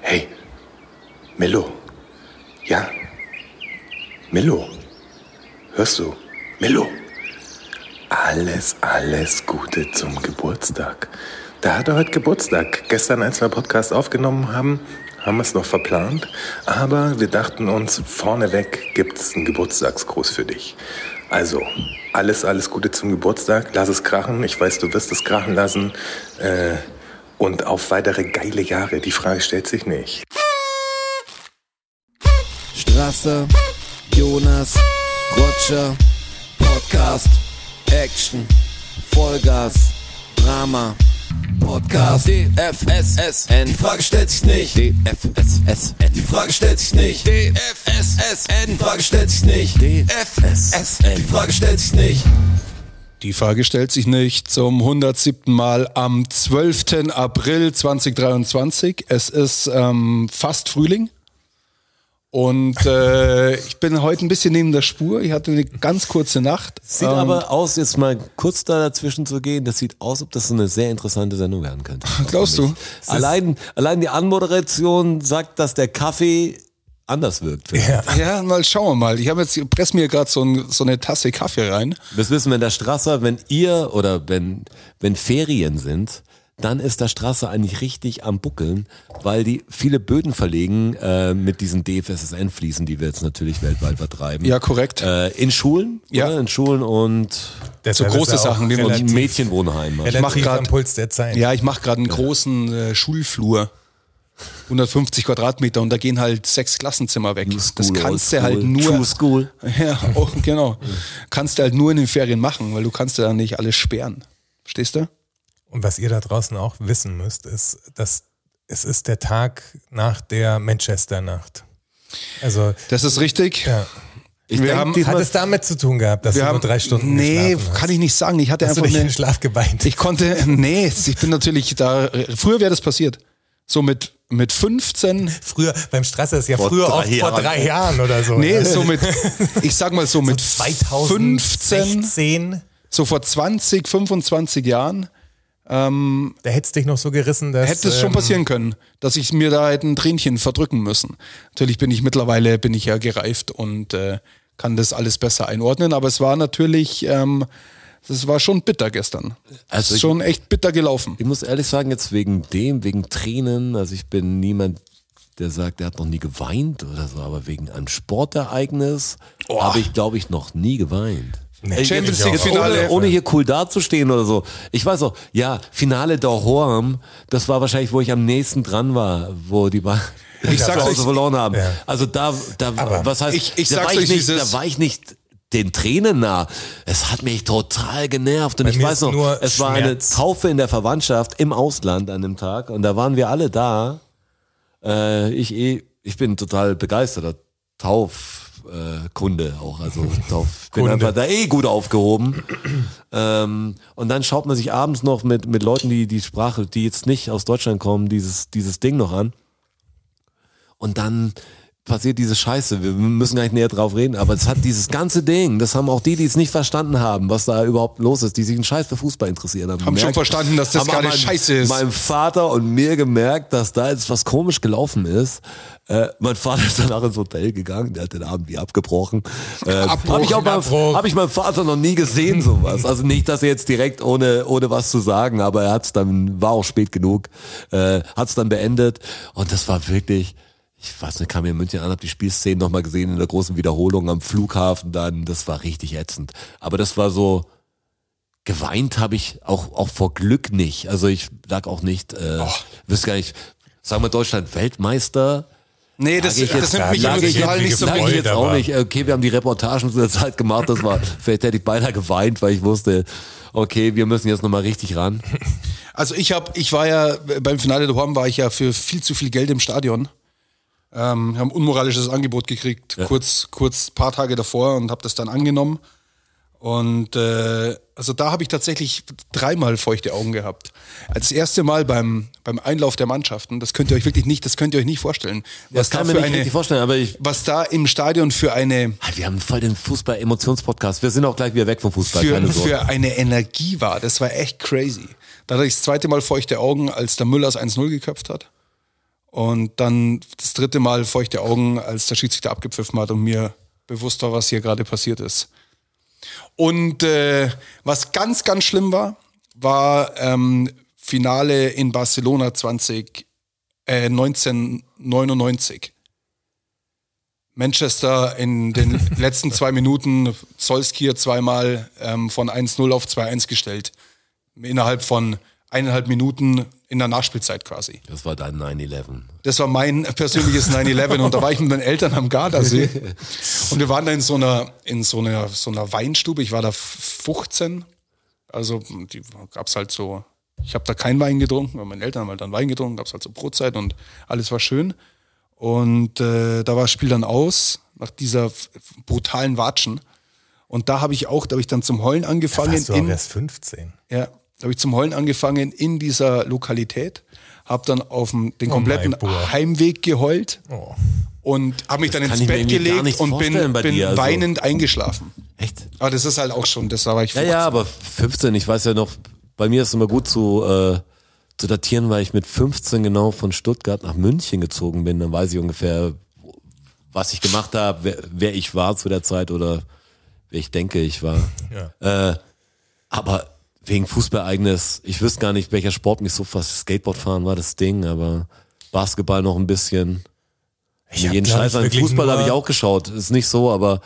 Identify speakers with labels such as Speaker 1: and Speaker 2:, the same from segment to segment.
Speaker 1: Hey, Mello. Ja? Mello. Hörst du? Mello. Alles, alles Gute zum Geburtstag. Da hat er heute Geburtstag. Gestern, als wir Podcast aufgenommen haben, haben wir es noch verplant. Aber wir dachten uns, vorneweg gibt's einen Geburtstagsgruß für dich. Also, alles, alles Gute zum Geburtstag. Lass es krachen. Ich weiß, du wirst es krachen lassen. Äh, und auf weitere geile Jahre. Die Frage stellt sich nicht.
Speaker 2: Strasser, Jonas, Roger, Podcast, Action, Vollgas, Drama, Podcast, DFSSN, die Frage stellt sich nicht, DFSSN, die Frage stellt sich nicht, DFSSN, die Frage stellt sich nicht, DFSSN, die Frage stellt sich nicht.
Speaker 3: Die Frage stellt sich nicht zum 107. Mal am 12. April 2023. Es ist ähm, fast Frühling. Und äh, ich bin heute ein bisschen neben der Spur. Ich hatte eine ganz kurze Nacht.
Speaker 4: Sieht
Speaker 3: Ähm,
Speaker 4: aber aus, jetzt mal kurz da dazwischen zu gehen, das sieht aus, ob das eine sehr interessante Sendung werden könnte.
Speaker 3: Glaubst du?
Speaker 4: Allein, allein die Anmoderation sagt, dass der Kaffee anders wirkt.
Speaker 3: Ja, mal schauen wir mal. Ich habe jetzt, ich press mir gerade so, ein, so eine Tasse Kaffee rein.
Speaker 4: Das wissen wir in der Straße, wenn ihr oder wenn, wenn Ferien sind, dann ist der Straße eigentlich richtig am Buckeln, weil die viele Böden verlegen äh, mit diesen DFSSN-Fliesen, die wir jetzt natürlich weltweit vertreiben.
Speaker 3: Ja, korrekt.
Speaker 4: Äh, in Schulen,
Speaker 3: Ja.
Speaker 4: oder? in Schulen und,
Speaker 3: So große Sachen, wie
Speaker 5: wie
Speaker 3: man-
Speaker 4: und
Speaker 5: man
Speaker 4: Mädchenwohnheimen.
Speaker 5: ich
Speaker 3: mach
Speaker 5: mache
Speaker 3: grad-
Speaker 5: gerade Puls der Zeit.
Speaker 3: Ja, ich mache gerade einen großen äh, Schulflur. 150 Quadratmeter und da gehen halt sechs Klassenzimmer weg. das
Speaker 4: school,
Speaker 3: kannst
Speaker 4: old
Speaker 3: du halt
Speaker 4: school,
Speaker 3: nur.
Speaker 4: true school.
Speaker 3: Ja, oh, genau. Kannst du halt nur in den Ferien machen, weil du kannst ja dann nicht alles sperren. Verstehst du?
Speaker 5: Und was ihr da draußen auch wissen müsst, ist, dass es ist der Tag nach der Manchester-Nacht. Also
Speaker 3: Das ist richtig.
Speaker 5: ja.
Speaker 4: Ich
Speaker 3: Wir
Speaker 4: denk,
Speaker 3: haben-
Speaker 5: hat es damit zu tun gehabt, dass
Speaker 3: Ähm, Wir
Speaker 5: du
Speaker 3: haben
Speaker 5: nur drei Stunden
Speaker 3: Nee,
Speaker 5: geschlafen hast?
Speaker 3: kann ich nicht sagen. Ich hatte
Speaker 5: Hast du
Speaker 3: einfach
Speaker 5: dich in
Speaker 3: eine,
Speaker 5: den Schlaf geweint?
Speaker 3: Ich konnte, nee, ich bin natürlich da. Früher wäre das passiert. So mit, mit 15.
Speaker 5: früher, beim Strasser ist ja
Speaker 4: Vor
Speaker 5: früher
Speaker 4: drei
Speaker 5: auch vor
Speaker 4: Jahren.
Speaker 5: drei Jahren oder so.
Speaker 3: Nee,
Speaker 5: ne?
Speaker 3: so mit, ich sag mal so mit
Speaker 5: 2015,
Speaker 3: 15, so vor 20, 25 Jahren
Speaker 5: da hättest du dich noch so gerissen, dass.
Speaker 3: hätte es schon
Speaker 5: ähm,
Speaker 3: passieren können, dass ich mir da hätte ein Tränchen verdrücken müssen. Natürlich bin ich mittlerweile, bin ich ja gereift und äh, kann das alles besser einordnen, aber es war natürlich, ähm, es war schon bitter gestern. Es
Speaker 4: Also
Speaker 3: ist
Speaker 4: ich-
Speaker 3: schon echt bitter gelaufen.
Speaker 4: Ich muss ehrlich sagen, jetzt wegen dem, wegen Tränen, also ich bin niemand, der sagt, der hat noch nie geweint oder so, aber wegen einem Sportereignis habe ich, glaube ich, noch nie geweint.
Speaker 5: Nee,
Speaker 3: Champions
Speaker 5: ich auch.
Speaker 3: League-Finale.
Speaker 4: Ohne, ohne hier cool dazustehen oder so. Ich weiß auch, ja, Finale Horm, das war wahrscheinlich, wo ich am nächsten dran war, wo die Bayern
Speaker 3: Ich
Speaker 4: zu
Speaker 3: sag's
Speaker 4: Hause
Speaker 3: euch,
Speaker 4: verloren haben.
Speaker 5: Ja.
Speaker 4: Also da, da
Speaker 5: Aber
Speaker 4: was heißt,
Speaker 3: ich- ich
Speaker 4: da,
Speaker 3: sag's
Speaker 4: war ich
Speaker 3: euch,
Speaker 4: nicht,
Speaker 3: dieses-
Speaker 4: da war ich nicht den Tränen nah. Es hat mich total genervt und ich
Speaker 5: mir
Speaker 4: weiß
Speaker 5: ist
Speaker 4: noch,
Speaker 5: nur
Speaker 4: es war eine
Speaker 5: Schmerz.
Speaker 4: Taufe in der Verwandtschaft im Ausland an dem Tag und da waren wir alle da. Äh, ich eh, ich bin total begeisterter Taufkunde äh, Kunde auch, also Tauf, bin
Speaker 5: Kunde.
Speaker 4: einfach da eh gut aufgehoben. Ähm, und dann schaut man sich abends noch mit mit Leuten, die die Sprache, die jetzt nicht aus Deutschland kommen, dieses dieses Ding noch an. Und dann passiert diese Scheiße. Wir müssen gar nicht näher drauf reden, aber es hat dieses ganze Ding, das haben auch die, die es nicht verstanden haben, was da überhaupt los ist, die sich einen Scheiß für Fußball interessieren. Haben,
Speaker 3: schon verstanden, dass das
Speaker 4: haben
Speaker 3: gerade
Speaker 4: an
Speaker 3: Scheiße ist.
Speaker 4: Meinem Vater und mir gemerkt, dass da jetzt was komisch gelaufen ist. Äh, mein Vater ist danach ins Hotel gegangen, der hat den Abend wie abgebrochen. Äh,
Speaker 3: Abbruch,
Speaker 4: habe ich auch mal,
Speaker 5: Abbruch.
Speaker 4: hab ich meinem Vater noch nie gesehen, sowas. Also nicht, dass er jetzt direkt ohne, ohne was zu sagen, aber er hat's dann, war auch spät genug, äh, hat's dann beendet. Und das war wirklich, ich weiß nicht, kam mir in München an, hab die Spielszenen nochmal gesehen in der großen Wiederholung am Flughafen dann. Das war richtig ätzend. Aber das war so, geweint habe ich auch, auch vor Glück nicht. Also ich lag auch nicht, äh,
Speaker 3: Oh.
Speaker 4: wüsste gar nicht, sagen wir Deutschland Weltmeister.
Speaker 3: Nee,
Speaker 4: Lag ich jetzt- lag ich
Speaker 3: emotional
Speaker 5: jetzt-
Speaker 4: Sag ich
Speaker 5: Gebeut,
Speaker 4: jetzt auch
Speaker 5: aber-
Speaker 4: nicht. Okay, wir haben die Reportagen zu der Zeit gemacht. Das war, vielleicht hätte ich beinahe geweint, weil ich wusste, okay, wir müssen jetzt nochmal richtig ran.
Speaker 3: Also ich habe, ich war ja beim Finale der Horm war ich ja für viel zu viel Geld im Stadion. Ähm, haben unmoralisches Angebot gekriegt, kurz, kurz paar Tage davor und habe das dann angenommen. Und äh, also da habe ich tatsächlich dreimal feuchte Augen gehabt. Als das erste Mal beim, beim Einlauf der Mannschaften, das könnt ihr euch wirklich nicht, das könnt ihr euch nicht vorstellen.
Speaker 4: Das
Speaker 3: Was da
Speaker 4: kann ich
Speaker 3: für
Speaker 4: mir nicht
Speaker 3: eine,
Speaker 4: richtig vorstellen, aber ich,
Speaker 3: was da im Stadion für eine
Speaker 4: wir haben voll den Fußball-Emotions-Podcast. Wir sind auch gleich wieder weg vom Fußball,
Speaker 3: für,
Speaker 4: keine Sorge.
Speaker 3: für eine Energie war. Das war echt crazy. Da hatte ich das zweite Mal feuchte Augen, als der Müllers 1-0 geköpft hat. Und dann das dritte Mal feuchte Augen, als der Schiedsrichter abgepfiffen hat und mir bewusst war, was hier gerade passiert ist. Und äh, was ganz, ganz schlimm war, war ähm, Finale in Barcelona 20, äh, 1999. Manchester in den letzten zwei Minuten, Solskjaer zweimal ähm, von 1-0 auf 2-1 gestellt. Innerhalb von eineinhalb Minuten in der Nachspielzeit quasi.
Speaker 4: Das war dann 9-11.
Speaker 3: Das war mein persönliches 9-11 und da war ich mit meinen Eltern am Gardasee. Und wir waren da in so einer, in so einer, so einer Weinstube. Ich war da 15. Also die gab's halt so, ich habe da keinen Wein getrunken, aber meine Eltern haben halt dann Wein getrunken, gab's halt so Brotzeit und alles war schön. Und äh, da war das Spiel dann aus, nach dieser f- brutalen Watschen. Und da habe ich auch, da habe ich dann zum Heulen angefangen.
Speaker 5: Warst du auch
Speaker 3: in-
Speaker 5: erst 15.
Speaker 3: ja, da habe ich zum Heulen angefangen in dieser Lokalität, habe dann auf dem,
Speaker 4: Oh
Speaker 3: den kompletten
Speaker 5: mein Boah.
Speaker 3: Heimweg geheult
Speaker 5: Oh.
Speaker 3: und habe mich dann
Speaker 4: kann
Speaker 3: ins
Speaker 4: ich mir
Speaker 3: Bett
Speaker 4: irgendwie gar
Speaker 3: gelegt
Speaker 4: nicht
Speaker 3: und bin,
Speaker 4: vorstellen bei
Speaker 3: bin
Speaker 4: dir, also.
Speaker 3: weinend eingeschlafen.
Speaker 4: Echt?
Speaker 3: Aber das ist halt auch schon, das war ich
Speaker 4: Ja, ja, aber 15, ich weiß ja noch, bei mir ist immer gut zu, äh, zu datieren, weil ich mit 15 genau von Stuttgart nach München gezogen bin. Dann weiß ich ungefähr, was ich gemacht habe, wer, wer ich war zu der Zeit oder wer ich denke, ich war.
Speaker 5: Ja.
Speaker 4: Äh, aber wegen Fußballereignis, ich wüsste gar nicht, welcher Sport mich so fast Skateboardfahren war das Ding, aber Basketball noch ein bisschen.
Speaker 5: Ich hab,
Speaker 4: jeden
Speaker 5: glaub
Speaker 4: Scheiß
Speaker 5: ich,
Speaker 4: an
Speaker 5: wirklich
Speaker 4: Fußball
Speaker 5: nur-
Speaker 4: habe ich auch geschaut. Ist nicht so, aber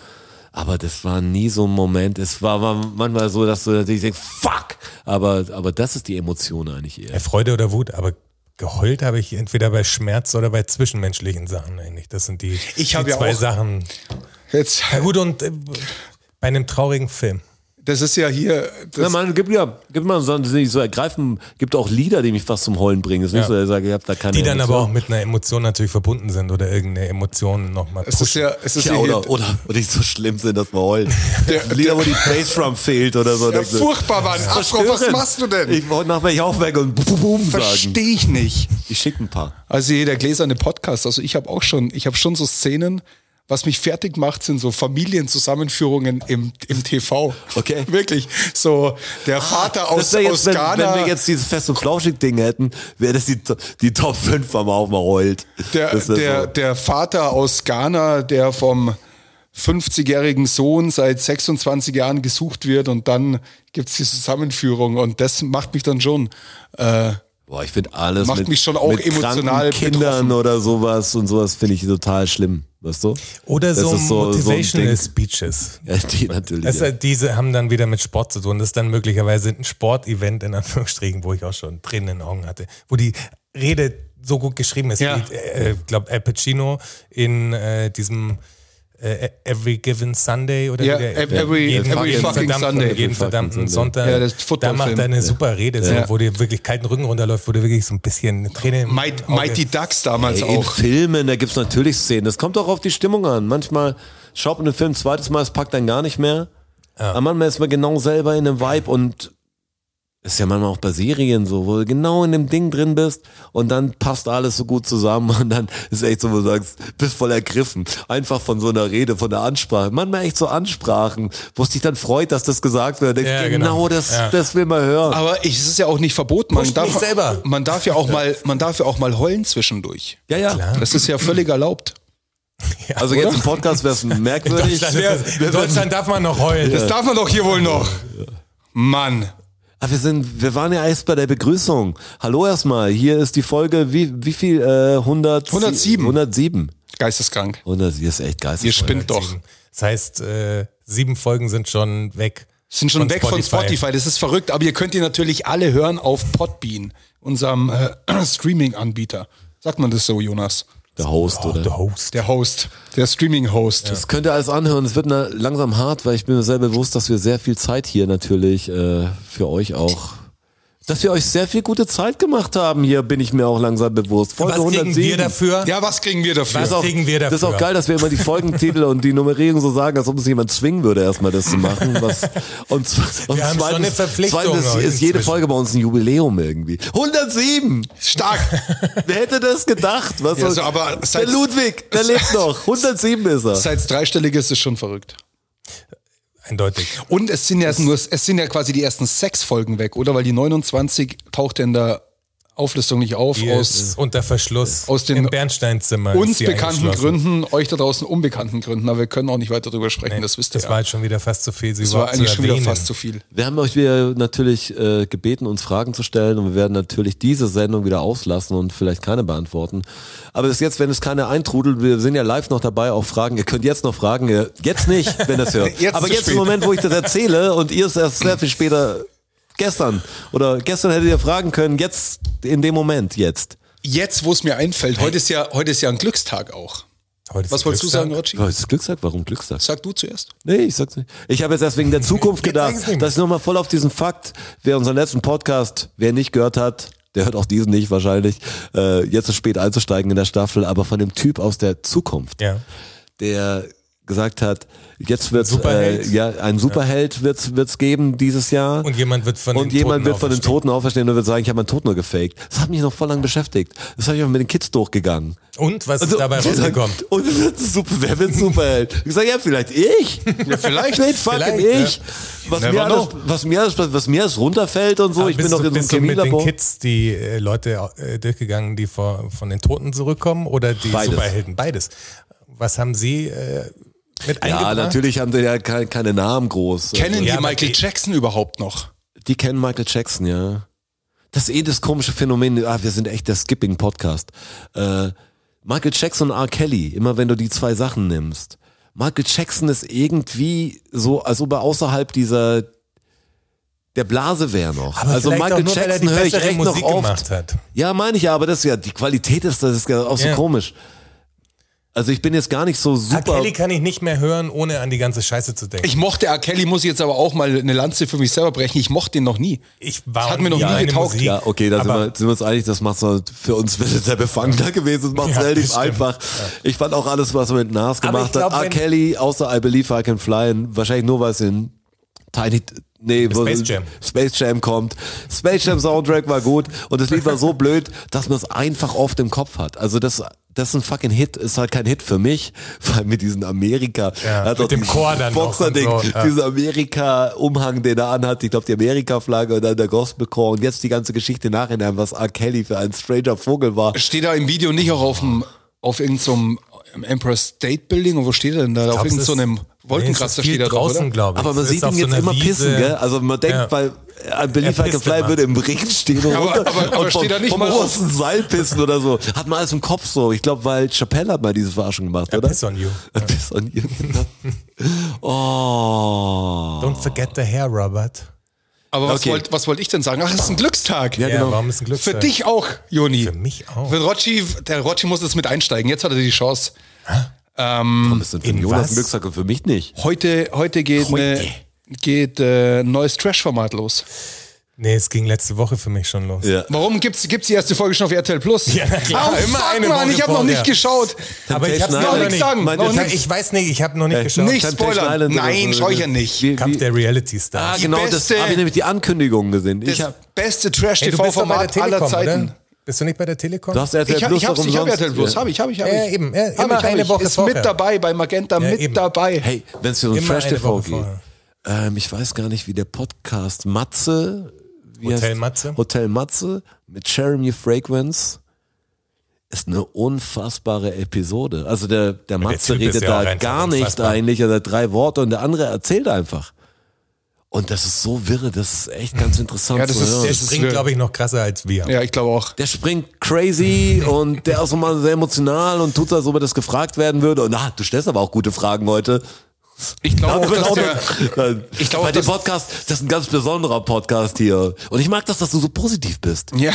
Speaker 4: aber das war nie so ein Moment. Es war, war manchmal so, dass du natürlich denkst, fuck! Aber, aber das ist die Emotion eigentlich
Speaker 5: Ja,
Speaker 4: eher.
Speaker 5: Freude oder Wut, aber geheult habe ich entweder bei Schmerz oder bei zwischenmenschlichen Sachen eigentlich. Das sind die,
Speaker 3: Ich
Speaker 5: die
Speaker 3: habe ja
Speaker 5: zwei
Speaker 3: auch-
Speaker 5: Sachen.
Speaker 3: Jetzt,
Speaker 5: Ja gut, und äh, bei einem traurigen Film.
Speaker 3: das ist ja hier,
Speaker 4: Ja,
Speaker 3: das,
Speaker 4: man, gibt ja, gibt man so, nicht so ergreifen, gibt auch Lieder, die mich fast zum Heulen bringen. Es ist nicht
Speaker 5: Ja.
Speaker 4: so, dass ich sage, ich habe da keine
Speaker 5: Die dann aber
Speaker 4: Emotion.
Speaker 5: auch mit einer Emotion natürlich verbunden sind oder irgendeine Emotion nochmal
Speaker 3: es ist ja, es ist
Speaker 4: ja,
Speaker 3: ja hier,
Speaker 4: oder, oder, oder die so schlimm sind, dass man heult.
Speaker 3: Der-
Speaker 4: Lieder, wo die Bassdrum fehlt oder so.
Speaker 3: ja,
Speaker 4: Das ist-
Speaker 3: furchtbar waren. Astro, was
Speaker 4: Verstörend.
Speaker 3: machst du denn?
Speaker 4: Ich wollte nach welch auch weg und boom, boom sagen.
Speaker 3: Verstehe ich nicht.
Speaker 4: Ich schicke ein paar.
Speaker 3: Also hier der gläserne Podcast, also ich habe auch schon, ich habe schon so Szenen, was mich fertig macht, sind so Familienzusammenführungen im, im TV.
Speaker 4: Okay. Ah,
Speaker 3: Wirklich. So der Vater aus,
Speaker 4: Das wär jetzt,
Speaker 3: aus
Speaker 4: wenn,
Speaker 3: Ghana.
Speaker 4: wenn wir jetzt dieses Fest- und Flauschig-Ding hätten, wäre das die, die Top 5, wenn man auch mal heult.
Speaker 3: Der,
Speaker 4: das wär
Speaker 3: der,
Speaker 4: so.
Speaker 3: der Vater aus Ghana, der vom 50-jährigen Sohn seit 26 Jahren gesucht wird und dann gibt's die Zusammenführung und das macht mich dann schon. Äh,
Speaker 4: Boah, ich finde alles
Speaker 3: Macht
Speaker 4: mit,
Speaker 3: mich schon auch
Speaker 4: mit kranken
Speaker 3: emotional
Speaker 4: Kindern
Speaker 3: betroffen.
Speaker 4: oder sowas und sowas finde ich total schlimm, weißt du?
Speaker 5: Oder
Speaker 4: Das
Speaker 5: so
Speaker 4: ist so- so ein
Speaker 5: Motivational
Speaker 4: Ding.
Speaker 5: Speeches.
Speaker 4: Ja, die natürlich.
Speaker 5: Also
Speaker 4: ja.
Speaker 5: diese haben dann wieder mit Sport zu tun. Das ist dann möglicherweise ein Sportevent in Anführungsstrichen, wo ich auch schon Tränen in den Augen hatte, wo die Rede so gut geschrieben ist.
Speaker 3: Ja.
Speaker 5: Ich äh, glaube, Al Pacino in äh, diesem äh, Every Given Sunday oder
Speaker 3: Ja,
Speaker 5: wie der-
Speaker 3: ev- every-
Speaker 5: jeden
Speaker 3: every
Speaker 5: verdammten-
Speaker 3: fucking Sunday.
Speaker 5: Jeden verdammten Sonntag.
Speaker 3: Ja, das ist
Speaker 5: da
Speaker 3: Footballfilm.
Speaker 5: macht er eine super Rede, so,
Speaker 3: Ja.
Speaker 5: wo dir wirklich kalten Rücken runterläuft, wo du wirklich so ein bisschen Tränen. im
Speaker 3: Might,
Speaker 5: Auge-
Speaker 3: Mighty Ducks damals
Speaker 4: Ey, in
Speaker 3: auch.
Speaker 4: Filmen, da gibt's natürlich Szenen. Das kommt auch auf die Stimmung an. Manchmal schaut man den Film ein zweites Mal, es packt dann gar nicht mehr. Aber manchmal ist man genau selber in einem Vibe und ist ja manchmal auch bei Serien so, wo du genau in dem Ding drin bist und dann passt alles so gut zusammen und dann ist echt so, wo du sagst, bist voll ergriffen. Einfach von so einer Rede, von der Ansprache. Manchmal echt so Ansprachen, wo es dich dann freut, dass das gesagt wird. Denkst,
Speaker 5: Ja,
Speaker 4: genau,
Speaker 5: genau.
Speaker 4: das,
Speaker 5: Ja. Ah,
Speaker 4: das will man hören.
Speaker 3: Aber ich, es ist ja auch nicht verboten. Man
Speaker 5: Pusht
Speaker 3: darf,
Speaker 5: mich selber.
Speaker 3: man darf ja auch mal, man darf ja auch mal heulen zwischendurch.
Speaker 4: ja, ja.
Speaker 5: Klar.
Speaker 3: Das ist ja völlig erlaubt.
Speaker 4: Also jetzt im Podcast wäre es merkwürdig.
Speaker 5: Deutschland, ist- in Deutschland darf man noch heulen.
Speaker 3: Das darf man doch hier wohl noch. Mann.
Speaker 4: Ah, wir sind, wir waren ja erst bei der Begrüßung. Hallo erstmal, hier ist die Folge, wie, wie viel? Äh, 100,
Speaker 3: 107.
Speaker 4: 107.
Speaker 3: Geisteskrank.
Speaker 4: 100, das ist echt
Speaker 3: Ihr
Speaker 4: geistig.
Speaker 3: spinnt doch.
Speaker 5: Das heißt, äh, sieben Folgen sind schon weg.
Speaker 3: Sind schon weg von Spotify, das ist verrückt, aber ihr könnt die natürlich alle hören auf Podbean, unserem äh, Streaming-Anbieter. Sagt man das so, Jonas?
Speaker 4: Der Host,
Speaker 5: Oh,
Speaker 4: oder?
Speaker 5: der Host.
Speaker 3: Der Host, der Streaming-Host.
Speaker 4: Das könnt ihr alles anhören, es wird na- langsam hart, weil ich bin mir sehr bewusst, dass wir sehr viel Zeit hier natürlich äh, für euch auch, dass wir euch sehr viel gute Zeit gemacht haben hier, bin ich mir auch langsam bewusst. Folge
Speaker 5: Was kriegen
Speaker 4: 107.
Speaker 5: wir dafür?
Speaker 3: Ja, was kriegen wir dafür?
Speaker 5: Was kriegen wir
Speaker 4: Das ist auch
Speaker 5: dafür?
Speaker 4: geil, dass wir immer die Folgentitel und die Nummerierung so sagen, als ob uns jemand zwingen würde, erstmal das zu machen. Was, und z- und
Speaker 5: Wir haben schon eine Verpflichtung
Speaker 4: zweitens ist jede
Speaker 5: inzwischen.
Speaker 4: Folge bei uns ein Jubiläum irgendwie. 107!
Speaker 3: Stark.
Speaker 4: Wer hätte das gedacht? Was
Speaker 3: Ja,
Speaker 4: soll-
Speaker 3: so, aber
Speaker 4: der
Speaker 3: seit-
Speaker 4: Ludwig, der lebt noch. 107 ist er.
Speaker 3: Seit dreistellig ist es schon verrückt.
Speaker 5: Eindeutig.
Speaker 3: Und es sind ja nur, es sind ja quasi die ersten sechs Folgen weg, oder? Weil die 29 tauchte in der Auflistung nicht auf,
Speaker 5: Hier ist es
Speaker 3: aus
Speaker 5: unter Verschluss.
Speaker 3: aus den
Speaker 5: Im Bernsteinzimmer. ist
Speaker 3: uns
Speaker 5: sie
Speaker 3: bekannten
Speaker 5: eingeschlossen.
Speaker 3: Gründen, euch da draußen unbekannten Gründen, aber wir können auch nicht weiter drüber sprechen,
Speaker 5: Nee,
Speaker 3: das wisst ihr.
Speaker 5: das
Speaker 3: ja.
Speaker 5: war jetzt schon wieder fast zu viel. Sie
Speaker 3: das war
Speaker 5: überhaupt zu
Speaker 3: eigentlich schon wieder
Speaker 5: erwähnen.
Speaker 3: fast zu viel.
Speaker 4: Wir haben euch wieder natürlich äh, gebeten, uns Fragen zu stellen und wir werden natürlich diese Sendung wieder auslassen und vielleicht keine beantworten. Aber bis jetzt, wenn es keine eintrudelt, wir sind ja live noch dabei, auch Fragen. Ihr könnt jetzt noch fragen, ihr- jetzt nicht, wenn das hört.
Speaker 3: Jetzt
Speaker 4: Aber
Speaker 3: zu
Speaker 4: jetzt im
Speaker 3: spät.
Speaker 4: Moment, wo ich das erzähle und ihr es erst sehr viel später, gestern oder gestern hättet ihr fragen können, jetzt, in dem Moment, jetzt.
Speaker 3: Jetzt, wo es mir einfällt, heute ist ja, heute ist ja ein Glückstag auch.
Speaker 5: Heute ist
Speaker 3: Was
Speaker 5: ein
Speaker 3: wolltest du sagen,
Speaker 5: Glückstag.
Speaker 3: Rotschi?
Speaker 4: Was ist das Glückstag? Warum Glückstag?
Speaker 3: Sag du zuerst.
Speaker 4: Nee, ich sag's nicht. Ich habe jetzt erst wegen der Zukunft
Speaker 5: Jetzt
Speaker 4: gedacht,
Speaker 5: sag's nicht mehr.
Speaker 4: dass ich nochmal voll auf diesen Fakt, wer unseren letzten Podcast, wer nicht gehört hat, der hört auch diesen nicht wahrscheinlich, äh, jetzt ist spät einzusteigen in der Staffel, aber von dem Typ aus der Zukunft,
Speaker 5: Ja.
Speaker 4: der gesagt hat, jetzt wird äh,
Speaker 5: Superheld.
Speaker 4: ja ein Superheld wird's wird's geben dieses Jahr
Speaker 5: Und jemand wird von
Speaker 4: und
Speaker 5: den Toten
Speaker 4: jemand wird von den
Speaker 5: auferstehen.
Speaker 4: Toten auferstehen und wird sagen, ich habe meinen Tod nur gefaked. Das hat mich noch voll lang beschäftigt. Das habe ich auch mit den Kids durchgegangen.
Speaker 5: Und was ist dabei
Speaker 4: die sagen,
Speaker 5: rausgekommen?
Speaker 4: Und es wird super, wer wird Superheld? Ich sage, ja, vielleicht ich. Ja, vielleicht. Vielleicht fucking
Speaker 5: Vielleicht,
Speaker 4: ich. Was,
Speaker 5: Never
Speaker 4: mir alles,
Speaker 5: know.
Speaker 4: was, mir alles, was mir alles runterfällt und so,
Speaker 5: Aber
Speaker 4: ich bin
Speaker 5: Ah, bist
Speaker 4: noch
Speaker 5: du-
Speaker 4: in so einem
Speaker 5: bist du mit den
Speaker 4: Chemielabor.
Speaker 5: Kids die äh, Leute äh, durchgegangen, die vor, von den Toten zurückkommen oder die
Speaker 4: Beides.
Speaker 5: Superhelden? Beides. Was haben sie äh, mit
Speaker 4: Ja,
Speaker 5: eingebracht?
Speaker 4: natürlich haben die ja keine, keine Namen groß.
Speaker 3: Kennen
Speaker 5: Ja,
Speaker 3: die
Speaker 5: aber
Speaker 3: Michael
Speaker 5: die-
Speaker 3: Jackson überhaupt noch?
Speaker 4: Die kennen Michael Jackson, ja. Das ist eh das komische Phänomen. Ah, wir sind echt der Skipping-Podcast. Äh, Michael Jackson und R. Kelly, immer wenn du die zwei Sachen nimmst. Michael Jackson ist irgendwie so, als ob er außerhalb dieser der Blase wäre noch.
Speaker 5: Aber
Speaker 4: also
Speaker 5: vielleicht auch
Speaker 4: Michael
Speaker 5: nur, weil er die
Speaker 4: Jackson höre ich
Speaker 5: bessere
Speaker 4: echt
Speaker 5: Musik
Speaker 4: noch
Speaker 5: gemacht
Speaker 4: oft.
Speaker 5: hat.
Speaker 4: Ja, meine ich ja, aber das ist ja, die Qualität ist, das ist ja auch so
Speaker 5: Ja.
Speaker 4: komisch. Also ich bin jetzt gar nicht so
Speaker 5: R.
Speaker 4: super.
Speaker 5: Kelly kann ich nicht mehr hören, ohne an die ganze Scheiße zu denken.
Speaker 3: Ich mochte R. Kelly, muss ich jetzt aber auch mal eine Lanze für mich selber brechen. Ich mochte ihn noch nie.
Speaker 5: Ich war
Speaker 3: hat mir noch nie
Speaker 5: eine
Speaker 3: getaugt.
Speaker 5: Musik,
Speaker 4: Ja, okay, da sind
Speaker 5: aber
Speaker 4: wir, sind wir uns einig, das macht für uns wäre sehr befangener gewesen, das macht
Speaker 5: Ja,
Speaker 4: relativ
Speaker 5: das stimmt.
Speaker 4: einfach. Ich fand auch alles, was er mit Nas
Speaker 5: Aber
Speaker 4: gemacht
Speaker 5: ich glaub,
Speaker 4: hat, R.
Speaker 5: wenn-
Speaker 4: Kelly, außer I Believe I Can Fly, wahrscheinlich nur, weil es in Tiny, nee, wo-
Speaker 5: Space Jam.
Speaker 4: Space Jam kommt. Space Jam Soundtrack war gut und das Lied war so blöd, dass man es einfach oft im Kopf hat. Also das, das ist ein fucking Hit, ist halt kein Hit für mich, weil mit diesem Amerika,
Speaker 5: Ja,
Speaker 4: hat
Speaker 5: mit
Speaker 4: auch
Speaker 5: dem
Speaker 4: dieses
Speaker 5: Chor dann noch und
Speaker 4: Boxerding,
Speaker 5: so, ja.
Speaker 4: dieser Amerika-Umhang, den er anhat, ich glaube die Amerika-Flagge und dann der Gospelchor und jetzt die ganze Geschichte nachhinein, was R. Kelly für ein stranger Vogel war.
Speaker 3: Steht da im Video nicht auch auf dem auf irgendeinem Emperor State Building? Und wo steht er denn da?
Speaker 5: ich
Speaker 3: auf
Speaker 5: glaub, es ist-
Speaker 3: irgendeinem
Speaker 5: es
Speaker 3: Wolkenkratzer
Speaker 5: ist viel
Speaker 3: steht er drauf,
Speaker 5: draußen,
Speaker 3: oder?
Speaker 5: glaube ich.
Speaker 4: Aber man
Speaker 5: Es ist
Speaker 4: sieht
Speaker 5: auf
Speaker 4: ihn
Speaker 5: so
Speaker 4: jetzt
Speaker 5: einer
Speaker 4: immer
Speaker 5: Wiese.
Speaker 4: pissen, gell? Also man denkt,
Speaker 5: Ja.
Speaker 4: weil I Believe
Speaker 5: Er
Speaker 4: I Can
Speaker 5: pisst
Speaker 4: Fly
Speaker 5: immer.
Speaker 4: würde im Regen stehen und,
Speaker 3: Ja, aber-
Speaker 4: runter-
Speaker 3: aber- aber
Speaker 4: und vom,
Speaker 3: steht er nicht
Speaker 4: vom
Speaker 3: mal auf.
Speaker 4: großen Seil pissen oder so. Hat man alles im Kopf so. Ich glaube, weil Chappelle hat mal diese Verarschung gemacht, oder?
Speaker 5: piss on you.
Speaker 4: A piss on you. genau. oh.
Speaker 5: Don't forget the hair, Robert.
Speaker 3: Aber was
Speaker 4: Okay.
Speaker 3: wollte was wollt ich denn sagen? Ach, es ist ein Glückstag.
Speaker 4: Ja,
Speaker 5: Ja,
Speaker 4: genau.
Speaker 5: warum ist ein Glück
Speaker 3: Für dich auch, Joni.
Speaker 5: Für mich auch.
Speaker 3: Für Rotschi, der Rotschi muss jetzt mit einsteigen. Jetzt hat er die Chance.
Speaker 4: Warum ist denn für
Speaker 5: in
Speaker 4: Jonas
Speaker 5: was?
Speaker 4: ein Glückstag und für mich nicht?
Speaker 3: Heute, heute geht,
Speaker 4: Heute.
Speaker 3: ne- geht äh, ein neues Trash-Format los.
Speaker 5: Nee, es ging letzte Woche für mich schon los.
Speaker 4: Ja.
Speaker 3: Warum gibt's gibt's die erste Folge schon auf RTL Plus?
Speaker 5: Ja, na klar,
Speaker 3: oh,
Speaker 5: immer
Speaker 3: fuck,
Speaker 5: eine
Speaker 3: Mann,
Speaker 5: Woche
Speaker 3: ich habe noch
Speaker 5: vorher.
Speaker 3: nicht geschaut.
Speaker 5: Aber ich hab's
Speaker 4: Temptation
Speaker 5: noch
Speaker 4: Island.
Speaker 3: nicht sagen,
Speaker 4: Meint
Speaker 3: noch
Speaker 4: ihr
Speaker 3: nichts.
Speaker 5: Ich weiß nicht, ich habe noch nicht geschaut.
Speaker 3: Nicht
Speaker 4: Temptation
Speaker 3: spoilern.
Speaker 4: Island oder
Speaker 3: Nein,
Speaker 4: so.
Speaker 3: schau ich ja nicht.
Speaker 4: Wie-
Speaker 5: Kampf
Speaker 4: Äh, wie-
Speaker 5: der Reality Stars.
Speaker 4: Ah, genau,
Speaker 3: beste-
Speaker 4: das habe ich nämlich die Ankündigung gesehen. Ich
Speaker 3: Das
Speaker 4: hab,
Speaker 5: Ey, du
Speaker 3: beste
Speaker 5: bist doch bei der
Speaker 3: Trash-TV-Format
Speaker 5: Telekom,
Speaker 3: aller Zeiten.
Speaker 5: Oder? Bist du nicht bei der Telekom?
Speaker 4: du hast RTL
Speaker 3: Ich, hab-
Speaker 4: Plus
Speaker 3: ich hab's,
Speaker 4: doch
Speaker 3: ich habe
Speaker 4: umsonst.
Speaker 3: RTL Plus,
Speaker 4: Ja.
Speaker 3: habe ich, habe ich, habe ich.
Speaker 5: Ja, eben, ja,
Speaker 3: hab
Speaker 5: immer
Speaker 3: ich, hab
Speaker 5: eine
Speaker 3: ich.
Speaker 5: Woche
Speaker 3: Ist
Speaker 5: vorher.
Speaker 3: mit dabei, bei Magenta mit
Speaker 5: eben.
Speaker 3: dabei.
Speaker 4: Hey, wenn es um
Speaker 5: Immer
Speaker 4: Trash
Speaker 5: eine
Speaker 4: TV
Speaker 5: Woche
Speaker 4: geht.
Speaker 5: vorher.
Speaker 4: Ähm, ich weiß gar nicht, wie der Podcast Matze. Wie
Speaker 5: Hotel
Speaker 4: heißt-
Speaker 5: Matze?
Speaker 4: Hotel Matze mit Jeremy Fragrance. Ist eine unfassbare Episode. Also der, der Matze
Speaker 5: Typ ist
Speaker 4: redet
Speaker 5: ja auch
Speaker 4: da
Speaker 5: einfach
Speaker 4: gar nicht
Speaker 5: unfassbar.
Speaker 4: eigentlich oder drei Worte und der andere erzählt einfach. Und das ist so wirre, das ist echt ganz interessant
Speaker 3: Ja, das
Speaker 4: zu
Speaker 3: ist-
Speaker 4: hören.
Speaker 5: der
Speaker 3: das ist
Speaker 5: springt,
Speaker 3: real.
Speaker 5: glaube ich, noch krasser als wir.
Speaker 3: Ja, ich glaube auch.
Speaker 4: der springt crazy und der ist auch mal sehr emotional und tut so, als ob er das gefragt werden würde. Und ah, du stellst aber auch gute Fragen heute.
Speaker 3: Ich glaube auch, dass
Speaker 4: Genau,
Speaker 3: der,
Speaker 4: dann-
Speaker 3: ich glaube,
Speaker 4: bei dem
Speaker 3: dass-
Speaker 4: Podcast, das ist ein ganz besonderer Podcast hier. Und ich mag das, dass du so positiv bist.
Speaker 3: ja,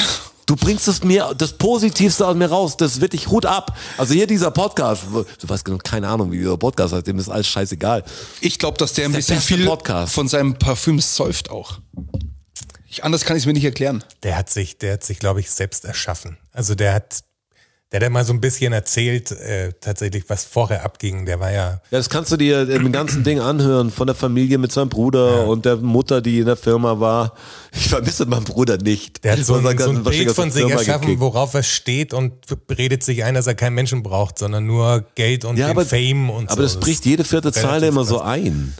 Speaker 4: Du bringst es mir, das Positivste aus mir raus. Das ist wirklich Hut ab. Also hier dieser Podcast, wo- du weißt genau, keine Ahnung, wie dieser Podcast heißt, dem ist alles scheißegal.
Speaker 3: ich glaube, dass der ein
Speaker 4: Der
Speaker 3: bisschen
Speaker 4: beste
Speaker 3: viel
Speaker 4: Podcast.
Speaker 3: von seinem Parfüm säuft auch. Ich, anders kann ich es mir nicht erklären.
Speaker 5: Der hat sich, der hat sich, glaube ich, selbst erschaffen. Also der hat, der hat ja mal so ein bisschen erzählt, äh, tatsächlich, was vorher abging. Der war ja,
Speaker 4: Ja, das kannst du dir im ganzen Ding anhören, von der Familie mit seinem Bruder und der Mutter, die in der Firma war. Ich vermisse meinen Bruder nicht.
Speaker 5: der hat so
Speaker 4: Man
Speaker 5: ein,
Speaker 4: sagt,
Speaker 5: so
Speaker 4: das
Speaker 5: ein
Speaker 4: ist wahrscheinlich
Speaker 5: Bild
Speaker 4: aus der
Speaker 5: von sich
Speaker 4: Firma
Speaker 5: erschaffen,
Speaker 4: gekickt.
Speaker 5: worauf er steht und redet sich ein, dass er keinen Menschen braucht, sondern nur Geld und den Fame und
Speaker 4: aber
Speaker 5: so.
Speaker 4: das bricht jede vierte
Speaker 5: relativ
Speaker 4: Zeile immer so ein.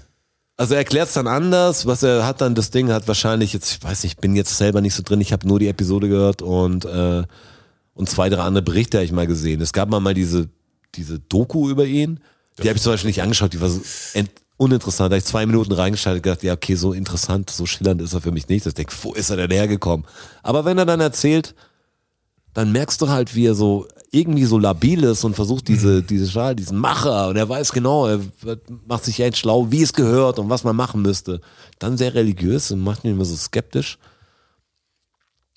Speaker 4: Also er erklärt es dann anders, was er hat dann das Ding, hat wahrscheinlich jetzt, ich weiß nicht, ich bin jetzt selber nicht so drin, ich habe nur die Episode gehört und, äh, und zwei, drei andere Berichte habe ich mal gesehen. Es gab mal, mal diese, diese Doku über ihn, die habe ich zum Beispiel nicht angeschaut, die war so ent uninteressant. Da habe ich zwei Minuten reingeschaltet und gedacht, ja okay, so interessant, so schillernd ist er für mich nicht. Ich denke, wo ist er denn hergekommen? Aber wenn er dann erzählt, dann merkst du halt, wie er so irgendwie so labil ist und versucht diese, diese Schal, diesen Macher und er weiß genau, er wird- macht sich echt schlau, wie es gehört und was man machen müsste. Dann sehr religiös und macht ihn immer so skeptisch.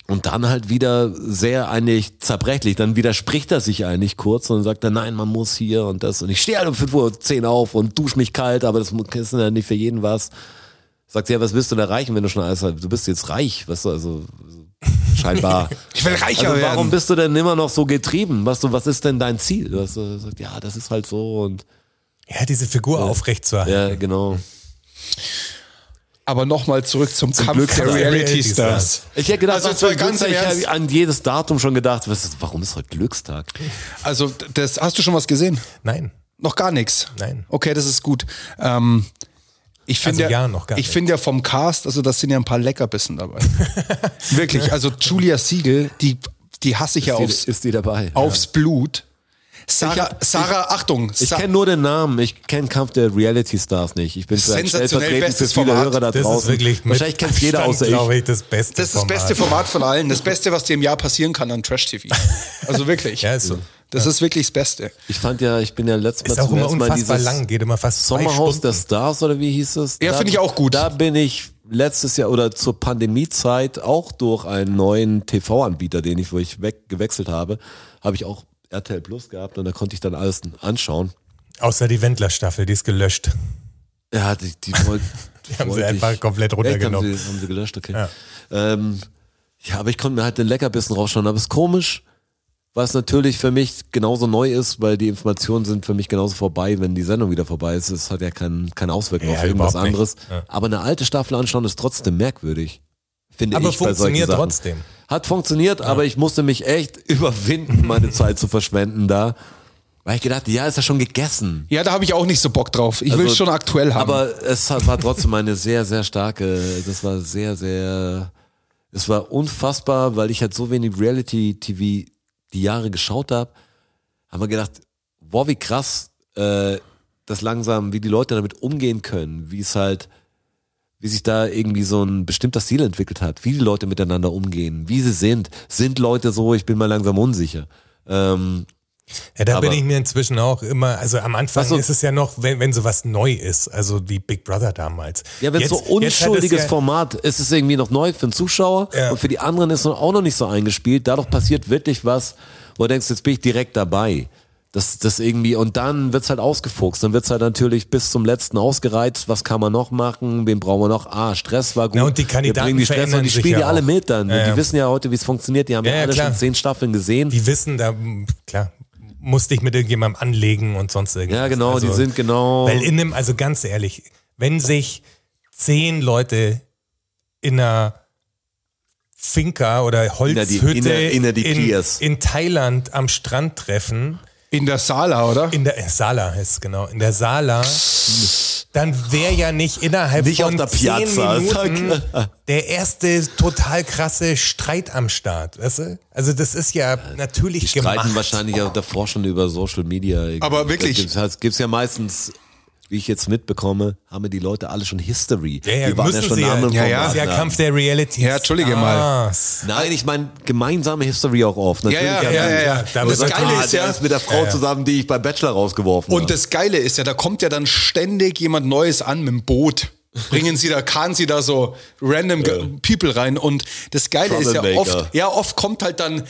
Speaker 4: Und dann halt wieder sehr eigentlich zerbrechlich. Dann widerspricht er sich eigentlich kurz und sagt dann, nein, man muss hier und das. Und ich stehe halt um 5.10 Uhr auf und dusche mich kalt, aber das mu- ist ja nicht für jeden was. Sagt sie, ja, was willst du denn erreichen, wenn du schon alles, du bist jetzt reich, weißt du, also scheinbar.
Speaker 3: Ich will reicher
Speaker 4: Also warum
Speaker 3: werden.
Speaker 4: bist du denn immer noch so getrieben? Was, du, was ist denn dein Ziel? Du hast äh, gesagt, ja, das ist halt so und
Speaker 5: Ja, diese Figur aufrecht zu erhalten.
Speaker 4: ja, genau.
Speaker 3: Aber nochmal zurück zum, Kampf
Speaker 4: Glück hat
Speaker 3: der
Speaker 4: er
Speaker 3: Reality
Speaker 5: Reality
Speaker 3: Stars.
Speaker 4: Ich hätte gedacht,
Speaker 3: Also, jetzt
Speaker 4: was
Speaker 3: mal
Speaker 4: für ein
Speaker 3: ganz im
Speaker 4: Glückstag, ich
Speaker 3: Ernst.
Speaker 4: hätte an jedes Datum schon gedacht, was ist, warum ist heute Glückstag?
Speaker 3: Also, das hast du schon was gesehen?
Speaker 5: Nein.
Speaker 3: Noch gar nichts.
Speaker 5: Nein.
Speaker 3: Okay, das ist gut. Ähm, ich
Speaker 5: Also
Speaker 3: finde ja,
Speaker 5: ja, noch gar
Speaker 3: ich
Speaker 5: nicht.
Speaker 3: finde ja vom Cast, also das sind ja ein paar Leckerbissen dabei. Wirklich, also Julia Siegel, die, die hasse ich ja aufs,
Speaker 4: ist die dabei?
Speaker 3: aufs Blut. Sarah, Sarah Achtung,
Speaker 4: Ich
Speaker 3: Sa-
Speaker 4: kenne nur den Namen, ich kenne Kampf der Reality Stars nicht. Ich bin vielleicht
Speaker 3: Sensationell
Speaker 4: stellvertretend für
Speaker 3: bestes
Speaker 4: viele
Speaker 3: Format.
Speaker 4: Hörer da
Speaker 5: Das
Speaker 4: draußen.
Speaker 5: ist wirklich mit
Speaker 4: Wahrscheinlich kennt jeder
Speaker 5: Abstand,
Speaker 4: außer
Speaker 5: glaube
Speaker 4: ich.
Speaker 5: ich, das Beste
Speaker 3: das ist das beste Format von allen, das Beste, was dir im Jahr passieren kann an Trash-TV. Also wirklich.
Speaker 5: Ja, ist so.
Speaker 3: Das ist wirklich das Beste.
Speaker 4: Ich fand ja, ich bin ja letztes
Speaker 5: Ist
Speaker 4: Mal
Speaker 5: auch
Speaker 4: zum
Speaker 5: immer
Speaker 4: ersten Mal
Speaker 5: unfassbar
Speaker 4: dieses
Speaker 5: lang, geht immer fast zwei
Speaker 4: Sommerhaus
Speaker 5: Stunden.
Speaker 4: der Stars oder wie hieß es?
Speaker 3: Ja,
Speaker 4: Da-
Speaker 3: finde ich auch gut.
Speaker 4: Da bin ich letztes Jahr oder zur Pandemiezeit auch durch einen neuen TV-Anbieter, den ich, wo ich weg, gewechselt habe, habe ich auch RTL Plus gehabt und da konnte ich dann alles anschauen.
Speaker 5: Außer die Wendler-Staffel, die ist gelöscht.
Speaker 4: Ja, die, die, wollt,
Speaker 5: Die haben sie
Speaker 4: wollte
Speaker 5: einfach komplett runtergenommen.
Speaker 4: Echt, haben, sie, haben sie gelöscht, okay. Ja. Ähm, ja, aber ich konnte mir halt den Leckerbissen rausschauen. Aber es ist komisch, was natürlich für mich genauso neu ist, weil die Informationen sind für mich genauso vorbei, wenn die Sendung wieder vorbei ist. Es hat ja kein, keine Auswirkung
Speaker 5: Ja,
Speaker 4: auf irgendwas
Speaker 5: überhaupt nicht.
Speaker 4: anderes. Aber eine alte Staffel anschauen ist trotzdem merkwürdig. Finde
Speaker 5: Aber
Speaker 4: ich bei solchen
Speaker 5: funktioniert
Speaker 4: Sachen.
Speaker 5: trotzdem.
Speaker 4: Hat funktioniert, aber ich musste mich echt überwinden, meine Zeit zu verschwenden da. Weil ich gedacht, habe, ja, ist ja schon gegessen.
Speaker 3: Ja, da habe ich auch nicht so Bock drauf. Ich will
Speaker 4: Also,
Speaker 3: es schon aktuell haben.
Speaker 4: Aber es hat- war trotzdem eine sehr, sehr starke, das war sehr, sehr, es war unfassbar, weil ich halt so wenig Reality-TV die Jahre geschaut habe, haben wir gedacht, boah, wie krass, äh, das langsam, wie die Leute damit umgehen können, wie es halt, wie sich da irgendwie so ein bestimmter Stil entwickelt hat, wie die Leute miteinander umgehen, wie sie sind. Sind Leute so, ich bin mal langsam unsicher. Ähm,
Speaker 5: Ja, da
Speaker 4: Aber-
Speaker 5: bin ich mir inzwischen auch immer, also am Anfang
Speaker 4: Was so-
Speaker 5: ist es ja noch, wenn, wenn sowas neu ist, also wie Big Brother damals.
Speaker 4: Ja, wenn
Speaker 5: Jetzt-
Speaker 4: es so
Speaker 5: jetzt hat es
Speaker 4: unschuldiges
Speaker 5: ja,
Speaker 4: Format ist, ist es irgendwie noch neu für den Zuschauer
Speaker 5: Ja.
Speaker 4: und für die anderen ist es auch noch nicht so eingespielt. Dadurch passiert wirklich was, wo du denkst, jetzt bin ich direkt dabei. Das, das irgendwie, und dann wird's halt ausgefuchst. Dann wird's halt natürlich bis zum letzten ausgereizt. Was kann man noch machen? Wen brauchen wir noch? Ah, Stress war gut.
Speaker 5: Na, und die
Speaker 4: wir
Speaker 5: Kandidaten
Speaker 4: bringen die Stress und
Speaker 5: verändern
Speaker 4: die
Speaker 5: sich
Speaker 4: spielen
Speaker 5: ja
Speaker 4: die alle
Speaker 5: auch.
Speaker 4: mit dann.
Speaker 5: Ja,
Speaker 4: und die
Speaker 5: ja.
Speaker 4: wissen ja heute, wie es funktioniert. Die haben ja,
Speaker 5: Ja, ja,
Speaker 4: alle
Speaker 5: klar.
Speaker 4: schon zehn Staffeln gesehen.
Speaker 5: Die wissen, da, mm, klar, musste ich mit irgendjemandem anlegen und sonst irgendwas.
Speaker 4: ja, genau,
Speaker 5: also,
Speaker 4: die sind genau.
Speaker 5: Weil in einem, also ganz ehrlich, wenn sich zehn Leute in einer Finca oder Holzhütte
Speaker 4: inner- inner die
Speaker 5: in,
Speaker 4: Piers.
Speaker 5: in Thailand am Strand treffen,
Speaker 3: in der Sala, oder?
Speaker 5: in der äh, Sala heißt es genau, in der Sala, dann wäre ja nicht innerhalb
Speaker 4: Nicht
Speaker 5: von
Speaker 4: auf der
Speaker 5: zehn
Speaker 4: Piazza,
Speaker 5: Minuten
Speaker 4: sag mal.
Speaker 5: der erste total krasse Streit am Start, weißt du? Also das ist ja natürlich
Speaker 4: Die streiten
Speaker 5: gemacht.
Speaker 4: wahrscheinlich auch davor schon über Social Media. irgendwie.
Speaker 3: Aber wirklich.
Speaker 4: Das gibt's, das gibt's ja meistens, wie ich jetzt mitbekomme, haben ja die Leute alle schon History.
Speaker 5: Ja, ja,
Speaker 4: die waren ja
Speaker 5: müssen
Speaker 4: schon
Speaker 5: sie ja.
Speaker 4: Namen
Speaker 3: Ja, ja.
Speaker 5: Das ist ja Kampf der Ah, Reality.
Speaker 3: Ja, entschuldige mal.
Speaker 5: Stars.
Speaker 4: Nein, ich meine gemeinsame History auch oft.
Speaker 3: Ja, ja, ja,
Speaker 4: haben
Speaker 3: ja,
Speaker 4: die-
Speaker 3: ja.
Speaker 5: Da
Speaker 3: Das
Speaker 5: muss man-
Speaker 3: Geile
Speaker 4: ah,
Speaker 3: ist
Speaker 4: der
Speaker 3: ja,
Speaker 4: ist mit der Frau zusammen, die ich beim Bachelor rausgeworfen
Speaker 3: Und
Speaker 4: habe.
Speaker 3: das Geile ist ja, da kommt ja dann ständig jemand Neues an mit dem Boot. Bringen sie da, kahnen sie da so random ge- People rein. Und das Geile ist ja
Speaker 4: Troublemaker.
Speaker 3: oft, ja, oft kommt halt dann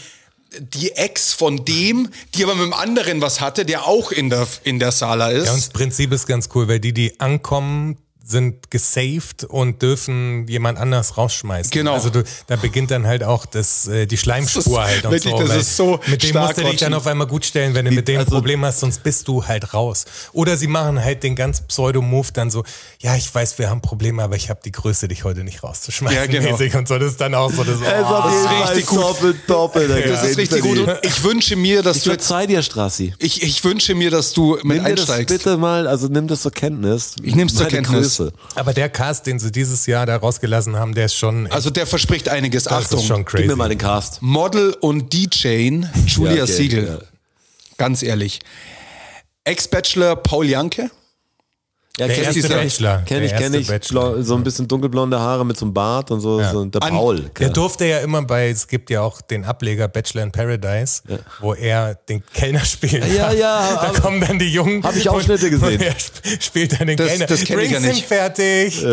Speaker 3: die Ex von dem, die aber mit dem anderen was hatte, der auch in der, in der Sala ist.
Speaker 5: Ja, und das Prinzip ist ganz cool, weil die, die ankommen, sind gesaved und dürfen jemand anders rausschmeißen.
Speaker 3: Genau.
Speaker 5: Also du, da beginnt dann halt auch das, äh, die Schleimspur
Speaker 3: Das ist-
Speaker 5: halt und
Speaker 3: wirklich,
Speaker 5: so.
Speaker 3: das
Speaker 5: weil
Speaker 3: ist so
Speaker 5: mit dem
Speaker 3: stark,
Speaker 5: musst du dich
Speaker 3: Rotschi.
Speaker 5: dann auf einmal gut stellen, wenn du mit dem
Speaker 4: also-
Speaker 5: Problem hast, sonst bist du halt raus. Oder sie machen halt den ganz Pseudo-Move dann so, ja, ich weiß, wir haben Probleme, aber ich habe die Größe, dich heute nicht rauszuschmeißen.
Speaker 3: Ja, genau. Also
Speaker 5: mäßig. Und so, das ist dann auch so. Das,
Speaker 4: Er ist auf
Speaker 5: oh.
Speaker 4: jeden
Speaker 3: ist
Speaker 4: Fall
Speaker 3: richtig gut.
Speaker 4: doppelt, doppelt. da
Speaker 3: das ist
Speaker 4: gesehen,
Speaker 3: richtig gut.
Speaker 4: Freddy.
Speaker 3: Und ich wünsche mir, dass
Speaker 4: Ich
Speaker 3: du jetzt,
Speaker 4: verzeih dir, Strassi.
Speaker 3: ich, ich wünsche mir, dass du mit
Speaker 4: Nimm dir das
Speaker 3: einsteigst.
Speaker 4: bitte mal, also nimm das zur Kenntnis.
Speaker 3: Ich nehm's zur
Speaker 4: Meine
Speaker 3: Kenntnis.
Speaker 4: Größe.
Speaker 5: Aber der Cast, den sie dieses Jahr da rausgelassen haben, der ist schon.
Speaker 3: Also der verspricht einiges.
Speaker 5: das
Speaker 3: Achtung.
Speaker 5: ist schon
Speaker 4: Gib
Speaker 5: crazy.
Speaker 4: mir mal den Cast.
Speaker 3: Model und DJ Julia
Speaker 4: Ja, okay,
Speaker 3: Siegel.
Speaker 4: ja.
Speaker 3: Ganz ehrlich. Ex-Bachelor Paul Janke.
Speaker 4: Ja,
Speaker 5: Der
Speaker 4: kenn
Speaker 5: erste
Speaker 4: ich, kenn ich,
Speaker 5: Bachelor.
Speaker 4: kenn
Speaker 5: Ah, Der
Speaker 4: ich, kenn
Speaker 5: erste
Speaker 4: ich.
Speaker 5: Bachelor.
Speaker 4: Blau- So ein bisschen dunkelblonde Haare mit so einem Bart und so. so der
Speaker 3: An-
Speaker 4: Paul.
Speaker 5: Der durfte ja immer bei, es gibt ja auch den Ableger Bachelor in Paradise, wo er den Kellner spielt.
Speaker 4: Ja, ja,
Speaker 5: Da
Speaker 4: aber-
Speaker 5: kommen dann die Jungen.
Speaker 4: Hab ich Ausschnitte
Speaker 5: und-
Speaker 4: gesehen.
Speaker 5: Und er sp- spielt dann den
Speaker 3: Das-
Speaker 5: Kellner.
Speaker 3: das kenn ich ja
Speaker 5: Drinks sind
Speaker 3: nicht.
Speaker 5: fertig.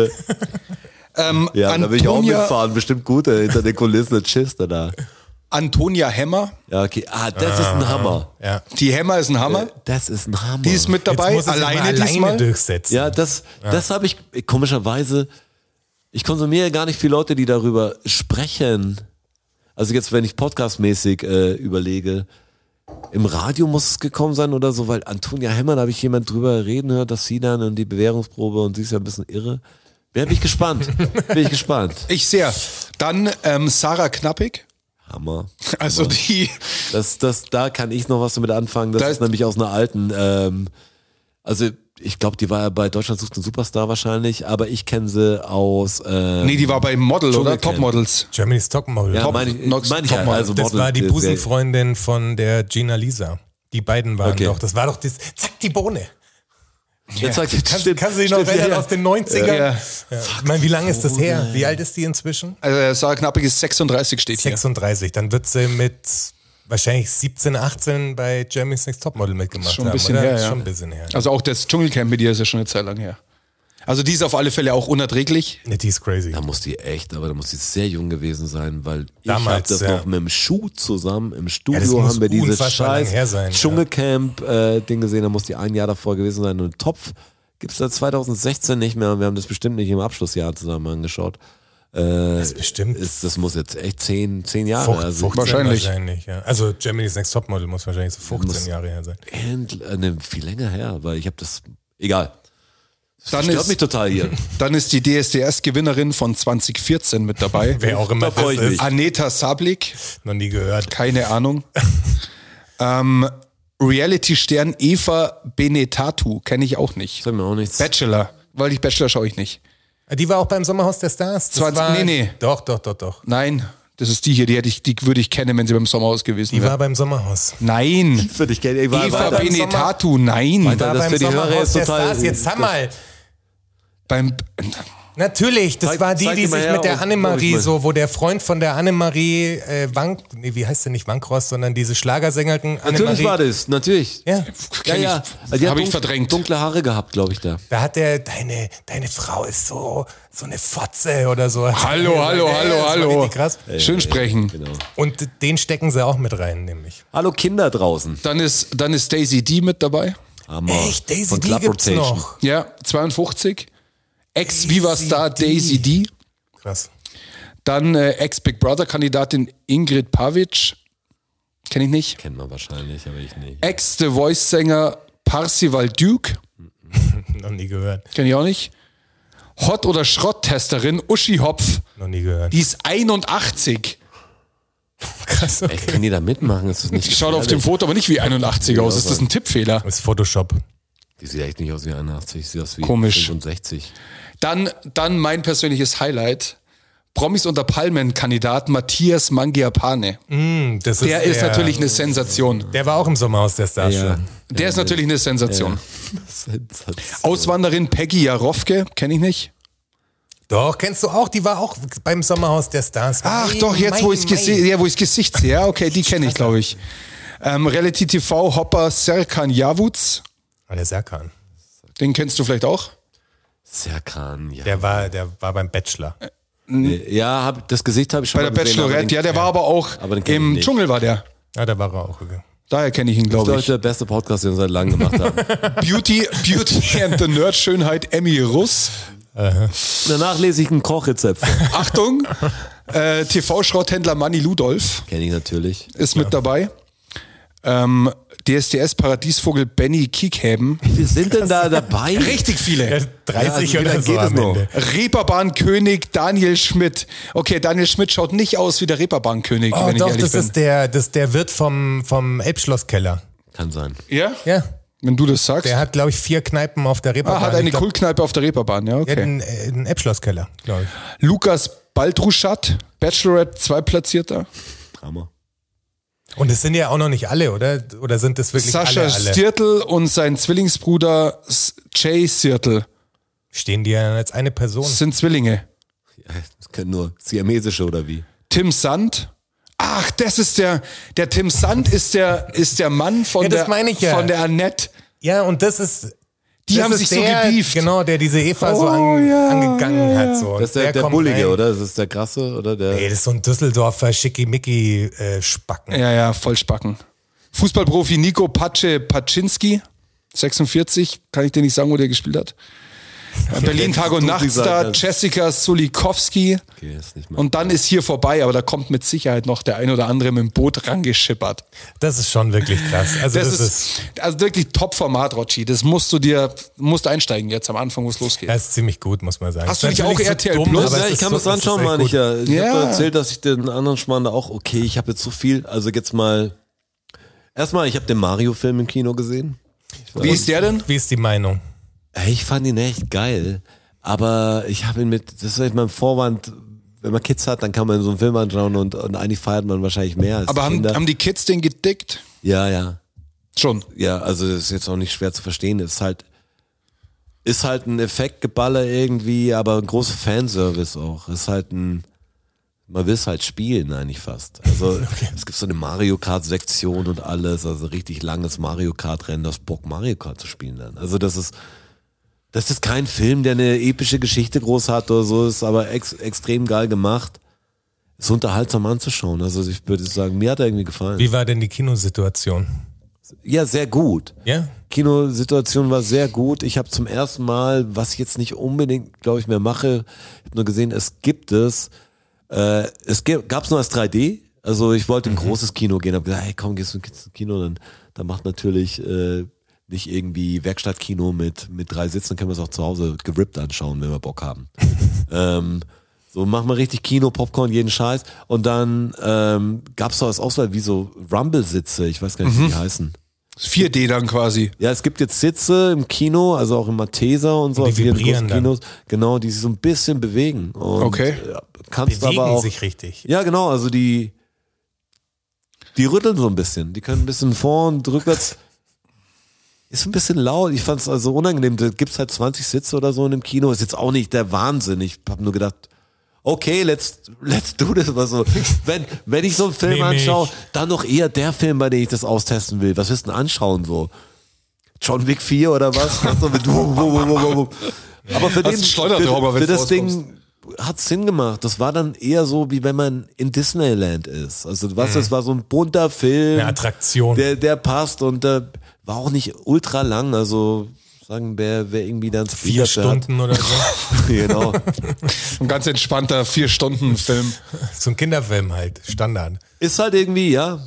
Speaker 3: Ähm,
Speaker 4: ja, da will ich auch
Speaker 3: Antonia-
Speaker 4: mitfahren. Bestimmt gut, ey, hinter den Kulissen. Dann chillst du da.
Speaker 3: Antonia Hemmer.
Speaker 4: Ja, okay. Ah, das ist ein Hammer.
Speaker 5: Ja.
Speaker 3: Die Hemmer ist ein Hammer.
Speaker 4: Das ist ein Hammer.
Speaker 3: Die ist mit
Speaker 5: Jetzt
Speaker 3: dabei,
Speaker 5: muss es immer
Speaker 3: alleine,
Speaker 5: alleine
Speaker 3: diesmal.
Speaker 5: durchsetzen.
Speaker 4: Ja, das, das habe ich komischerweise. Ich konsumiere gar nicht viele Leute, die darüber sprechen. Also jetzt, wenn ich podcastmäßig äh, überlege, im Radio muss es gekommen sein oder so, weil Antonia Hemmer, da habe ich jemand drüber reden gehört, dass sie dann und die Bewährungsprobe und sie ist ja ein bisschen irre. Bin ich gespannt. Bin ich gespannt.
Speaker 3: Ich sehr. Dann ähm, Sarah Knappig.
Speaker 4: Hammer.
Speaker 3: Also die,
Speaker 4: Das, das, da kann ich noch was damit anfangen. Das
Speaker 3: Da
Speaker 4: ist
Speaker 3: ist-
Speaker 4: nämlich aus einer alten, ähm, also ich glaube, die war ja bei Deutschland sucht einen Superstar wahrscheinlich, aber ich kenne sie aus. Ähm,
Speaker 3: nee, die war bei Model, oder?
Speaker 4: Dschungelcamp.
Speaker 3: Topmodels.
Speaker 5: Germany's Topmodel.
Speaker 4: ja,
Speaker 5: Top-
Speaker 4: meine ich,
Speaker 3: Nox-
Speaker 4: meine ich ja,
Speaker 3: Topmodel.
Speaker 4: also
Speaker 5: das
Speaker 4: Model-
Speaker 5: war die
Speaker 4: der-
Speaker 5: Busenfreundin von der Gina Lisa. Die beiden waren
Speaker 4: Okay.
Speaker 5: doch. Das war doch das, zack, die Bohne.
Speaker 4: der- Jetzt sagt-
Speaker 5: Kannst,
Speaker 4: stimmt,
Speaker 5: kannst du dich noch
Speaker 4: stimmt, ja,
Speaker 5: erinnern
Speaker 4: ja.
Speaker 5: aus den 90ern?
Speaker 3: Ja.
Speaker 5: Ja. Ich meine, wie lange ist das her? Wie alt ist die inzwischen?
Speaker 3: Also äh, Sarah Knappig ist 36, steht hier.
Speaker 5: 36. Dann wird sie mit wahrscheinlich 17, 18 bei Jeremy's Next Topmodel mitgemacht
Speaker 3: Schon ein
Speaker 5: haben.
Speaker 3: bisschen
Speaker 5: oder?
Speaker 3: her,
Speaker 5: Ist
Speaker 3: ja.
Speaker 5: Schon ein bisschen her.
Speaker 3: Also auch das Dschungelcamp mit dir ist ja schon eine Zeit lang her. Also die ist auf alle Fälle auch unerträglich.
Speaker 5: Ne, die ist crazy.
Speaker 4: Da muss die echt, aber da muss die sehr jung gewesen sein, weil ich hab
Speaker 5: Damals,
Speaker 4: das
Speaker 5: ja.
Speaker 4: noch mit dem Schuh zusammen im
Speaker 5: Ja, das
Speaker 4: Studio
Speaker 5: muss
Speaker 4: haben wir dieses
Speaker 5: unfassbar lang
Speaker 4: scheiß
Speaker 5: her sein, ja.
Speaker 4: Dschungelcamp äh, Ding gesehen, da muss die ein Jahr davor gewesen sein und Topf gibt's da 2016 nicht mehr und wir haben das bestimmt nicht im Abschlussjahr zusammen angeschaut.
Speaker 5: das bestimmt.
Speaker 4: Ist, das muss jetzt echt zehn, zehn Jahre.
Speaker 5: Fucht-
Speaker 4: also
Speaker 5: 15
Speaker 3: wahrscheinlich.
Speaker 5: wahrscheinlich ja. Also Germany's Next Topmodel muss wahrscheinlich so 15
Speaker 4: Muss-
Speaker 5: Jahre her sein.
Speaker 4: end, äh, ne, viel länger her, weil ich habe das. Egal.
Speaker 3: Dann
Speaker 4: Stört
Speaker 3: ist,
Speaker 4: mich total hier.
Speaker 3: dann ist die DSDS-Gewinnerin von 2014 mit dabei.
Speaker 5: Wer auch immer
Speaker 4: Da freu
Speaker 5: das
Speaker 4: ich
Speaker 5: ist,
Speaker 4: mich.
Speaker 3: Aneta Sablik,
Speaker 5: noch nie gehört.
Speaker 3: keine Ahnung. ähm, Reality-Stern Eva Benetatu, kenne ich auch nicht.
Speaker 4: Sagt mir auch nichts.
Speaker 3: Bachelor, weil ich Bachelor schaue ich nicht.
Speaker 5: Ah, Die war auch beim Sommerhaus der Stars. Das
Speaker 3: 20
Speaker 5: war,
Speaker 3: nee, nee.
Speaker 5: Doch, doch, doch, doch.
Speaker 3: Nein, das ist die hier, die, hätte ich, die würde ich kennen, wenn sie beim Sommerhaus gewesen
Speaker 5: Die war
Speaker 3: wäre.
Speaker 5: beim Sommerhaus.
Speaker 3: Nein,
Speaker 4: Für dich, gell? Ich war
Speaker 3: Eva
Speaker 4: weiter.
Speaker 5: beim Sommer-
Speaker 3: Benetatu, nein.
Speaker 4: Weiter-
Speaker 5: War
Speaker 4: das
Speaker 5: beim
Speaker 4: für die Hörer
Speaker 5: Sommerhaus
Speaker 4: ist
Speaker 5: der
Speaker 4: total-
Speaker 5: Stars. Jetzt sag
Speaker 4: das-
Speaker 5: mal.
Speaker 3: Beim,
Speaker 5: Natürlich, das
Speaker 4: Zeig-
Speaker 5: war die,
Speaker 4: zeig
Speaker 5: die
Speaker 4: die mal
Speaker 5: sich
Speaker 4: her
Speaker 5: mit der
Speaker 4: und hol ich
Speaker 5: Annemarie
Speaker 4: mal.
Speaker 5: so, wo der Freund von der Annemarie äh, Wank, nee, wie heißt der nicht Wankross, sondern diese Schlagersängerin
Speaker 4: Natürlich
Speaker 5: Annemarie.
Speaker 4: war das, natürlich.
Speaker 5: Ja,
Speaker 4: Ja, ja. Also die hat
Speaker 3: habe ich
Speaker 4: dunk-
Speaker 3: verdrängt.
Speaker 4: Dunkle Haare gehabt, glaube ich, da.
Speaker 5: da hat der deine deine Frau ist so so eine Fotze oder so.
Speaker 3: Hallo, hallo,
Speaker 5: Ja, das
Speaker 3: hallo,
Speaker 5: war
Speaker 3: hallo.
Speaker 5: richtig Krass.
Speaker 3: Schön sprechen.
Speaker 5: Und den stecken sie auch mit rein, nämlich.
Speaker 4: Hallo Kinder draußen.
Speaker 3: Dann ist, dann ist Daisy D mit dabei. Oh,
Speaker 4: Hammer.
Speaker 5: Echt, Daisy
Speaker 4: Von
Speaker 5: D
Speaker 4: Club
Speaker 5: gibt's
Speaker 4: Rotation.
Speaker 5: noch.
Speaker 3: Ja, 52. Ex-Viva-Star Daisy D.
Speaker 5: Krass.
Speaker 3: Dann äh, Ex-Big Brother-Kandidatin Ingrid Pavic. Kenne ich nicht.
Speaker 4: Kennt man wahrscheinlich, aber ich nicht.
Speaker 3: Ex-The Voice-Sänger Parsival Duke.
Speaker 5: Noch nie gehört.
Speaker 3: Kenne ich auch nicht. Hot- oder Schrott-Testerin Uschi Hopf.
Speaker 5: Noch nie gehört.
Speaker 3: Die ist 81.
Speaker 5: Krass.
Speaker 4: Ey, kann die da mitmachen? Ist das nicht
Speaker 3: Die schaut auf dem
Speaker 4: gefährlich?
Speaker 3: Foto aber nicht wie 81 aus. Ist das ein Tippfehler?
Speaker 5: Das ist Photoshop.
Speaker 4: Die sieht echt nicht aus wie 81, sieht aus wie
Speaker 3: Komisch.
Speaker 4: 65.
Speaker 3: Dann, dann mein persönliches Highlight. Promis unter Palmen-Kandidat Matthias Mangiapane.
Speaker 5: Hm, Das ist
Speaker 3: Der ist natürlich eine Sensation.
Speaker 5: Der war auch im Sommerhaus der Stars.
Speaker 4: Ja.
Speaker 5: schon.
Speaker 3: Der ist natürlich eine Sensation.
Speaker 4: Sensation.
Speaker 3: Auswanderin Peggy Jarowke, kenne ich nicht.
Speaker 5: Doch, kennst du auch? Die war auch beim Sommerhaus der Stars.
Speaker 3: Ach
Speaker 5: Mei,
Speaker 3: doch, jetzt
Speaker 5: mei,
Speaker 3: wo ich
Speaker 5: mei.
Speaker 3: Gesicht, ja, wo ich's Gesicht sehe, ja, okay, die kenne ich, glaube ich. Ähm, Reality TV Hopper Serkan Yavuz,
Speaker 5: Ah, Der Serkan.
Speaker 3: den kennst du vielleicht auch.
Speaker 4: Serkan, ja.
Speaker 5: Der war, der war beim Bachelor.
Speaker 4: Äh, ja, hab, das Gesicht habe ich schon
Speaker 3: Bei der
Speaker 4: mal gesehen, aber
Speaker 3: Bachelorette,
Speaker 4: den-
Speaker 3: ja, der war aber auch
Speaker 4: Aber den kenn ich
Speaker 3: im
Speaker 4: nicht.
Speaker 3: Dschungel war der.
Speaker 5: Ja, da war er auch. okay.
Speaker 3: Daher kenne ich ihn,
Speaker 4: Das ist
Speaker 3: glaube
Speaker 4: doch
Speaker 3: ich.
Speaker 4: der beste Podcast, den wir seit langem gemacht haben.
Speaker 3: Beauty, Beauty and the Nerd Schönheit Emmy Russ.
Speaker 4: Danach lese ich ein Kochrezept.
Speaker 3: Achtung, äh, TV-Schrotthändler Manny Ludolf.
Speaker 4: Kenne ich natürlich.
Speaker 3: ist mit dabei. Ähm, DSDS-Paradiesvogel Benny Kiekhäben.
Speaker 4: Wir sind denn da dabei?
Speaker 3: Richtig
Speaker 5: Ja,
Speaker 3: viele.
Speaker 5: 30
Speaker 4: Ja, also wie
Speaker 5: oder
Speaker 4: lange
Speaker 5: so
Speaker 4: geht das
Speaker 5: am
Speaker 4: noch?
Speaker 5: Ende.
Speaker 3: Reeperbahnkönig Daniel Schmidt. Okay, Daniel Schmidt schaut nicht aus wie der Reeperbahnkönig,
Speaker 5: Oh,
Speaker 3: wenn ich
Speaker 5: doch,
Speaker 3: ehrlich
Speaker 5: das
Speaker 3: bin.
Speaker 5: ist der, das, der Wirt vom, vom Elbschlosskeller.
Speaker 4: Kann sein.
Speaker 3: ja?
Speaker 5: Ja.
Speaker 3: Wenn du das sagst.
Speaker 5: Der hat, glaube ich, vier Kneipen auf der
Speaker 3: ah,
Speaker 5: Reeperbahn.
Speaker 3: hat eine
Speaker 5: Ich glaub,
Speaker 3: Kultkneipe auf der Reeperbahn, ja,
Speaker 5: Der
Speaker 3: okay.
Speaker 5: hat einen, äh, einen Eppschlosskeller, glaube ich.
Speaker 3: Lukas Baldruschat, Bachelorette 2 Platzierter.
Speaker 4: Hammer.
Speaker 5: Und es sind ja auch noch nicht alle, oder? Oder sind das wirklich
Speaker 3: Sascha
Speaker 5: alle, alle?
Speaker 3: Stirtl und sein Zwillingsbruder S- Jay Sirtl
Speaker 5: Stehen die ja als eine Person?
Speaker 3: sind Zwillinge.
Speaker 4: Ja, Das können nur siamesische oder wie?
Speaker 3: Tim Sand. Ach, das ist der, der Tim Sand ist der, ist der Mann von
Speaker 5: Ja, das
Speaker 3: der,
Speaker 5: meine ich ja.
Speaker 3: von der Annette.
Speaker 5: Ja, und das ist.
Speaker 3: Die
Speaker 5: das
Speaker 3: haben
Speaker 5: ist
Speaker 3: sich so
Speaker 5: der,
Speaker 3: gebieft.
Speaker 5: Genau, der diese Eva so
Speaker 3: Oh,
Speaker 5: an,
Speaker 3: ja,
Speaker 5: angegangen
Speaker 3: ja,
Speaker 5: hat. So.
Speaker 4: Das ist der, der,
Speaker 5: kommt
Speaker 4: Bullige,
Speaker 5: rein.
Speaker 4: oder? Das ist der Krasse, oder? Der,
Speaker 5: Ey, das ist so ein Düsseldorfer äh, Schickimicki-Spacken.
Speaker 3: Ja, ja, Vollspacken. Fußballprofi Nico Pace Paczynski, 46, kann ich dir nicht sagen, wo der gespielt hat. Berlin Tag und
Speaker 4: du
Speaker 3: Nacht
Speaker 4: dieser,
Speaker 3: Star
Speaker 4: das-
Speaker 3: Jessica Sulikowski.
Speaker 4: okay, ist nicht mal.
Speaker 3: Und dann ist hier vorbei, aber da kommt mit Sicherheit noch der ein oder andere mit dem Boot rangeschippert.
Speaker 5: Das ist schon wirklich krass. Also
Speaker 3: Das,
Speaker 5: das,
Speaker 3: ist,
Speaker 5: ist,
Speaker 3: also wirklich Top-Format, Rocci. Das musst du dir, musst einsteigen jetzt am Anfang, wo es losgeht.
Speaker 5: das ist ziemlich gut, muss man sagen.
Speaker 3: Hast du
Speaker 5: Ist
Speaker 3: nicht
Speaker 5: natürlich
Speaker 3: auch RTL
Speaker 5: dumm,
Speaker 3: Plus?
Speaker 5: aber
Speaker 4: ja,
Speaker 5: es
Speaker 4: Ne, ich
Speaker 5: ist
Speaker 4: kann
Speaker 5: so-
Speaker 4: das
Speaker 5: es ist
Speaker 4: anschauen,
Speaker 5: echt
Speaker 4: meine
Speaker 5: gut.
Speaker 4: ich ja. Ich
Speaker 3: Ja.
Speaker 4: habe da erzählt, dass ich den anderen Schmarrn da auch, okay, ich habe jetzt so viel, also jetzt mal, erstmal, ich habe den Mario-Film im Kino gesehen.
Speaker 3: Wie ist der
Speaker 4: äh
Speaker 3: denn?
Speaker 5: Wie ist die Meinung?
Speaker 4: Ey, Ich fand ihn echt geil, aber ich habe ihn mit, das ist vielleicht mein Vorwand, wenn man Kids hat, dann kann man so einen Film anschauen und, und eigentlich feiert man wahrscheinlich mehr als
Speaker 3: Aber haben,
Speaker 4: Kinder.
Speaker 3: haben die Kids den gedickt?
Speaker 4: ja, ja.
Speaker 3: Schon.
Speaker 4: ja, also das ist jetzt auch nicht schwer zu verstehen. Ist halt, ist halt ein Effektgeballer irgendwie, aber ein großer Fanservice auch. Ist halt ein, man will es halt spielen eigentlich fast. Also es gibt so eine Mario Kart Sektion und alles, also richtig langes Mario Kart Rennen, das Bock Mario Kart zu spielen dann. Also das ist, das ist kein Film, der eine epische Geschichte groß hat oder so, ist aber ex, extrem geil gemacht. Ist unterhaltsam anzuschauen. Also ich würde sagen, mir hat er irgendwie gefallen.
Speaker 5: Wie war denn die Kinosituation?
Speaker 4: Ja, sehr gut.
Speaker 5: Ja?
Speaker 4: Kinosituation war sehr gut. Ich habe zum ersten Mal, was ich jetzt nicht unbedingt, glaube ich, mehr mache, habe nur gesehen, es gibt es. Äh, es gab es nur als 3D. Also ich wollte in ein großes Kino gehen, habe gesagt, hey, komm, gehst du ins Kino, dann, dann macht natürlich äh, nicht irgendwie Werkstattkino mit mit drei Sitzen, dann können wir es auch zu Hause gerippt anschauen, wenn wir Bock haben. ähm, so machen wir richtig Kino, Popcorn, jeden Scheiß. Und dann ähm, gab es so als Auswahl wie so Rumble-Sitze, ich weiß gar nicht, wie die heißen.
Speaker 3: 4D dann quasi.
Speaker 4: Ja, es gibt jetzt Sitze im Kino, also auch im Matheser und so,
Speaker 5: Und die
Speaker 4: also hier in
Speaker 5: vibrieren
Speaker 4: großen
Speaker 5: dann.
Speaker 4: Kinos, genau, die sich so ein bisschen bewegen. Und, äh,
Speaker 3: Okay.
Speaker 4: ja, Kannst aber
Speaker 5: Bewegen
Speaker 4: auch.
Speaker 5: sich richtig.
Speaker 4: Ja, genau, also die, die rütteln so ein bisschen. Die können ein bisschen vorn, rückwärts. Ist ein bisschen laut. Ich fand's also unangenehm. Da gibt's halt 20 Sitze oder so in dem Kino. Ist jetzt auch nicht der Wahnsinn. Ich hab nur gedacht, okay, let's, let's do this. Mal so. Wenn, wenn ich so einen Film
Speaker 5: Nehm ich.
Speaker 4: anschaue, dann doch eher der Film, bei dem ich das austesten will. Was willst du denn anschauen so? John Wick 4 oder was? Was so mit- wup, wup, wup, wup, wup. Aber für
Speaker 3: Hast
Speaker 4: den
Speaker 3: einen Schleudertauber,
Speaker 4: für,
Speaker 3: wenn
Speaker 4: für
Speaker 3: du
Speaker 4: das
Speaker 3: rauskommst.
Speaker 4: Ding hat's Sinn gemacht. Das war dann eher so, wie wenn man in Disneyland ist. Also was, das war so ein bunter Film.
Speaker 5: Eine Attraktion.
Speaker 4: Der, der passt und äh, war auch nicht ultra lang. Also sagen, wer, wer irgendwie dann
Speaker 5: Vier Stunden oder so.
Speaker 4: Hat. Genau.
Speaker 3: Ein ganz entspannter Vier-Stunden-Film.
Speaker 5: so ein Kinderfilm halt, Standard.
Speaker 4: Ist halt irgendwie, ja.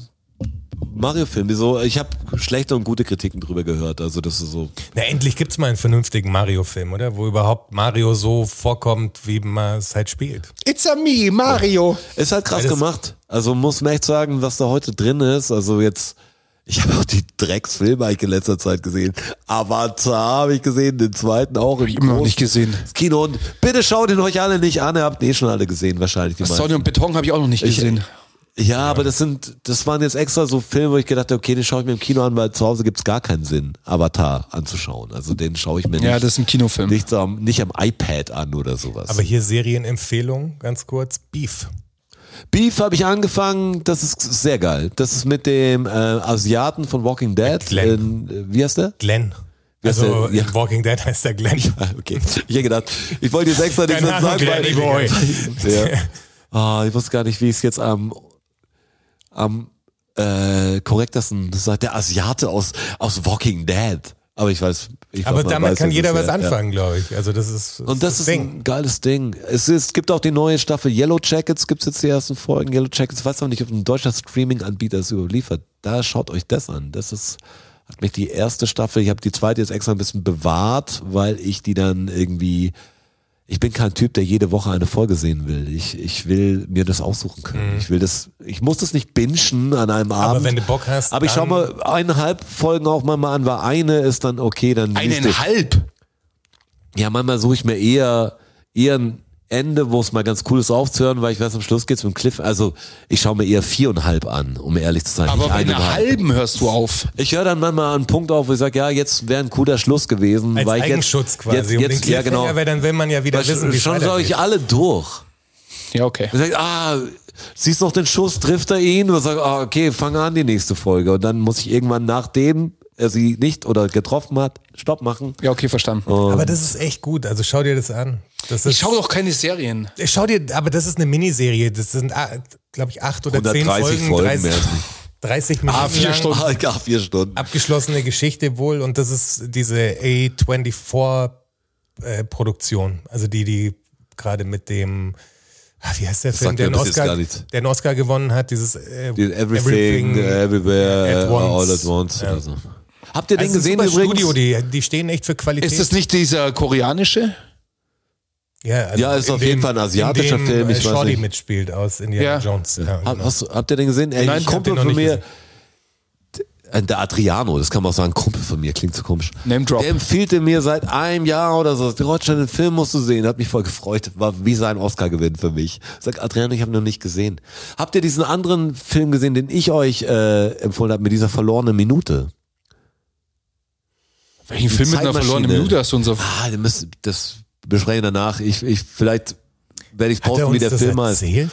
Speaker 4: Mario-Film, wieso? Ich habe schlechte und gute Kritiken drüber gehört. Also, das ist so.
Speaker 5: Na, endlich gibt's mal einen vernünftigen Mario-Film, oder? Wo überhaupt Mario so vorkommt, wie man es halt spielt.
Speaker 3: It's a me, Mario.
Speaker 4: Ist halt krass
Speaker 5: Ja, das-
Speaker 4: gemacht. Also, muss man echt sagen, was da heute drin ist. Also, jetzt. Ich habe auch die Drecksfilme eigentlich in letzter Zeit gesehen. Avatar habe ich gesehen, den zweiten auch. Im
Speaker 3: immer noch
Speaker 4: großen
Speaker 3: nicht gesehen.
Speaker 4: Kino. Und bitte schaut ihn euch alle nicht an. Ihr habt ihn eh schon alle gesehen, wahrscheinlich. Die meisten.
Speaker 3: Sonne und Beton habe ich auch noch nicht gesehen.
Speaker 4: Ja, aber das sind, das waren jetzt extra so Filme, wo ich gedacht habe, okay, den schaue ich mir im Kino an, weil zu Hause gibt's gar keinen Sinn, Avatar anzuschauen. Also den schaue ich mir
Speaker 3: ja,
Speaker 4: nicht,
Speaker 3: das ist ein Kinofilm.
Speaker 4: nicht, so am, nicht am iPad an oder sowas.
Speaker 5: Aber hier Serienempfehlung, ganz kurz. Beef.
Speaker 4: Beef habe ich angefangen, das ist sehr geil. Das ist mit dem äh, Asiaten von Walking Dead.
Speaker 5: Glenn.
Speaker 4: In, äh, wie heißt der?
Speaker 5: Glenn.
Speaker 4: ist
Speaker 5: Also
Speaker 4: der- ja.
Speaker 5: in Walking Dead heißt der Glenn.
Speaker 4: Okay, ich hätte gedacht, ich wollte jetzt extra nichts
Speaker 5: Keine Ahnung,
Speaker 4: mehr sagen, weil
Speaker 5: Glenny Boy.
Speaker 4: ja. Ah, ich wusste gar nicht, wie ich es jetzt am, am äh, korrektesten sagt der Asiate aus, aus Walking Dead. Aber ich weiß, ich
Speaker 5: Aber
Speaker 4: glaub, man
Speaker 5: damit
Speaker 4: weiß,
Speaker 5: kann
Speaker 4: was
Speaker 5: jeder
Speaker 4: es
Speaker 5: was
Speaker 4: ist, ja.
Speaker 5: anfangen, glaube ich. Also das ist
Speaker 4: Und das ist
Speaker 5: Ding.
Speaker 4: ein geiles Ding. Es, ist, es gibt auch die neue Staffel Yellow Jackets, gibt's jetzt die ersten Folgen. Yellow Jackets, weiß auch nicht, ob ein deutscher Streaming-Anbieter es überliefert. Da schaut euch das an. Das ist, hat mich die erste Staffel, ich habe die zweite jetzt extra ein bisschen bewahrt, weil ich die dann irgendwie ich bin kein Typ, der jede Woche eine Folge sehen will. Ich, ich will mir das aussuchen können. Ich will das, ich muss das nicht bingen an einem Abend.
Speaker 5: Mhm. wenn du Bock hast,
Speaker 4: Aber ich schau
Speaker 5: dann-
Speaker 4: mal eineinhalb Folgen auch mal an, weil eine ist dann okay, dann liest du-
Speaker 3: Eineinhalb.
Speaker 4: ja, manchmal suche ich mir eher, eher ein Ende, wo es mal ganz cool ist aufzuhören, weil ich weiß, am Schluss geht's mit dem Cliff. Also ich schaue mir eher viereinhalb an, um ehrlich zu sein.
Speaker 3: Aber
Speaker 4: nicht
Speaker 3: bei einer
Speaker 4: eineinhalb.
Speaker 3: halben hörst du auf.
Speaker 4: Ich höre dann manchmal einen Punkt auf, wo ich sage, ja, jetzt wäre ein cooler Schluss gewesen.
Speaker 5: Als
Speaker 4: weil ich
Speaker 5: Eigenschutz
Speaker 4: jetzt,
Speaker 5: quasi.
Speaker 4: Jetzt,
Speaker 5: um den
Speaker 4: jetzt, ja,
Speaker 5: Cliffhanger,
Speaker 4: genau.
Speaker 5: Weil dann will man ja wieder
Speaker 4: Weil
Speaker 5: wissen, wie es
Speaker 4: schon sage
Speaker 5: weitergeht.
Speaker 4: ich alle durch.
Speaker 3: Ja, okay.
Speaker 4: Dann sag ich, ah, siehst noch den Schuss, trifft er ihn? Und sag, ah, okay, fange an die nächste Folge. Und dann muss ich irgendwann, nachdem er sie nicht oder getroffen hat, Stopp machen.
Speaker 3: Ja, okay, verstanden.
Speaker 5: Aber das ist echt gut. Also schau dir das an. Das ist,
Speaker 3: Ich schaue doch keine Serien.
Speaker 5: Ich schau dir, aber das ist eine Miniserie. Das sind, glaube ich, acht oder zehn
Speaker 4: 130
Speaker 5: Folgen.
Speaker 4: Folgen werden.
Speaker 5: 30 Minuten lang
Speaker 4: Ah, ja, vier Stunden.
Speaker 5: abgeschlossene Geschichte wohl. Und das ist diese A24-Produktion. also die, die gerade mit dem, ah, wie heißt der Film,
Speaker 4: sagt
Speaker 5: der
Speaker 4: mir
Speaker 5: einen,
Speaker 4: bis jetzt
Speaker 5: Oscar,
Speaker 4: gar nichts.
Speaker 5: der einen Oscar gewonnen hat? Dieses äh,
Speaker 4: Die Everything, Everywhere,
Speaker 5: at
Speaker 4: äh,
Speaker 5: once.
Speaker 4: All at Once. Oder so. Habt ihr den
Speaker 5: Also
Speaker 4: gesehen
Speaker 5: super
Speaker 4: übrigens?
Speaker 5: Studio, die, die stehen echt für Qualität.
Speaker 3: Ist das nicht dieser koreanische?
Speaker 5: ja, also
Speaker 4: Ja, ist
Speaker 5: in
Speaker 4: auf jeden Fall ein asiatischer
Speaker 5: in dem,
Speaker 4: Film,
Speaker 5: äh,
Speaker 4: ich weiß
Speaker 5: Shorty
Speaker 4: nicht.
Speaker 5: mitspielt aus Indiana
Speaker 3: Ja.
Speaker 5: Jones. Ja,
Speaker 4: Hab,
Speaker 5: genau.
Speaker 4: hast, du- habt ihr den gesehen? Ey,
Speaker 5: Nein,
Speaker 4: ein
Speaker 5: ich hab den
Speaker 4: Kumpel
Speaker 5: noch
Speaker 4: von
Speaker 5: nicht
Speaker 4: mir, äh, der Adriano, das kann man auch sagen, Kumpel von mir, klingt so komisch.
Speaker 3: Name drop.
Speaker 4: Der empfiehlte mir seit einem Jahr oder so, Roger, den Film musst du sehen. Hat mich voll gefreut. War wie sein Oscar-Gewinn für mich. Sag, Adriano, ich habe noch nicht gesehen. Habt ihr diesen anderen Film gesehen, den ich euch äh, empfohlen habe, mit dieser verlorenen Minute?
Speaker 3: Welchen
Speaker 4: Die
Speaker 3: Film mit einer
Speaker 4: Zeitmaschine.
Speaker 3: verlorenen Minute hast du uns auf.
Speaker 4: Ah, wir müssen das besprechen danach. Ich, ich, vielleicht werde ich
Speaker 5: Hat er
Speaker 4: posten,
Speaker 5: uns
Speaker 4: wie der
Speaker 5: das
Speaker 4: Film heißt.
Speaker 5: erzählt?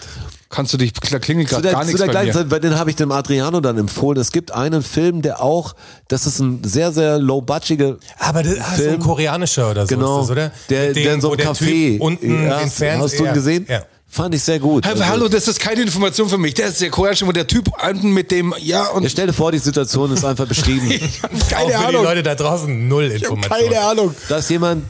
Speaker 3: Kannst du dich, da klingelt
Speaker 4: Zu
Speaker 3: gerade
Speaker 4: der,
Speaker 3: gar
Speaker 4: zu
Speaker 3: nichts
Speaker 4: der
Speaker 3: bei mir.
Speaker 4: gleichen Zeit, bei den habe ich dem Adriano dann empfohlen. Es gibt einen Film, der auch, das ist ein sehr, sehr low-budgetiger
Speaker 5: Aber das ah, so ein
Speaker 4: Film.
Speaker 5: koreanischer oder so
Speaker 4: Genau.
Speaker 5: ist das, oder?
Speaker 4: Der,
Speaker 5: Mit dem,
Speaker 4: der in so
Speaker 5: wo
Speaker 4: einem
Speaker 5: der Typ
Speaker 4: Café.
Speaker 5: unten
Speaker 4: Ja,
Speaker 5: den
Speaker 4: hast,
Speaker 5: Fernseher.
Speaker 4: hast du ihn
Speaker 5: ja.
Speaker 4: gesehen?
Speaker 5: Ja.
Speaker 4: Fand ich sehr gut.
Speaker 3: Hey, hallo, das ist keine Information für mich. Der ist der koreanische, wo der Typ unten mit dem, ja,
Speaker 4: Ja,
Speaker 3: und
Speaker 4: stell dir vor, die Situation ist einfach beschrieben.
Speaker 5: Auch
Speaker 3: keine
Speaker 5: für die
Speaker 3: Ahnung.
Speaker 5: Leute da draußen null
Speaker 3: Ich hab
Speaker 5: Informationen.
Speaker 3: keine Ahnung.
Speaker 4: Da ist jemand,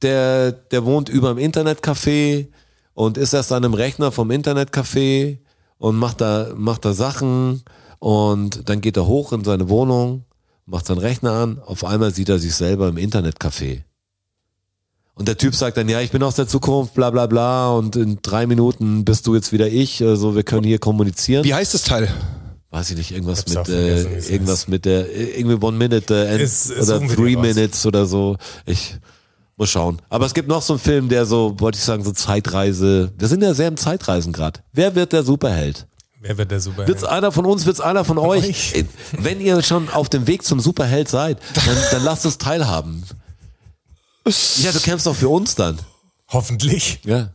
Speaker 4: der, der wohnt über dem Internetcafé und ist erst an einem Rechner vom Internetcafé und macht da, macht da Sachen und dann geht er hoch in seine Wohnung, macht seinen Rechner an, auf einmal sieht er sich selber im Internetcafé. Und der Typ sagt dann, ja, ich bin aus der Zukunft, bla bla bla, und in drei Minuten bist du jetzt wieder ich, also wir können hier kommunizieren.
Speaker 3: Wie heißt das Teil?
Speaker 4: Weiß ich nicht, irgendwas
Speaker 5: Hab's auch
Speaker 4: mit,
Speaker 5: vergessen, wie
Speaker 4: äh,
Speaker 5: es
Speaker 4: irgendwas mit der, irgendwie One Minute äh, and-
Speaker 5: Ist- ist
Speaker 4: oder
Speaker 5: irgendwie
Speaker 4: Three
Speaker 5: was.
Speaker 4: Minutes oder so. Ich muss schauen. Aber es gibt noch so einen Film, der so, wollte ich sagen, so Zeitreise. Wir sind ja sehr im Zeitreisen gerade. Wer wird der Superheld?
Speaker 5: Wer wird der super?
Speaker 4: Wird's einer von uns, wird's einer von euch?
Speaker 5: euch.
Speaker 4: Äh, Wenn ihr schon auf dem Weg zum Superheld seid, dann, dann lasst uns teilhaben. Ja, du kämpfst auch für uns dann.
Speaker 5: Hoffentlich.
Speaker 4: Ja.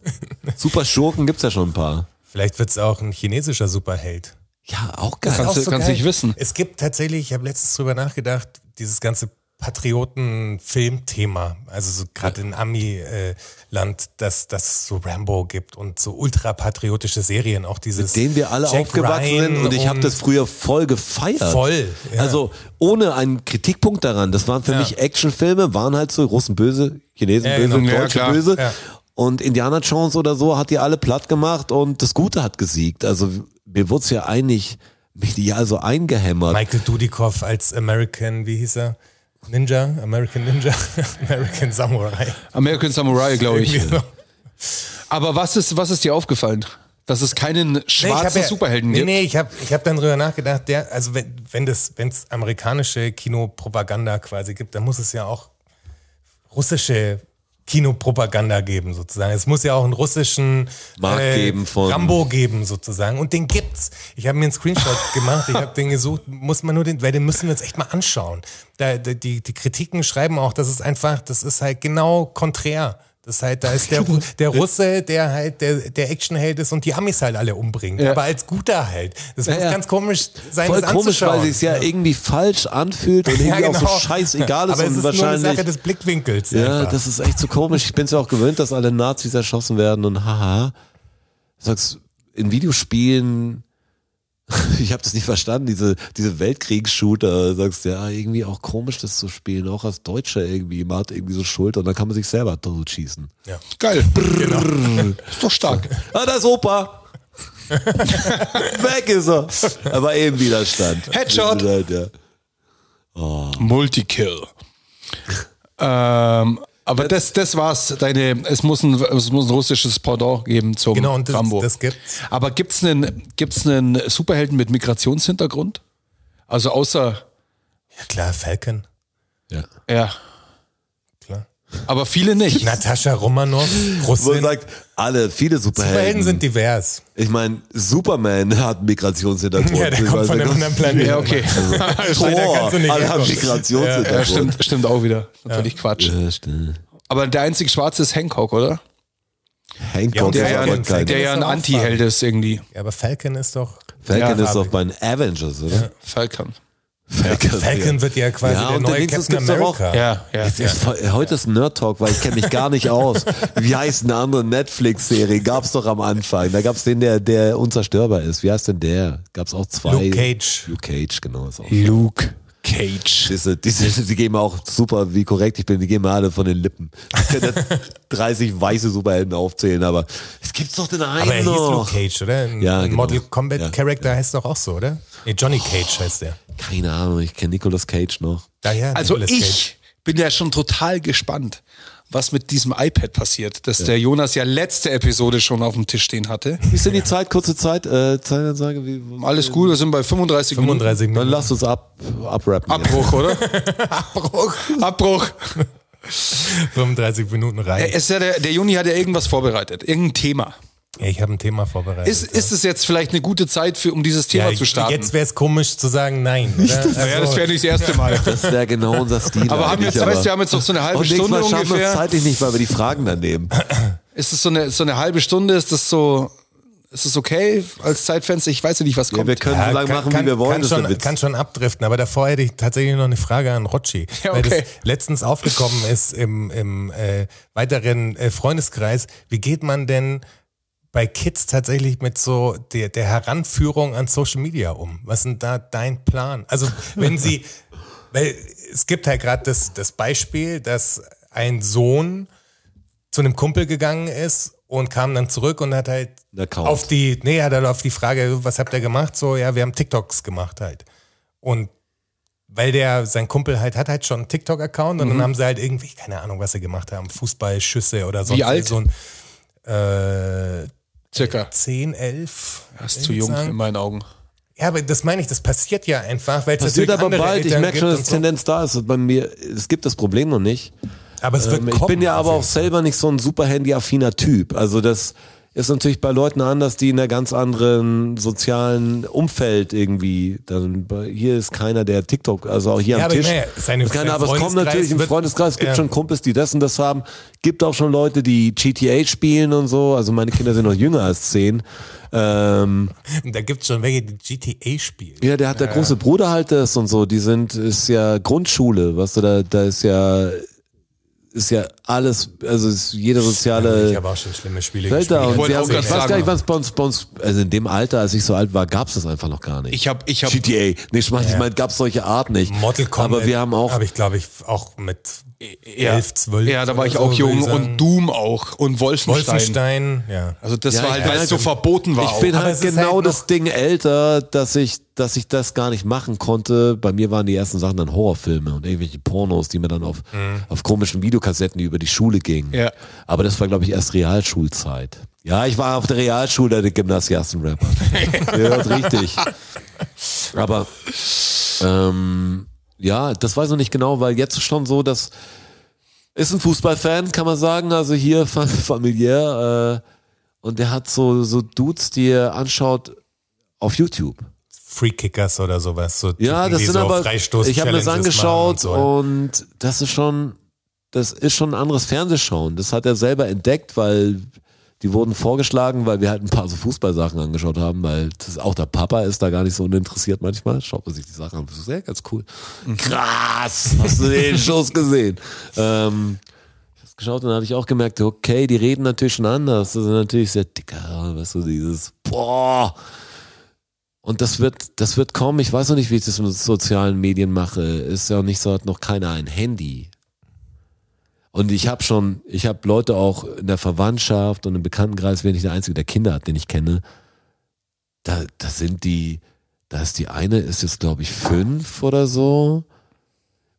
Speaker 4: Super Schurken gibt's ja schon ein paar.
Speaker 5: Vielleicht wird's auch ein chinesischer Superheld.
Speaker 4: Ja, auch geil.
Speaker 3: Kannst,
Speaker 5: Auch
Speaker 3: du,
Speaker 5: so
Speaker 3: kannst
Speaker 5: geil.
Speaker 3: nicht wissen.
Speaker 5: Es gibt tatsächlich, ich habe letztens drüber nachgedacht, dieses ganze Patrioten-Film-Thema, also so gerade in Ami-Land, dass das so Rambo gibt und so ultrapatriotische Serien, auch dieses.
Speaker 4: mit denen wir alle
Speaker 5: Jack
Speaker 4: aufgewachsen
Speaker 5: Ryan
Speaker 4: sind und ich habe
Speaker 5: und-
Speaker 4: das früher voll gefeiert.
Speaker 5: Voll, ja.
Speaker 4: Also ohne einen Kritikpunkt daran. Das waren für
Speaker 5: Ja.
Speaker 4: mich Actionfilme, waren halt so Russen böse, Chinesen
Speaker 5: Ja,
Speaker 4: böse,
Speaker 5: genau.
Speaker 3: Ja,
Speaker 4: Deutsche
Speaker 3: klar.
Speaker 4: böse.
Speaker 5: Ja.
Speaker 4: Und Indiana Jones oder so hat die alle platt gemacht und das Gute hat gesiegt. Also mir wurde es ja eigentlich medial so eingehämmert.
Speaker 5: Michael Dudikoff als American, wie hieß er? Ninja, American Ninja, American Samurai.
Speaker 3: American Samurai, glaube ich.
Speaker 5: Irgendwie so.
Speaker 3: Aber was ist, was ist dir aufgefallen? Dass es keinen
Speaker 5: Nee, ich hab
Speaker 3: schwarzen
Speaker 5: ja-
Speaker 3: Superhelden
Speaker 5: nee,
Speaker 3: gibt?
Speaker 5: Nee, ich habe ich hab dann drüber nachgedacht, der, also wenn wenn das, wenn's amerikanische Kinopropaganda quasi gibt, dann muss es ja auch russische Kinopropaganda geben, sozusagen. Es muss ja auch einen russischen äh,
Speaker 4: Markt geben von-
Speaker 5: Rambo geben, sozusagen. Und den gibt's. Ich habe mir einen Screenshot gemacht, ich habe den gesucht, muss man nur den, weil den müssen wir uns echt mal anschauen. Da, da, die, die Kritiken schreiben auch, das ist einfach, das ist halt genau konträr. Das ist halt, da ist der, Ru- der Russe, der halt der, der Actionheld ist und die Amis halt alle umbringt.
Speaker 3: Ja.
Speaker 5: Aber als guter halt. Das muss
Speaker 4: ja.
Speaker 5: ganz komisch sein,
Speaker 4: Voll
Speaker 5: das
Speaker 4: komisch, weil
Speaker 5: anzuschauen. genau.
Speaker 4: sich's ja irgendwie falsch anfühlt und irgendwie auch so scheißegal ist
Speaker 5: Aber es
Speaker 4: und
Speaker 5: ist nur eine
Speaker 4: wahrscheinlich.
Speaker 5: Sache des Blickwinkels.
Speaker 4: Ja,
Speaker 5: einfach.
Speaker 4: das ist echt so komisch. Ich bin's ja auch gewöhnt, dass alle Nazis erschossen werden und haha. Du Sagst, in Videospielen, ich habe das nicht verstanden, diese, diese Weltkriegsshooter, Du sagst, ja, irgendwie auch komisch, das zu spielen, auch als Deutscher irgendwie, man hat irgendwie so Schuld und dann kann man sich selber tot schießen.
Speaker 3: Geil.
Speaker 5: Genau.
Speaker 3: Ist doch stark.
Speaker 4: Ah, da ist Opa! Weg ist er! Aber eben Widerstand.
Speaker 3: Headshot.
Speaker 4: Ja.
Speaker 3: Multikill. ähm, Aber das, das war's. Deine, es, muss ein, es muss ein russisches Pendant geben zum
Speaker 5: Genau, und das-
Speaker 3: Rambo.
Speaker 5: das gibt's.
Speaker 3: Aber gibt's einen, gibt's einen Superhelden mit Migrationshintergrund? Also außer,
Speaker 5: Ja, klar, Falcon.
Speaker 4: Ja.
Speaker 3: ja,
Speaker 5: Klar.
Speaker 3: aber viele nicht.
Speaker 5: Natascha Romanov,
Speaker 4: Man
Speaker 5: Russin.
Speaker 4: sagt, alle, viele Superhelden.
Speaker 5: Superhelden sind divers.
Speaker 4: ich meine, Superman hat einen Migrationshintergrund.
Speaker 5: Ja, der
Speaker 4: Ich
Speaker 5: kommt
Speaker 4: weiß
Speaker 5: von einem
Speaker 4: nicht,
Speaker 5: anderen Planeten.
Speaker 3: ja, okay.
Speaker 5: Leider
Speaker 4: Thor,
Speaker 5: kannst du nicht
Speaker 4: alle haben
Speaker 5: hinkommen.
Speaker 3: ja,
Speaker 4: Migrationshintergrund.
Speaker 3: stimmt, stimmt auch wieder. Natürlich Quatsch.
Speaker 4: Ja, stimmt.
Speaker 3: Aber der einzig Schwarze ist Hancock, oder?
Speaker 4: Hancock
Speaker 5: Ja,
Speaker 3: Der ja,
Speaker 4: ist
Speaker 5: aber
Speaker 4: aber
Speaker 3: ein,
Speaker 5: Falcon
Speaker 4: kein.
Speaker 3: der ja
Speaker 5: ist
Speaker 3: ein
Speaker 5: doch auch
Speaker 3: Anti-Held ist irgendwie.
Speaker 5: Ja, aber Falcon ist doch.
Speaker 4: Falcon
Speaker 3: Ja.
Speaker 4: ist auch bei den Avengers, oder?
Speaker 3: Falcon.
Speaker 4: Falcon,
Speaker 5: Falcon wird ja quasi
Speaker 4: Ja,
Speaker 5: der
Speaker 4: und
Speaker 5: neue
Speaker 4: wenigstens
Speaker 5: Captain
Speaker 4: gibt's doch auch-
Speaker 5: America.
Speaker 3: Ja, ja.
Speaker 4: Jetzt ist voll- Heute ist Nerd Talk, weil ich kenne mich gar nicht aus. Wie heißt eine andere Netflix-Serie? Gab's doch am Anfang. Da gab's den, der, der unzerstörbar ist. Wie heißt denn der? Gab's auch zwei.
Speaker 5: Luke Cage.
Speaker 4: Luke Cage, genau. Ist auch
Speaker 3: Luke Cage.
Speaker 4: Diese, diese, die gehen mir auch super, wie korrekt ich bin, die gehen mir alle von den Lippen. Ich könnte jetzt 30 weiße Superhelden aufzählen, aber es gibt's doch den einen
Speaker 5: Aber er hieß Luke
Speaker 4: noch.
Speaker 5: Cage, oder? Ein
Speaker 4: Ja,
Speaker 5: ein
Speaker 4: genau.
Speaker 5: Model Combat
Speaker 4: Ja.
Speaker 5: Character heißt doch auch so, oder? Nee, Johnny Cage heißt der.
Speaker 4: Keine Ahnung, ich kenne Nicolas Cage noch.
Speaker 5: Daher
Speaker 3: Also
Speaker 5: Nicolas Cage.
Speaker 3: ich bin ja schon total gespannt, was mit diesem iPad passiert, das der Jonas ja letzte Episode schon auf dem Tisch stehen hatte.
Speaker 4: Wie ist denn die Zeit? Kurze Zeit, äh, Zeitansage? Wie,
Speaker 3: Alles gut, wir sind bei 35 Minuten.
Speaker 5: 35
Speaker 4: Dann
Speaker 5: Minuten.
Speaker 4: lass uns ab, abrappen.
Speaker 3: Abbruch, oder? Abbruch. Abbruch.
Speaker 5: 35 Minuten rein.
Speaker 3: Es ist ja der, der Juni hat ja irgendwas vorbereitet, irgendein Thema.
Speaker 5: Ja, ich habe ein Thema vorbereitet.
Speaker 3: Ist, ist es jetzt vielleicht eine gute Zeit, für, um dieses Thema
Speaker 5: ja,
Speaker 3: zu starten?
Speaker 5: Jetzt wäre es komisch zu sagen, nein. Oder? Also
Speaker 3: ja, das wäre nicht das erste Mal.
Speaker 4: Das wäre genau unser Stil.
Speaker 3: Aber haben
Speaker 4: eigentlich,
Speaker 3: jetzt, weißt du, wir haben jetzt noch so eine halbe
Speaker 4: Und nächstes
Speaker 3: Stunde
Speaker 4: Mal schaffen wir es
Speaker 3: ungefähr.
Speaker 4: zeitlich nicht, weil wir die Fragen dann nehmen.
Speaker 3: Ist es so eine, so eine halbe Stunde? Ist das so, ist es okay als Zeitfenster? Ich weiß ja nicht, was kommt.
Speaker 4: wir können
Speaker 5: Ja,
Speaker 4: so lange
Speaker 5: kann-
Speaker 4: machen,
Speaker 5: kann,
Speaker 4: wie wir wollen.
Speaker 5: Kann
Speaker 4: Das ist der
Speaker 5: schon,
Speaker 4: Witz.
Speaker 5: kann schon abdriften, aber davor hätte ich tatsächlich noch eine Frage an Rocci.
Speaker 3: Ja,
Speaker 5: Weil das
Speaker 3: okay.
Speaker 5: letztens aufgekommen ist im, im äh, weiteren äh, Freundeskreis. Wie geht man denn bei Kids tatsächlich mit so der, der Heranführung an Social Media um? Was ist denn da dein Plan? Also wenn sie, weil es gibt halt gerade das, das Beispiel, dass ein Sohn zu einem Kumpel gegangen ist und kam dann zurück und hat halt
Speaker 4: Ein Account.
Speaker 5: auf die, nee, hat halt auf die Frage, was habt ihr gemacht? So, ja, wir haben TikToks gemacht halt. Und weil der, sein Kumpel halt, hat halt schon einen TikTok-Account und dann
Speaker 4: Mhm.
Speaker 5: haben sie halt irgendwie, keine Ahnung, was sie gemacht haben, Fußballschüsse oder sonst
Speaker 3: alt?
Speaker 5: so ein äh,
Speaker 3: Circa.
Speaker 5: 10, 11.
Speaker 3: Das ist
Speaker 5: würd
Speaker 3: zu
Speaker 5: ich
Speaker 3: jung
Speaker 5: sagen.
Speaker 3: in meinen Augen.
Speaker 5: Ja, aber das meine ich, das passiert ja einfach, weil es
Speaker 4: Passiert
Speaker 5: natürlich
Speaker 4: aber
Speaker 5: andere
Speaker 4: bald. Ich
Speaker 5: Eltern
Speaker 4: merke schon,
Speaker 5: gibt
Speaker 4: dass die
Speaker 5: und
Speaker 4: Tendenz da ist. Und Bei mir, es gibt das Problem noch nicht.
Speaker 5: so. Aber es wird
Speaker 4: Ähm, ich
Speaker 5: kommen,
Speaker 4: bin ja aber auch
Speaker 5: auf jeden
Speaker 4: selber nicht so ein super Handy-affiner Typ. Also das ist natürlich bei Leuten anders, die in einer ganz anderen sozialen Umfeld irgendwie. Dann bei- hier ist keiner der TikTok, also auch hier
Speaker 5: Ja,
Speaker 4: am
Speaker 5: aber
Speaker 4: Tisch.
Speaker 5: naja, seine-
Speaker 4: ist keiner,
Speaker 5: sein
Speaker 4: aber es kommt
Speaker 5: Freundeskreis
Speaker 4: natürlich im
Speaker 5: wird-
Speaker 4: Freundeskreis. Es gibt
Speaker 5: ja.
Speaker 4: schon Kumpels, die das und das haben. Gibt auch schon Leute, die GTA spielen und so. Also meine Kinder sind noch jünger als zehn. Ähm,
Speaker 5: Fall. Da gibt es schon welche, die GTA spielen.
Speaker 4: ja, der hat der große Bruder halt das und so. Die sind, ist ja Grundschule, weißt du, da, da ist ja, ist ja alles, also ist jede
Speaker 5: ich
Speaker 4: soziale
Speaker 5: habe auch schon schlimme Spiele
Speaker 4: Welt
Speaker 5: gespielt.
Speaker 4: da. Und
Speaker 3: wollte
Speaker 4: sie
Speaker 3: auch
Speaker 4: haben, ich
Speaker 3: grad
Speaker 4: weiß
Speaker 3: sagen. ne?
Speaker 4: gar nicht, was bei uns, bei uns, also in dem Alter, als ich so alt war, gab's das einfach noch gar nicht.
Speaker 3: Ich habe ich hab,
Speaker 4: GTA, nee, ich meine, ich mein, gab's solche Art nicht.
Speaker 5: Model Combat.
Speaker 4: Aber wir haben auch,
Speaker 5: Habe ich, glaube ich, auch mit
Speaker 3: ja,
Speaker 5: 11, 12.
Speaker 3: Ja, da war
Speaker 5: oder
Speaker 3: ich
Speaker 5: so,
Speaker 3: auch
Speaker 5: würde
Speaker 3: jung
Speaker 5: sagen.
Speaker 3: und Doom auch und Wolfenstein.
Speaker 5: Wolfenstein. Ja.
Speaker 3: Also das
Speaker 4: Ja,
Speaker 3: war
Speaker 4: ich
Speaker 3: halt, weil
Speaker 4: weiß,
Speaker 3: es so verboten war.
Speaker 4: ich bin
Speaker 3: auch.
Speaker 5: Aber
Speaker 4: halt
Speaker 5: es ist
Speaker 4: genau
Speaker 5: halt noch-
Speaker 4: das Ding älter, dass ich, dass ich das gar nicht machen konnte. Bei mir waren die ersten Sachen dann Horrorfilme und irgendwelche Pornos, die mir dann auf, auf komischen Videokassetten über die Schule gingen.
Speaker 3: Ja.
Speaker 4: Aber das war, glaube ich, erst Realschulzeit. Ja, ich war auf der Realschule der Gymnasiastenrapper. Ihr hört richtig. Aber ähm, ja, das weiß ich noch nicht genau, weil jetzt ist schon so, dass ist ein Fußballfan, kann man sagen, also hier fa- familiär äh, und der hat so so Dudes, die er anschaut auf YouTube.
Speaker 5: Free Kickers oder sowas. So
Speaker 4: Ja,
Speaker 5: Typen,
Speaker 4: das
Speaker 5: die
Speaker 4: sind
Speaker 5: so
Speaker 4: aber
Speaker 5: Freistoß
Speaker 4: ich habe mir das
Speaker 5: Challenges
Speaker 4: angeschaut und,
Speaker 5: machen Und so.
Speaker 4: das ist schon das ist schon ein anderes Fernsehschauen. Das hat er selber entdeckt, weil die wurden vorgeschlagen, weil wir halt ein paar so Fußballsachen angeschaut haben, weil das, auch der Papa ist da gar nicht so uninteressiert manchmal. Schaut man sich die Sachen an, das ist ja ganz cool.
Speaker 5: Mhm.
Speaker 4: Krass, hast du den Schuss gesehen? Ähm, geschaut und da habe ich auch gemerkt, okay, die reden natürlich schon anders. Das ist natürlich sehr dicker, weißt du, dieses Boah. Und das wird, das wird kommen. Ich weiß noch nicht, wie ich das mit sozialen Medien mache. Ist ja auch nicht so, hat noch keiner ein Handy. Und ich habe schon, ich habe Leute auch in der Verwandtschaft und im Bekanntenkreis, bin ich der Einzige, der Kinder hat, den ich kenne. Da, da sind die, da ist die eine, ist jetzt glaube ich fünf oder so.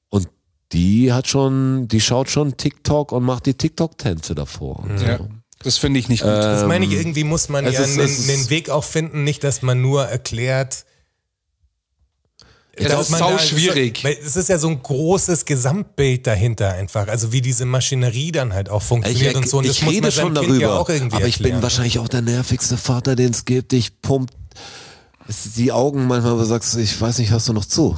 Speaker 4: Und die hat schon, die schaut schon TikTok und macht die TikTok-Tänze davor. Und so.
Speaker 3: Ja. Das finde ich nicht gut.
Speaker 4: Äh,
Speaker 5: Das meine ich, irgendwie muss man
Speaker 4: ähm, es
Speaker 5: ja
Speaker 4: ist-
Speaker 5: einen,
Speaker 4: es ist-
Speaker 5: einen Weg auch finden, nicht, dass man nur erklärt.
Speaker 3: das ist
Speaker 5: man da-
Speaker 3: sau schwierig.
Speaker 5: Weil es ist ja so ein großes Gesamtbild dahinter einfach. Also wie diese Maschinerie dann halt auch funktioniert
Speaker 4: Ich,
Speaker 5: und so. Und
Speaker 4: ich
Speaker 5: das muss
Speaker 4: rede
Speaker 5: man seinem
Speaker 4: schon
Speaker 5: Kind
Speaker 4: darüber,
Speaker 5: ja auch irgendwie
Speaker 4: aber ich bin
Speaker 5: erklären. ne?
Speaker 4: wahrscheinlich auch der nervigste Vater, den es gibt. Ich pump es- die Augen manchmal, aber sagst, ich weiß nicht, hörst du noch zu?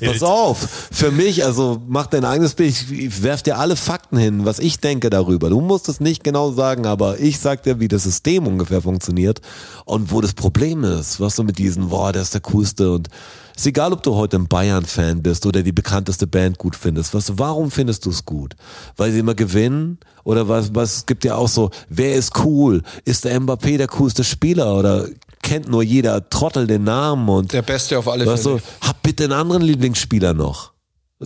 Speaker 4: Pass auf, für mich, also mach dein eigenes Bild, ich, ich werf dir alle Fakten hin, was ich denke darüber. Du musst es nicht genau sagen, aber ich sag dir, wie das System ungefähr funktioniert und wo das Problem ist, was du mit diesen, boah, der ist der coolste und ist egal, ob du heute ein Bayern-Fan bist oder die bekannteste Band gut findest. Was, warum findest du es gut? Weil sie immer gewinnen? Oder was, was es gibt ja auch so, wer ist cool? Ist der Mbappé der coolste Spieler? Oder kennt nur jeder Trottel den Namen und
Speaker 3: Der Beste auf alle
Speaker 4: Weißt
Speaker 3: Fälle.
Speaker 4: du, hab bitte einen anderen Lieblingsspieler noch.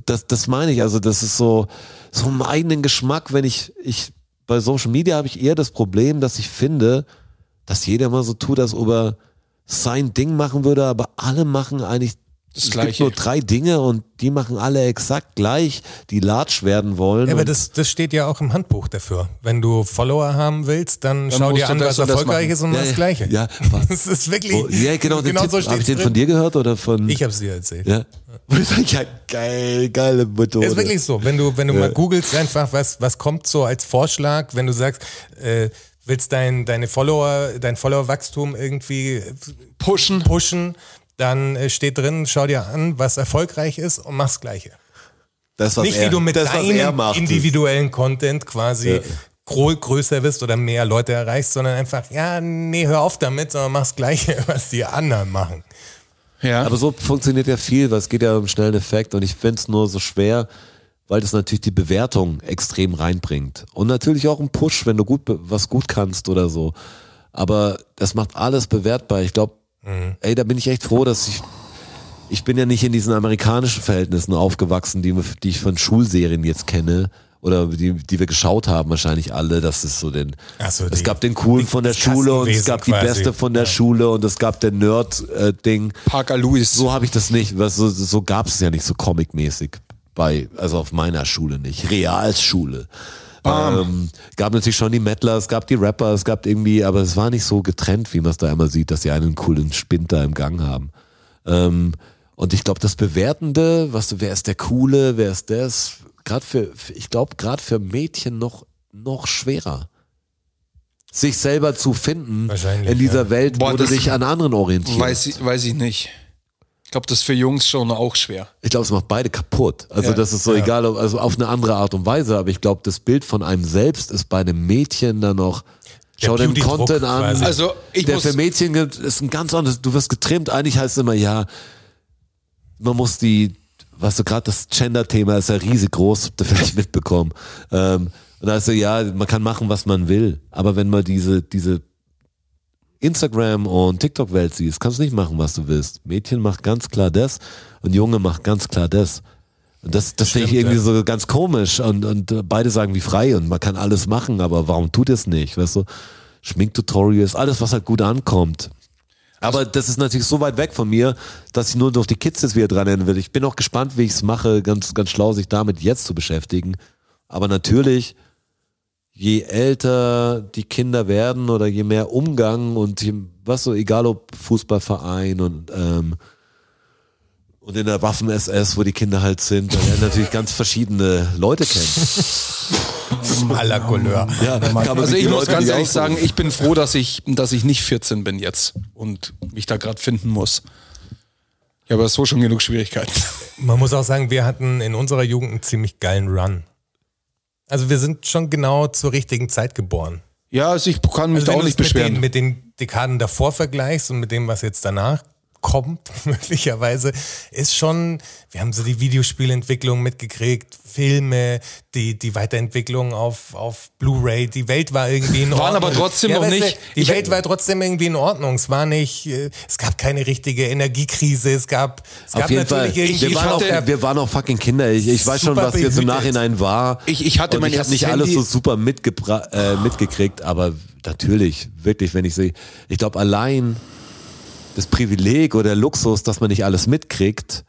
Speaker 4: Das, das meine ich. Also, das ist so, so im eigenen Geschmack, wenn ich, ich, bei Social Media habe ich eher das Problem, dass ich finde, dass jeder mal so tut, als ob er sein Ding machen würde, aber alle machen eigentlich
Speaker 3: Das
Speaker 4: es gibt
Speaker 3: Gleiche.
Speaker 4: nur drei Dinge und die machen alle exakt gleich, die large werden wollen.
Speaker 5: Ja, aber
Speaker 4: und
Speaker 5: das, das steht ja auch im Handbuch dafür. Wenn du Follower haben willst, dann, schau
Speaker 3: musst
Speaker 5: dir
Speaker 3: du
Speaker 5: an,
Speaker 3: das
Speaker 5: was
Speaker 3: und das
Speaker 5: erfolgreich
Speaker 3: machen.
Speaker 5: ist und
Speaker 4: Ja, ja,
Speaker 5: das Gleiche.
Speaker 4: ja, was-
Speaker 5: das ist wirklich.
Speaker 4: oh, ja, genau, den
Speaker 5: genau
Speaker 4: Tipp,
Speaker 5: so
Speaker 4: habe ich
Speaker 5: steht
Speaker 4: den von dir gehört oder von?
Speaker 5: Ich hab's dir erzählt.
Speaker 4: ja. Und ich sag, ja, geil, geile Methode.
Speaker 5: Ist wirklich so. Wenn du, wenn du mal googelst, einfach, was, was kommt so als Vorschlag, wenn du sagst, äh, willst dein, deine Follower, dein Followerwachstum irgendwie
Speaker 3: Pushen.
Speaker 5: pushen, dann äh, steht drin, schau dir an, was erfolgreich ist und mach's Gleiche.
Speaker 4: das, was
Speaker 5: Nicht,
Speaker 4: er,
Speaker 5: wie du mit
Speaker 4: das, was er
Speaker 5: deinem
Speaker 4: macht, ist-
Speaker 5: individuellen Content quasi
Speaker 4: Ja.
Speaker 5: gro- größer wirst oder mehr Leute erreichst, sondern einfach, ja, nee, hör auf damit, sondern mach's Gleiche, was die anderen machen.
Speaker 3: Ja.
Speaker 4: Aber so funktioniert ja viel, weil es geht ja um schnellen Effekt und ich find's nur so schwer, weil das natürlich die Bewertung extrem reinbringt. Und natürlich auch einen Push, wenn du gut be- was gut kannst oder so. Aber das macht alles bewertbar. Ich glaube,
Speaker 5: Mhm.
Speaker 4: ey, da bin ich echt froh, dass ich. Ich bin ja nicht in diesen amerikanischen Verhältnissen aufgewachsen, die, wir- die ich von Schulserien jetzt kenne. Oder die, die wir geschaut haben, wahrscheinlich alle. Das ist so den.
Speaker 5: Ach so,
Speaker 4: es
Speaker 5: die-
Speaker 4: gab den coolen
Speaker 5: die-
Speaker 4: von der
Speaker 5: das
Speaker 4: Schule und es
Speaker 5: Kastenwesen
Speaker 4: gab die
Speaker 5: quasi.
Speaker 4: beste von der Schule und es gab den äh, Nerd-Ding.
Speaker 3: Parker Lewis.
Speaker 4: So habe ich das nicht. Was, so so gab es ja nicht so comicmäßig bei, also auf meiner Schule nicht. Realschule.
Speaker 3: Ah.
Speaker 4: Ähm, gab natürlich schon die Mettler, es gab die Rapper, es gab irgendwie, aber es war nicht so getrennt, wie man es da immer sieht, dass die einen coolen Spind da im Gang haben. Ähm, und ich glaube, das Bewertende, was du, wer ist der Coole, wer ist das, gerade für, für- ich glaube, gerade für Mädchen noch, noch schwerer. Sich selber zu finden
Speaker 5: Wahrscheinlich,
Speaker 4: in dieser Welt,
Speaker 3: Boah,
Speaker 4: wo du
Speaker 3: das-
Speaker 4: dich an anderen orientierst.
Speaker 3: Weiß ich, weiß ich nicht. Ich glaube, das ist für Jungs schon auch schwer.
Speaker 4: Ich glaube, es macht beide kaputt. Also
Speaker 3: Ja,
Speaker 4: das ist so egal, ob- also auf eine andere Art und Weise, aber ich glaube, das Bild von einem selbst ist bei einem Mädchen dann noch.
Speaker 5: Der
Speaker 4: Schau den
Speaker 5: Beauty-Druck
Speaker 4: Content an.
Speaker 5: quasi.
Speaker 3: Also, ich
Speaker 4: der
Speaker 3: muss-
Speaker 4: für Mädchen gibt, ist ein ganz anderes. Du wirst getrimmt. Eigentlich heißt es immer, ja, man muss die, was du gerade das Gender-Thema ist ja riesig groß, habt ihr vielleicht mitbekommen. Ähm, und da ist so, ja, man kann machen, was man will. Aber wenn man diese, diese Instagram und TikTok-Welt siehst, kannst du nicht machen, was du willst. Mädchen macht ganz klar das und Junge macht ganz klar das. Und das, das finde ich irgendwie so ganz komisch und, und äh, beide sagen wie frei und man kann alles machen, aber warum tut es nicht? Weißt du, Schminktutorials, alles, was halt gut ankommt. Aber das ist natürlich so weit weg von mir, dass ich nur noch die Kids jetzt wieder dran nennen will. Ich bin auch gespannt, wie ich es mache, ganz, ganz schlau, sich damit jetzt zu beschäftigen. Aber natürlich, je älter die Kinder werden oder je mehr Umgang und je, was so, egal ob Fußballverein und ähm, und in der Waffen-SS, wo die Kinder halt sind, da lernen natürlich ganz verschiedene Leute kennen.
Speaker 5: Aller Couleur.
Speaker 4: Ja, kann man
Speaker 3: Also
Speaker 4: die
Speaker 3: ich muss
Speaker 4: Leute,
Speaker 3: ganz
Speaker 4: die
Speaker 3: ehrlich
Speaker 4: auch-
Speaker 3: sagen, ich bin froh, dass ich, dass ich nicht 14 bin jetzt und mich da gerade finden muss. Ich habe so schon genug Schwierigkeiten.
Speaker 5: Man muss auch sagen, wir hatten in unserer Jugend einen ziemlich geilen Run. Also wir sind schon genau zur richtigen Zeit geboren.
Speaker 3: Ja, also ich kann mich
Speaker 5: Also
Speaker 3: da
Speaker 5: wenn
Speaker 3: auch
Speaker 5: du
Speaker 3: nicht
Speaker 5: es mit den,
Speaker 3: beschweren.
Speaker 5: mit den Dekaden davor vergleichst und mit dem, was jetzt danach kommt, möglicherweise, ist schon, wir haben so die Videospielentwicklung mitgekriegt, Filme, die, die Weiterentwicklung auf, auf Blu-ray, die Welt war irgendwie in Ordnung.
Speaker 3: Waren aber trotzdem noch
Speaker 5: weißt du,
Speaker 3: nicht-
Speaker 5: Die
Speaker 3: ich-
Speaker 5: Welt war trotzdem irgendwie in Ordnung. Es war nicht, äh, es gab keine richtige Energiekrise, es gab, es
Speaker 4: Auf
Speaker 5: gab
Speaker 4: jeden Fall.
Speaker 5: natürlich irgendwie,
Speaker 4: Wir waren,
Speaker 3: ich hatte-
Speaker 4: auch, wir waren auch fucking Kinder. Ich, ich weiß schon,
Speaker 5: Super
Speaker 4: was jetzt
Speaker 5: behütet.
Speaker 4: im Nachhinein war.
Speaker 3: Ich- ich hatte
Speaker 4: Und
Speaker 3: mein
Speaker 4: ich hab
Speaker 3: erstes
Speaker 4: nicht alles
Speaker 3: Handy.
Speaker 4: so super mitgebra äh, mitgekriegt, aber natürlich, wirklich, wenn ich sehe, ich glaube allein das Privileg oder Luxus, dass man nicht alles mitkriegt,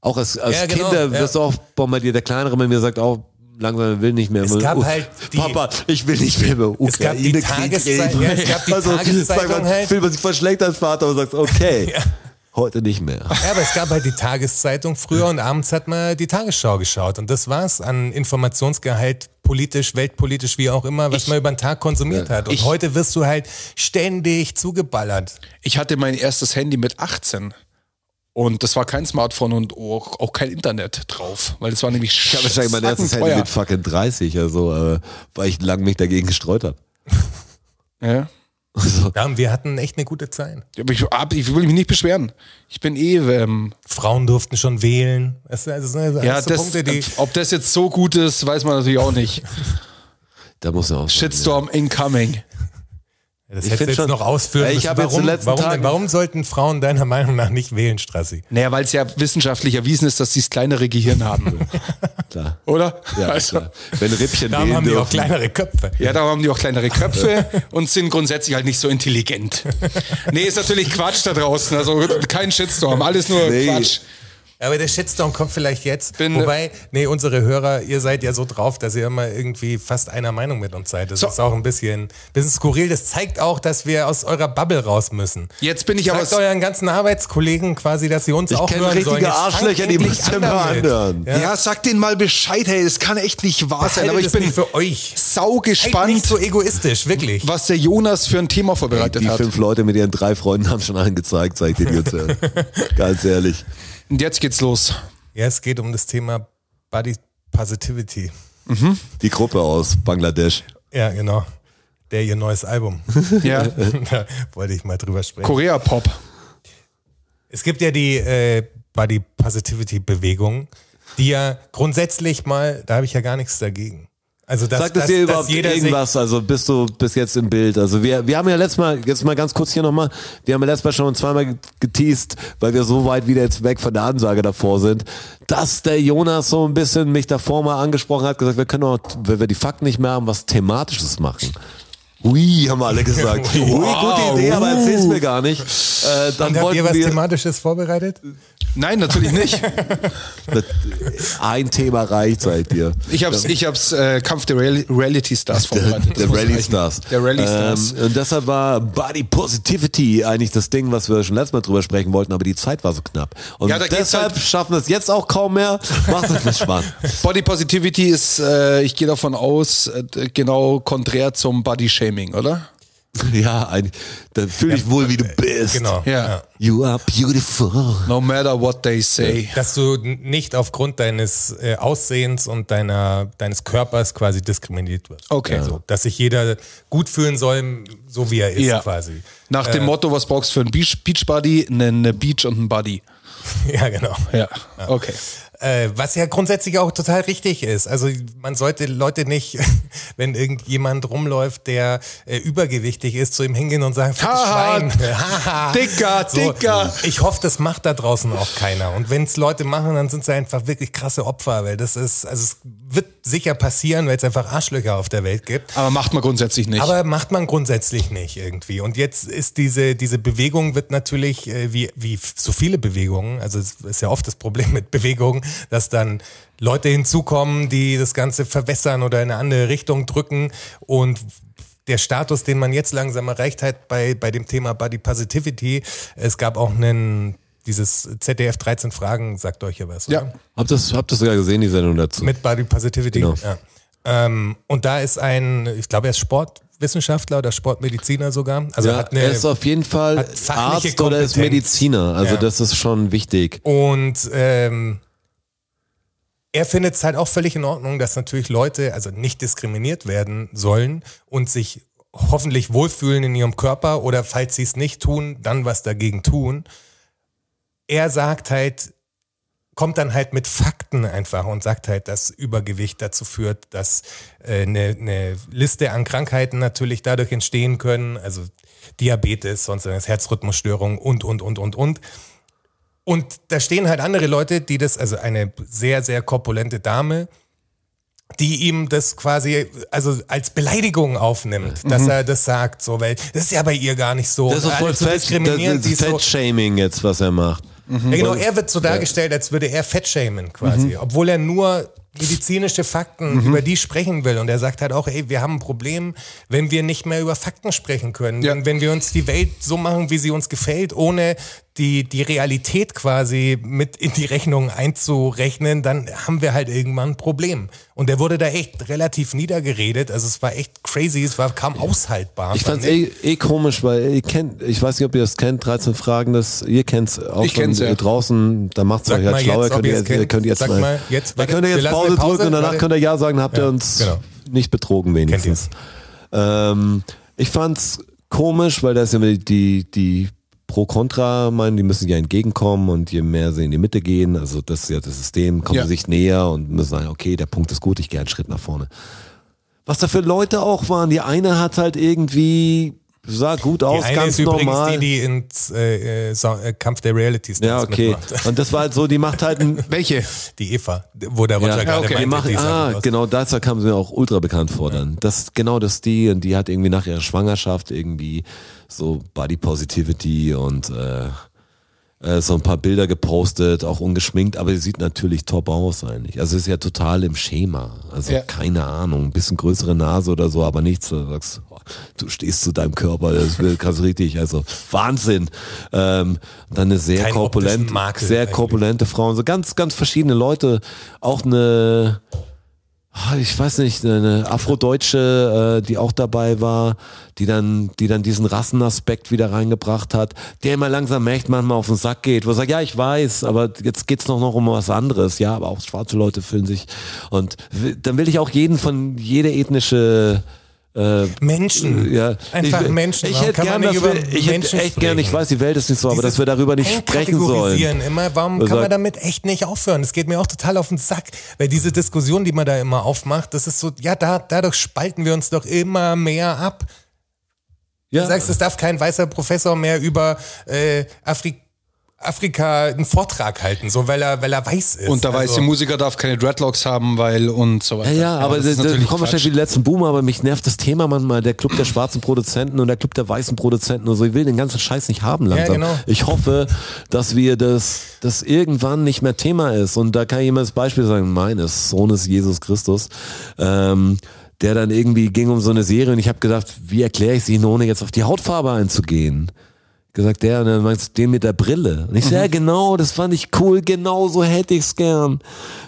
Speaker 4: Auch als, als
Speaker 5: Ja, genau,
Speaker 4: Kinder
Speaker 5: ja.
Speaker 4: wirst du auch bombardiert. Der Kleinere bei mir sagt auch, langsam er will nicht mehr.
Speaker 5: Es
Speaker 4: über-
Speaker 5: gab halt die-
Speaker 4: Papa, ich will nicht mehr über
Speaker 5: Es gab die
Speaker 4: Ukraine-Krieg
Speaker 5: Tageszei-
Speaker 4: reden. Also,
Speaker 5: ja, es gab die Tageszeitung
Speaker 4: sag mal,
Speaker 5: halt.
Speaker 4: fühlt man sich voll schlecht als Vater und sagst, okay, heute nicht mehr.
Speaker 5: Ja, aber es gab halt die Tageszeitung früher und abends hat man die Tagesschau geschaut. Und das war's an Informationsgehalt, politisch, weltpolitisch, wie auch immer, was man über den Tag konsumiert hat. Und
Speaker 3: Ich-
Speaker 5: heute wirst du halt ständig zugeballert.
Speaker 3: Ich hatte mein erstes Handy mit 18 und das war kein Smartphone und auch, auch kein Internet drauf, weil das war nämlich
Speaker 4: Ich habe wahrscheinlich mein erstes Handy mit fucking 30, also, äh, weil ich lang mich dagegen gestreut Also, habe.
Speaker 3: Ja.
Speaker 5: Ja, wir hatten echt eine gute Zeit.
Speaker 3: Aber ich, ab- ich will mich nicht beschweren. Ich bin eh ähm,
Speaker 5: Frauen durften schon wählen. Das, das sind
Speaker 3: Ja,
Speaker 5: alles so
Speaker 3: das,
Speaker 5: Punkte, die,
Speaker 3: äh, ob das jetzt so gut ist, weiß man natürlich auch nicht.
Speaker 4: Da muss man auch.
Speaker 3: Shitstorm incoming.
Speaker 5: das hättest
Speaker 4: ich find
Speaker 5: du jetzt
Speaker 4: schon-
Speaker 5: noch ausführen
Speaker 4: Ja, ich
Speaker 5: müssen.
Speaker 4: hab jetzt in den letzten
Speaker 5: warum, denn,
Speaker 4: Tagen-
Speaker 5: warum sollten Frauen deiner Meinung nach nicht wählen, Strassi?
Speaker 3: Naja, weil es ja wissenschaftlich erwiesen ist, dass sie das kleinere Gehirn haben.
Speaker 4: Klar.
Speaker 3: Oder?
Speaker 4: Ja,
Speaker 3: Also,
Speaker 4: klar. Wenn Rippchen
Speaker 5: Da haben
Speaker 4: wählen
Speaker 5: die auch
Speaker 4: dürfen.
Speaker 5: kleinere Köpfe.
Speaker 3: ja, da haben die auch kleinere Köpfe und sind grundsätzlich halt nicht so intelligent. Nee, ist natürlich Quatsch da draußen. Also kein Shitstorm, alles nur
Speaker 4: Nee.
Speaker 3: Quatsch.
Speaker 5: Aber der Shitstorm kommt vielleicht jetzt.
Speaker 3: Bin-
Speaker 5: Wobei, nee, unsere Hörer, ihr seid ja so drauf, dass ihr immer irgendwie fast einer Meinung mit uns seid. Das
Speaker 3: So.
Speaker 5: ist auch ein bisschen, bisschen skurril. Das zeigt auch, dass wir aus eurer Bubble raus müssen.
Speaker 3: Jetzt bin ich aber.
Speaker 5: Sagt euren ganzen Arbeitskollegen quasi, dass sie uns
Speaker 4: Ich
Speaker 5: auch
Speaker 4: kenn
Speaker 5: hören
Speaker 4: richtige
Speaker 5: sollen. Jetzt fangt
Speaker 4: Arschlöcher, die
Speaker 5: endlich
Speaker 4: müssen
Speaker 5: an
Speaker 4: immer
Speaker 5: damit.
Speaker 4: anhören.
Speaker 5: Ja.
Speaker 3: Ja, sag denen mal Bescheid, hey, das kann echt nicht wahr sein.
Speaker 5: Haltet
Speaker 3: Aber ich
Speaker 5: es
Speaker 3: bin
Speaker 5: nicht für euch. Seid
Speaker 3: saugespannt,
Speaker 5: nicht so egoistisch, wirklich.
Speaker 3: was der Jonas für ein Thema vorbereitet
Speaker 4: Die
Speaker 3: hat.
Speaker 4: fünf Leute mit ihren drei Freunden haben schon allen gezeigt, sag ich dir jetzt. äh, Ganz ehrlich.
Speaker 3: Und jetzt geht's los.
Speaker 5: Ja, es geht um das Thema Body Positivity.
Speaker 4: Die Gruppe aus Bangladesch.
Speaker 5: Ja, genau. Der ihr neues Album.
Speaker 3: Ja.
Speaker 5: da wollte ich mal drüber sprechen.
Speaker 3: Korea-Pop.
Speaker 5: Es gibt ja die äh, Body Positivity Bewegung, die ja grundsätzlich mal, da habe ich ja gar nichts dagegen. Also dass,
Speaker 4: Sagt das,
Speaker 5: dass,
Speaker 4: dir
Speaker 5: dass
Speaker 4: überhaupt
Speaker 5: jeder sich-
Speaker 4: irgendwas? Also bist du bis jetzt im Bild? Also wir, wir haben ja letztes Mal, jetzt mal ganz kurz hier nochmal, wir haben ja letztes Mal schon zweimal ge- geteased, weil wir so weit wieder jetzt weg von der Ansage davor sind, dass der Jonas so ein bisschen mich davor mal angesprochen hat, gesagt, wir können auch, wenn wir die Fakten nicht mehr haben, was Thematisches machen. Ui, haben alle gesagt. Ui, gute Idee, aber erzähl's mir gar nicht. Äh, dann
Speaker 5: Und habt ihr
Speaker 4: wollten
Speaker 5: was
Speaker 4: wir
Speaker 5: Thematisches vorbereitet?
Speaker 3: Nein, natürlich nicht.
Speaker 4: ein Thema reicht, seid ihr.
Speaker 3: Ich hab's, ich hab's äh, Kampf der Real Reality Stars vorbereitet. Das
Speaker 4: Der
Speaker 3: muss
Speaker 4: Rally
Speaker 3: reichen.
Speaker 4: Stars.
Speaker 3: Der Rally Stars.
Speaker 4: Ähm, und deshalb war Body Positivity eigentlich das Ding, was wir schon letztes Mal drüber sprechen wollten, aber die Zeit war so knapp. Und
Speaker 3: Ja, da geht's
Speaker 4: deshalb
Speaker 3: halt-
Speaker 4: schaffen wir es jetzt auch kaum mehr. Macht es nicht spannend.
Speaker 3: Body Positivity ist, äh, ich gehe davon aus, äh, genau konträr zum Body Shaming, oder?
Speaker 4: ja, eigentlich. Dann fühl dich wohl, wie du bist.
Speaker 5: Genau.
Speaker 3: Ja.
Speaker 4: You are beautiful.
Speaker 3: No matter what they say.
Speaker 5: Dass du n- nicht aufgrund deines äh, Aussehens und deiner, deines Körpers quasi diskriminiert wirst.
Speaker 3: Okay.
Speaker 5: Also, dass sich jeder gut fühlen soll, so wie er ist
Speaker 3: Ja.
Speaker 5: quasi.
Speaker 3: Nach dem Motto, was brauchst du für einen Beach, Beach Buddy? Einen Beach und einen Buddy.
Speaker 5: Ja, genau.
Speaker 3: Ja, okay.
Speaker 5: Äh, was ja grundsätzlich auch total richtig ist. Also man sollte Leute nicht, wenn irgendjemand rumläuft, der äh, übergewichtig ist, zu ihm hingehen und sagen, fettes
Speaker 3: Haha,
Speaker 5: Schwein. Haha.
Speaker 3: dicker, dicker.
Speaker 5: Ich hoffe, das macht da draußen auch keiner. Und wenn es Leute machen, dann sind sie einfach wirklich krasse Opfer, weil das ist, also es wird sicher passieren, weil es einfach Arschlöcher auf der Welt gibt.
Speaker 3: Aber macht man grundsätzlich nicht.
Speaker 5: Aber macht man grundsätzlich nicht irgendwie. Und jetzt ist diese, diese Bewegung wird natürlich, äh, wie, wie f- so viele Bewegungen, also es ist ja oft das Problem mit Bewegungen, dass dann Leute hinzukommen, die das Ganze verwässern oder in eine andere Richtung drücken und der Status, den man jetzt langsam erreicht hat bei, bei dem Thema Body Positivity, es gab auch einen, dieses ZDF 13 Fragen, sagt euch ja was, oder?
Speaker 3: ja.
Speaker 4: Habt ihr das, habt das sogar gesehen, die Sendung dazu?
Speaker 5: Mit Body Positivity.
Speaker 4: Genau.
Speaker 5: Ja. Ähm, und da ist ein, ich glaube, er ist Sportwissenschaftler oder Sportmediziner sogar. Also
Speaker 4: ja,
Speaker 5: hat eine,
Speaker 4: er ist auf jeden Fall
Speaker 5: hat fachliche
Speaker 4: Arzt oder ist
Speaker 5: Kompetenz.
Speaker 4: Mediziner. Also
Speaker 5: Ja.
Speaker 4: das ist schon wichtig.
Speaker 5: und ähm, er findet es halt auch völlig in Ordnung, dass natürlich Leute also nicht diskriminiert werden sollen und sich hoffentlich wohlfühlen in ihrem Körper oder falls sie es nicht tun, dann was dagegen tun. Er sagt halt, kommt dann halt mit Fakten einfach und sagt halt, dass Übergewicht dazu führt, dass äh, eine, eine Liste an Krankheiten natürlich dadurch entstehen können, also Diabetes, sonst irgendwas, Herzrhythmusstörung und, und, und, und, und. Und da stehen halt andere Leute, die das, also eine sehr, sehr korpulente Dame, die ihm das quasi, also als Beleidigung aufnimmt, dass er das sagt, so, weil das ist ja bei ihr gar nicht so.
Speaker 4: Mhm. Das ist
Speaker 5: Und
Speaker 4: voll
Speaker 5: alle zu
Speaker 4: Fett, das
Speaker 5: diskriminieren, die
Speaker 4: ist
Speaker 5: so-
Speaker 4: Fettshaming jetzt, was er macht.
Speaker 5: Ja, genau, er wird so dargestellt, als würde er fettshamen quasi,
Speaker 4: Mhm.
Speaker 5: obwohl er nur medizinische Fakten, über die sprechen will. Und er sagt halt auch, ey, wir haben ein Problem, wenn wir nicht mehr über Fakten sprechen können.
Speaker 3: Ja.
Speaker 5: Wenn, wenn wir uns die Welt so machen, wie sie uns gefällt, ohne die, die Realität quasi mit in die Rechnung einzurechnen, dann haben wir halt irgendwann ein Problem. Und er wurde da echt relativ niedergeredet. Also es war echt crazy, es war kaum aushaltbar.
Speaker 4: Ich fand's
Speaker 5: ich.
Speaker 4: eh, eh komisch, weil ihr kennt, ich weiß nicht, ob ihr das kennt, 13 Fragen, das, ihr kennt's auch
Speaker 3: Ich
Speaker 4: schon
Speaker 3: kenn's, ja.
Speaker 4: ihr draußen, da macht's
Speaker 5: Sag
Speaker 4: euch halt
Speaker 5: mal
Speaker 4: schlauer,
Speaker 5: jetzt, ob
Speaker 4: könnt
Speaker 5: ihr
Speaker 4: ihr,
Speaker 5: es kennt.
Speaker 4: ihr könnt jetzt
Speaker 5: Sag mal jetzt,
Speaker 4: dann
Speaker 5: warte,
Speaker 4: könnt ihr
Speaker 5: wir
Speaker 4: jetzt
Speaker 5: lassen
Speaker 4: Pause,
Speaker 5: eine Pause,
Speaker 4: drücken und danach
Speaker 5: warte.
Speaker 4: könnt ihr ja sagen, habt ihr
Speaker 5: Ja,
Speaker 4: uns
Speaker 5: genau.
Speaker 4: nicht betrogen wenigstens. Ähm, ich fand's komisch, weil da ist ja immer die, die, die Pro-Contra meinen, die müssen ja entgegenkommen und je mehr sie in die Mitte gehen, also das ist ja das System, kommen
Speaker 3: Ja.
Speaker 4: sie sich näher und müssen sagen, okay, der Punkt ist gut, ich gehe einen Schritt nach vorne. Was da für Leute auch waren, die eine hat halt irgendwie, sah gut
Speaker 5: Die
Speaker 4: aus,
Speaker 5: eine
Speaker 4: ganz
Speaker 5: ist übrigens
Speaker 4: normal.
Speaker 5: die, die ins äh, äh, Sa- äh, Kampf der Realities
Speaker 4: ja, okay.
Speaker 5: mitmacht.
Speaker 4: Und das war halt so, die macht halt ein,
Speaker 3: Welche?
Speaker 5: Die Eva, wo der Roger
Speaker 4: Ja,
Speaker 5: gerade
Speaker 3: okay.
Speaker 5: meinte,
Speaker 3: Die
Speaker 4: Mach,
Speaker 5: die sah gut
Speaker 4: ah,
Speaker 5: aus.
Speaker 4: genau, dazu kam sie mir auch ultra bekannt vor dann. Das, genau das die und die hat irgendwie nach ihrer Schwangerschaft irgendwie so Body Positivity und äh, äh, so ein paar Bilder gepostet, auch ungeschminkt, aber sie sieht natürlich top aus eigentlich. Also ist ja total im Schema. Also
Speaker 3: Ja.
Speaker 4: keine Ahnung, ein bisschen größere Nase oder so, aber nichts. Du sagst, oh, du stehst zu deinem Körper, das wird ganz richtig, also Wahnsinn. Ähm, dann eine sehr
Speaker 5: Keinen
Speaker 4: korpulent,
Speaker 5: optischen Makel
Speaker 4: sehr
Speaker 5: eigentlich.
Speaker 4: korpulente Frauen, so ganz, ganz verschiedene Leute. Auch eine, ah, ich weiß nicht, eine Afrodeutsche, äh, die auch dabei war, die dann, die dann diesen Rassenaspekt wieder reingebracht hat, der immer langsam merkt, manchmal auf den Sack geht, wo er sagt, ja, ich weiß, aber jetzt geht's noch, noch um was anderes. Ja, aber auch schwarze Leute fühlen sich. Und w- dann will ich auch jeden von jeder ethnische
Speaker 5: Menschen.
Speaker 4: ja,
Speaker 5: Einfach
Speaker 4: ich,
Speaker 5: Menschen.
Speaker 4: Ich
Speaker 5: Warum
Speaker 4: hätte
Speaker 5: kann man
Speaker 4: gern, dass
Speaker 5: nicht
Speaker 4: wir,
Speaker 5: über
Speaker 4: ich hätte
Speaker 5: Menschen
Speaker 4: echt gern, ich
Speaker 5: sprechen?
Speaker 4: weiß, die Welt ist nicht so, aber
Speaker 5: Dieses
Speaker 4: dass wir darüber nicht sprechen
Speaker 5: Einkategorisieren
Speaker 4: sollen.
Speaker 5: immer, warum
Speaker 4: Also
Speaker 5: kann man
Speaker 4: sagt-
Speaker 5: damit echt nicht aufhören? Das geht mir auch total auf den Sack, weil diese Diskussion, die man da immer aufmacht, das ist so, ja, da, dadurch spalten wir uns doch immer mehr ab.
Speaker 4: Ja.
Speaker 5: Du sagst, es darf kein weißer Professor mehr über äh, Afri Afrika einen Vortrag halten, so weil er, weil er weiß ist. Also,
Speaker 3: Und der weiße Musiker darf keine Dreadlocks haben, weil und so weiter.
Speaker 4: Ja, ja, aber
Speaker 3: das
Speaker 4: das
Speaker 3: ist
Speaker 4: das
Speaker 3: natürlich
Speaker 4: kommen wir schnell wie
Speaker 3: Quatsch.
Speaker 4: die letzten Boomer, aber mich nervt das Thema manchmal, der Club der schwarzen Produzenten und der Club der weißen Produzenten und so. Ich will den ganzen Scheiß nicht haben langsam.
Speaker 5: genau.
Speaker 4: Ich hoffe, dass wir das, das irgendwann nicht mehr Thema ist. Und da kann jemand das Beispiel sagen, meines Sohnes Jesus Christus, ähm, der dann irgendwie ging um so eine Serie und ich habe gedacht, wie erkläre ich sie ihnen, ohne jetzt auf die Hautfarbe einzugehen? gesagt, der, und dann meinst du den mit der Brille. Und ich so, ja genau, das fand ich cool, genau so hätte ich's gern.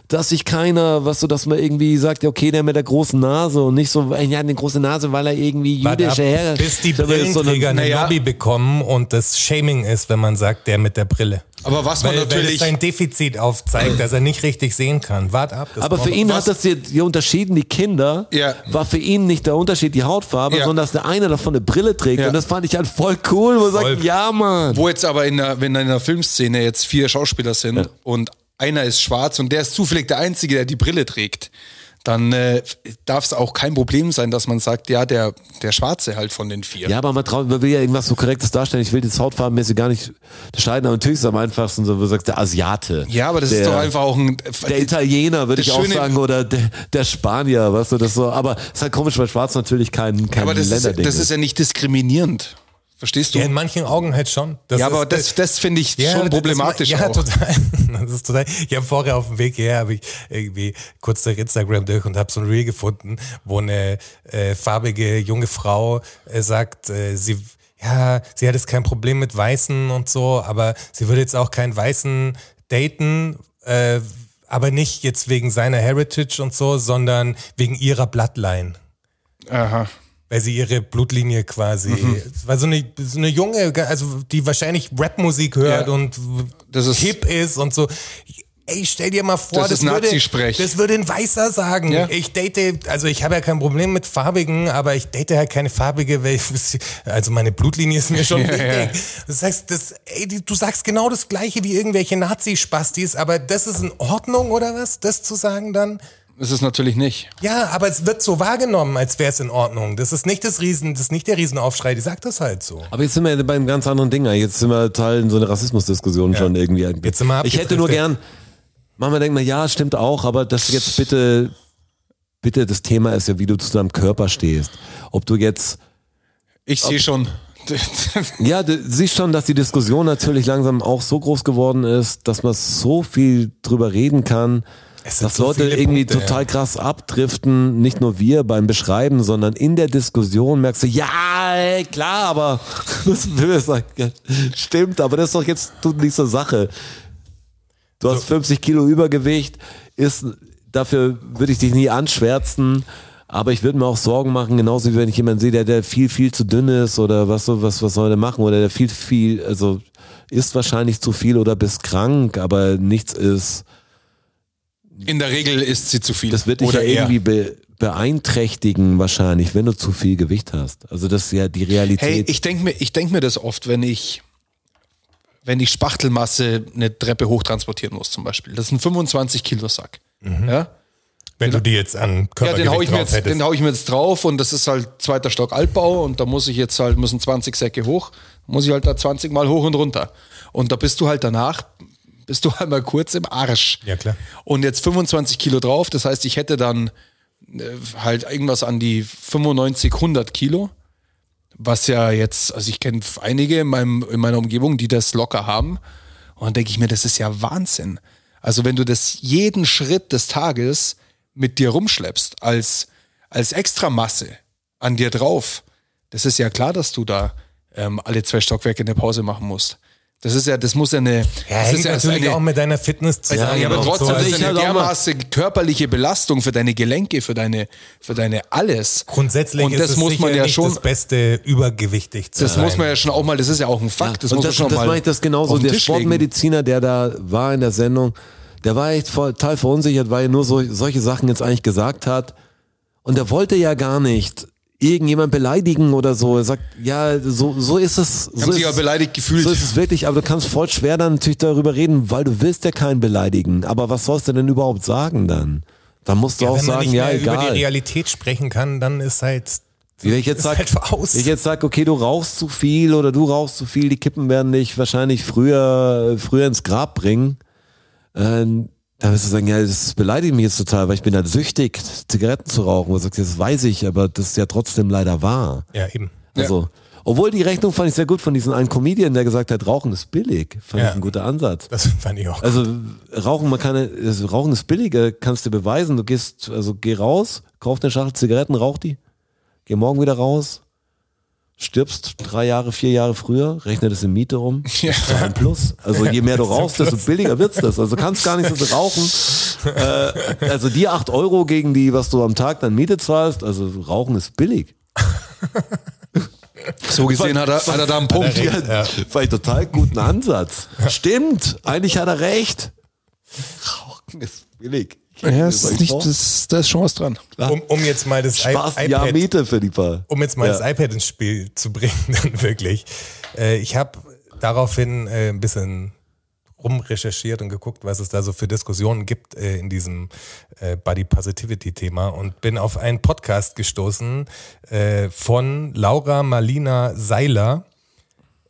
Speaker 4: Dass sich keiner, was so, dass man irgendwie sagt, ja, okay, der mit der großen Nase und nicht so, äh, ja, eine große Nase, weil er irgendwie
Speaker 5: Warte
Speaker 4: jüdische
Speaker 5: ab,
Speaker 4: Herr
Speaker 5: bis die
Speaker 4: sondern ist so eine-
Speaker 5: Brillenträger eine
Speaker 3: naja.
Speaker 5: Lobby bekommen und das Shaming ist, wenn man sagt, der mit der Brille.
Speaker 3: Aber was man
Speaker 5: Weil, weil es
Speaker 3: natürlich.
Speaker 5: sein Defizit aufzeigt, dass er nicht richtig sehen kann. Wart ab. das
Speaker 4: Aber für
Speaker 5: brauchen wir.
Speaker 4: ihn
Speaker 3: was-
Speaker 4: hat das die, die unterschieden, die Kinder,
Speaker 3: Ja.
Speaker 4: war für ihn nicht der Unterschied die Hautfarbe,
Speaker 3: Ja.
Speaker 4: sondern dass der eine davon eine Brille trägt.
Speaker 3: Ja.
Speaker 4: Und das fand ich halt voll cool, wo er sagt, ja, Mann.
Speaker 3: Wo jetzt aber in der, wenn in einer Filmszene jetzt vier Schauspieler sind und einer ist schwarz und der ist zufällig der Einzige, der die Brille trägt, dann äh, darf es auch kein Problem sein, dass man sagt, ja, der, der Schwarze halt von den vier.
Speaker 4: Ja, aber man, traut, man will ja irgendwas so Korrektes darstellen. Ich will das hautfarbenmäßig gar nicht unterscheiden, aber natürlich ist es am einfachsten, so, wo du sagst, der Asiate.
Speaker 3: Ja, aber das
Speaker 4: der,
Speaker 3: ist doch einfach auch ein.
Speaker 4: Der Italiener, würde
Speaker 3: Das
Speaker 4: ich auch
Speaker 3: Schöne-
Speaker 4: sagen, oder der, der Spanier, weißt du, das so. Aber es ist halt komisch, weil Schwarz natürlich kein, kein
Speaker 3: aber das ist,
Speaker 4: Länderding
Speaker 3: das ist ja nicht diskriminierend. Verstehst du?
Speaker 5: Ja, in manchen Augen halt schon. Das
Speaker 3: Ja,
Speaker 5: ist-
Speaker 3: aber das, das finde ich
Speaker 5: Ja,
Speaker 3: schon
Speaker 5: das-
Speaker 3: problematisch.
Speaker 5: Das, ja,
Speaker 3: auch.
Speaker 5: total. Das ist total. Ich habe vorher auf dem Weg hierher habe ich irgendwie kurz durch Instagram durch und habe so ein Reel gefunden, wo eine äh, farbige junge Frau äh, sagt, äh, sie ja, sie hat jetzt kein Problem mit Weißen und so, aber sie würde jetzt auch keinen Weißen daten, äh, aber nicht jetzt wegen seiner Heritage und so, sondern wegen ihrer Bloodline
Speaker 3: Aha.
Speaker 5: weil sie ihre Blutlinie quasi,
Speaker 3: Mhm.
Speaker 5: es war so eine, so eine junge, also die wahrscheinlich Rapmusik hört
Speaker 3: Ja.
Speaker 5: und
Speaker 3: Das ist-
Speaker 5: hip ist und so. Ey, stell dir mal vor,
Speaker 3: Das
Speaker 5: das,
Speaker 3: ist
Speaker 5: würde,
Speaker 3: Nazisprech.
Speaker 5: das würde ein Weißer sagen.
Speaker 3: Ja.
Speaker 5: Ich date, also ich habe ja kein Problem mit Farbigen, aber ich date halt keine Farbige, weil ich, also meine Blutlinie ist mir schon
Speaker 3: Ja,
Speaker 5: wichtig.
Speaker 3: ja.
Speaker 5: Das heißt, das, ey, die- du sagst genau das Gleiche wie irgendwelche Nazi-Spastis, aber das ist in Ordnung oder was, das zu sagen dann?
Speaker 3: Das ist natürlich nicht.
Speaker 5: Ja, aber es wird so wahrgenommen, als wäre es in Ordnung. Das ist nicht das Riesen, das ist nicht der Riesenaufschrei, die sagt das halt so.
Speaker 4: Aber jetzt sind wir bei einem ganz anderen Ding. eigentlich. Jetzt sind wir halt Teil in so einer Rassismusdiskussion schon irgendwie.
Speaker 5: Jetzt sind wir
Speaker 4: ich hätte nur gern, manchmal denkt man, ja, stimmt auch, aber das jetzt bitte, bitte, das Thema ist ja, wie du zu deinem Körper stehst. Ob du jetzt
Speaker 3: Ich sehe schon.
Speaker 4: Ja, du siehst schon, dass die Diskussion natürlich langsam auch so groß geworden ist, dass man so viel drüber reden kann,
Speaker 5: Es sind
Speaker 4: dass
Speaker 5: so
Speaker 4: Leute
Speaker 5: viele
Speaker 4: irgendwie
Speaker 5: Punkte,
Speaker 4: total krass abdriften. Nicht nur wir beim Beschreiben, sondern in der Diskussion merkst du, ja, ey, klar, aber das will ich sagen. Ja, Stimmt, aber das ist doch jetzt tut nichts zur Sache. Du hast 50 Kilo Übergewicht, ist, dafür würde ich dich nie anschwärzen. Aber ich würde mir auch Sorgen machen, genauso wie wenn ich jemanden sehe, der, der viel, viel zu dünn ist oder was so, was, was soll der machen oder der viel, viel, also isst wahrscheinlich zu viel oder bist krank, aber nichts ist.
Speaker 3: In der Regel ist sie zu viel.
Speaker 4: Das wird dich
Speaker 3: Oder
Speaker 4: ja
Speaker 3: eher.
Speaker 4: irgendwie be beeinträchtigen wahrscheinlich, wenn du zu viel Gewicht hast. Also das ist ja die Realität.
Speaker 3: Hey, ich denke mir, ich denk mir das oft, wenn ich, wenn ich Spachtelmasse eine Treppe hochtransportieren muss, zum Beispiel. Das ist ein 25 Kilo Sack.
Speaker 5: Mhm.
Speaker 3: Ja?
Speaker 5: Wenn du die jetzt an
Speaker 3: Ja,
Speaker 5: Körpergewicht
Speaker 3: den hau, ich mir
Speaker 5: drauf
Speaker 3: jetzt,
Speaker 5: hättest.
Speaker 3: den hau ich mir jetzt drauf und das ist halt zweiter Stock Altbau und da muss ich jetzt halt, müssen 20 Säcke hoch, muss ich halt da 20 Mal hoch und runter. Und da bist du halt danach, bist du einmal kurz im Arsch.
Speaker 5: Ja, klar.
Speaker 3: Und jetzt 25 Kilo drauf, das heißt, ich hätte dann äh, halt irgendwas an die 95, 100 Kilo, was ja jetzt, also ich kenne einige in, meinem, in meiner Umgebung, die das locker haben. Und dann denke ich mir, das ist ja Wahnsinn. Also wenn du das jeden Schritt des Tages mit dir rumschleppst, als, als Extramasse an dir drauf, das ist ja klar, dass du da ähm, alle zwei Stockwerke eine Pause machen musst. Das ist ja, das muss ja eine.
Speaker 5: Ja,
Speaker 3: das
Speaker 5: hängt
Speaker 3: ist ja
Speaker 5: natürlich
Speaker 3: eine,
Speaker 5: auch mit deiner Fitness
Speaker 3: ja,
Speaker 5: zusammen.
Speaker 3: aber
Speaker 5: und
Speaker 3: trotzdem
Speaker 5: so.
Speaker 3: das
Speaker 5: Also
Speaker 3: ist
Speaker 5: ich
Speaker 3: ja eine
Speaker 5: halt auch mal-
Speaker 3: dermaßen körperliche Belastung für deine Gelenke, für deine, für deine alles.
Speaker 5: Grundsätzlich
Speaker 3: und das
Speaker 5: ist es
Speaker 3: muss man
Speaker 5: sicher
Speaker 3: ja
Speaker 5: nicht
Speaker 3: schon,
Speaker 5: das Beste, übergewichtig zu
Speaker 3: das
Speaker 5: sein.
Speaker 3: muss man ja schon auch mal, das ist ja auch ein Fakt, das
Speaker 4: und
Speaker 3: muss
Speaker 4: das,
Speaker 3: man schon
Speaker 4: das
Speaker 3: mal.
Speaker 4: meine ich das genauso.
Speaker 3: auf den
Speaker 4: Der
Speaker 3: Tisch legen.
Speaker 4: Sportmediziner, der da war in der Sendung, der war echt voll- total verunsichert, weil er nur so, solche Sachen jetzt eigentlich gesagt hat. Und er wollte ja gar nicht irgendjemand beleidigen oder so. Er sagt, ja, so, so ist es. So
Speaker 3: Haben sich
Speaker 4: ist
Speaker 3: ja
Speaker 4: es.
Speaker 3: beleidigt gefühlt.
Speaker 4: So ist es wirklich, aber du kannst voll schwer dann natürlich darüber reden, weil du willst ja keinen beleidigen. Aber was sollst du denn überhaupt sagen dann? Dann musst du
Speaker 5: Ja,
Speaker 4: auch
Speaker 5: wenn man
Speaker 4: sagen,
Speaker 5: nicht
Speaker 4: ja,
Speaker 5: mehr über die
Speaker 4: egal.
Speaker 5: Realität sprechen kann, dann ist halt
Speaker 4: Wenn ich jetzt
Speaker 5: ist
Speaker 4: sag,
Speaker 5: halt aus.
Speaker 4: wenn ich jetzt sag, okay, du rauchst zu viel oder du rauchst zu viel, die Kippen werden dich wahrscheinlich früher, früher ins Grab bringen, ähm, dann wirst du sagen, ja, das beleidigt mich jetzt total, weil ich bin halt süchtig, Zigaretten zu rauchen. Und du sagst, das weiß ich, aber das ist ja trotzdem leider wahr.
Speaker 5: ja eben.
Speaker 4: Also, obwohl die Rechnung fand ich sehr gut von diesem einen Comedian, der gesagt hat, Rauchen ist billig. Fand
Speaker 5: Ja.
Speaker 4: ich ein guter Ansatz.
Speaker 5: Das fand ich auch.
Speaker 4: Also Rauchen, man kann, also, Rauchen ist billiger, kannst du beweisen. Du gehst, also geh raus, kauf eine Schachtel Zigaretten, rauch die, geh morgen wieder raus, stirbst drei Jahre, vier Jahre früher, rechne das in Miete um, ja. ist doch ein Plus. Also je mehr du rauchst, desto billiger wird's das. Also kannst gar nicht so viel rauchen. Äh, also die acht Euro gegen die, was du am Tag dann Miete zahlst, also Rauchen ist billig.
Speaker 3: So gesehen hat er, hat er da einen Punkt.
Speaker 4: Ja, Fand ich total guten Ansatz. Stimmt, eigentlich hat er recht. Rauchen ist billig.
Speaker 3: Ja, es ist nicht, das, da ist schon was dran.
Speaker 5: Um, um jetzt mal das I-
Speaker 4: Spaß ein Jahr Miete für die Paar.
Speaker 5: um jetzt mal
Speaker 4: Ja.
Speaker 5: das iPad ins Spiel zu bringen, dann wirklich. Äh, ich habe daraufhin äh, ein bisschen rumrecherchiert und geguckt, was es da so für Diskussionen gibt äh, in diesem äh, Body Positivity Thema und bin auf einen Podcast gestoßen äh, von Laura Marlina Seiler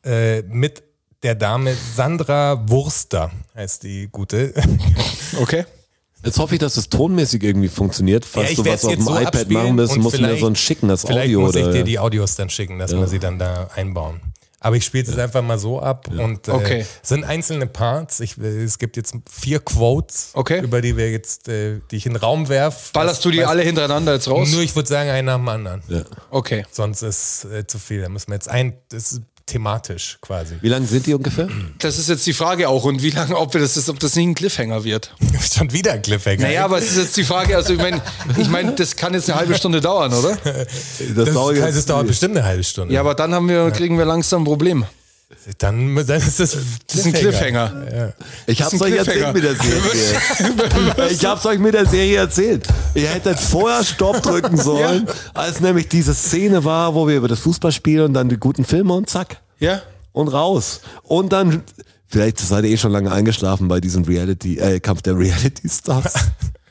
Speaker 5: äh, mit der Dame Sandra Wurster, heißt die gute.
Speaker 3: Okay.
Speaker 4: Jetzt hoffe ich, dass das tonmäßig irgendwie funktioniert. Falls
Speaker 5: Ja, ich
Speaker 4: du
Speaker 5: werd's
Speaker 4: was auf
Speaker 5: jetzt
Speaker 4: dem
Speaker 5: so
Speaker 4: iPad
Speaker 5: abspielen
Speaker 4: machen willst,
Speaker 5: und
Speaker 4: musst du mir
Speaker 5: vielleicht-
Speaker 4: so ein schicken, das
Speaker 5: Vielleicht
Speaker 4: Audio
Speaker 5: muss ich
Speaker 4: oder.
Speaker 5: dir die Audios dann schicken, dass wir sie dann da einbauen. Aber ich spiele es jetzt einfach mal so ab und äh,
Speaker 3: Okay.
Speaker 5: es sind einzelne Parts. Ich, äh, es gibt jetzt vier Quotes,
Speaker 3: Okay.
Speaker 5: über die wir jetzt, äh, die ich in den Raum werfe.
Speaker 3: Ballerst du die alle hintereinander jetzt raus?
Speaker 5: Nur ich würde sagen, einen nach dem anderen.
Speaker 3: Okay.
Speaker 5: Sonst ist äh, zu viel. Da müssen wir jetzt ein, das ist thematisch quasi.
Speaker 4: Wie lang sind die ungefähr?
Speaker 3: Das ist jetzt die Frage auch und wie lange, ob wir das ist, ob das nicht ein Cliffhanger wird.
Speaker 5: Schon wieder ein Cliffhanger.
Speaker 3: Naja, aber es ist jetzt die Frage, also ich meine, ich meine, das kann jetzt eine halbe Stunde dauern, oder?
Speaker 5: das, das, das dauert bestimmt eine halbe Stunde.
Speaker 3: Ja, aber dann haben wir, kriegen wir langsam ein Problem.
Speaker 5: dann, dann ist das,
Speaker 3: Das ist ein Cliffhanger.
Speaker 4: ich hab's
Speaker 3: ist ein
Speaker 4: euch erzählt
Speaker 3: Cliffhanger.
Speaker 4: mit der Serie. ich hab's euch mit der Serie erzählt. Ihr hättet vorher Stopp drücken sollen, als nämlich diese Szene war, wo wir über das Fußball spielen und dann die guten Filme und zack.
Speaker 3: Ja?
Speaker 4: und raus. Und dann, vielleicht seid ihr eh schon lange eingeschlafen bei diesem Reality, äh, Kampf der Reality Stars.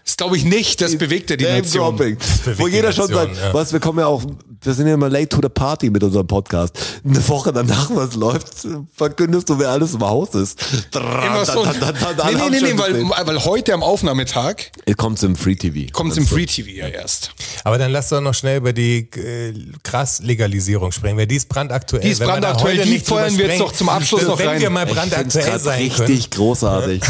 Speaker 3: Das glaube ich nicht, das bewegt ja die
Speaker 4: Name
Speaker 3: Nation.
Speaker 4: Dropping. Wo
Speaker 5: die
Speaker 4: jeder schon
Speaker 5: Nation,
Speaker 4: sagt,
Speaker 5: ja.
Speaker 4: was, wir kommen ja auch wir sind ja immer late to the party mit unserem Podcast. Eine Woche danach, was läuft, verkündest du, wer alles im Haus ist. Ah,
Speaker 3: Immer so. Nee, nee, nee, nee weil, weil heute am Aufnahmetag
Speaker 4: Kommt im Free TV.
Speaker 3: kommt es im Free TV ja erst.
Speaker 5: Aber dann lass doch noch schnell über die äh, krass Legalisierung sprechen, weil die ist brandaktuell.
Speaker 3: Die ist
Speaker 5: Wenn wir da
Speaker 3: brandaktuell,
Speaker 5: heute
Speaker 3: die
Speaker 5: nicht drüber
Speaker 3: feuern wir jetzt
Speaker 5: sprechen,
Speaker 3: doch zum Abschluss noch
Speaker 5: Wenn
Speaker 3: rein.
Speaker 5: wir mal
Speaker 4: Ich
Speaker 5: brandaktuell
Speaker 4: find's
Speaker 5: sein
Speaker 4: grad
Speaker 5: können.
Speaker 4: richtig großartig.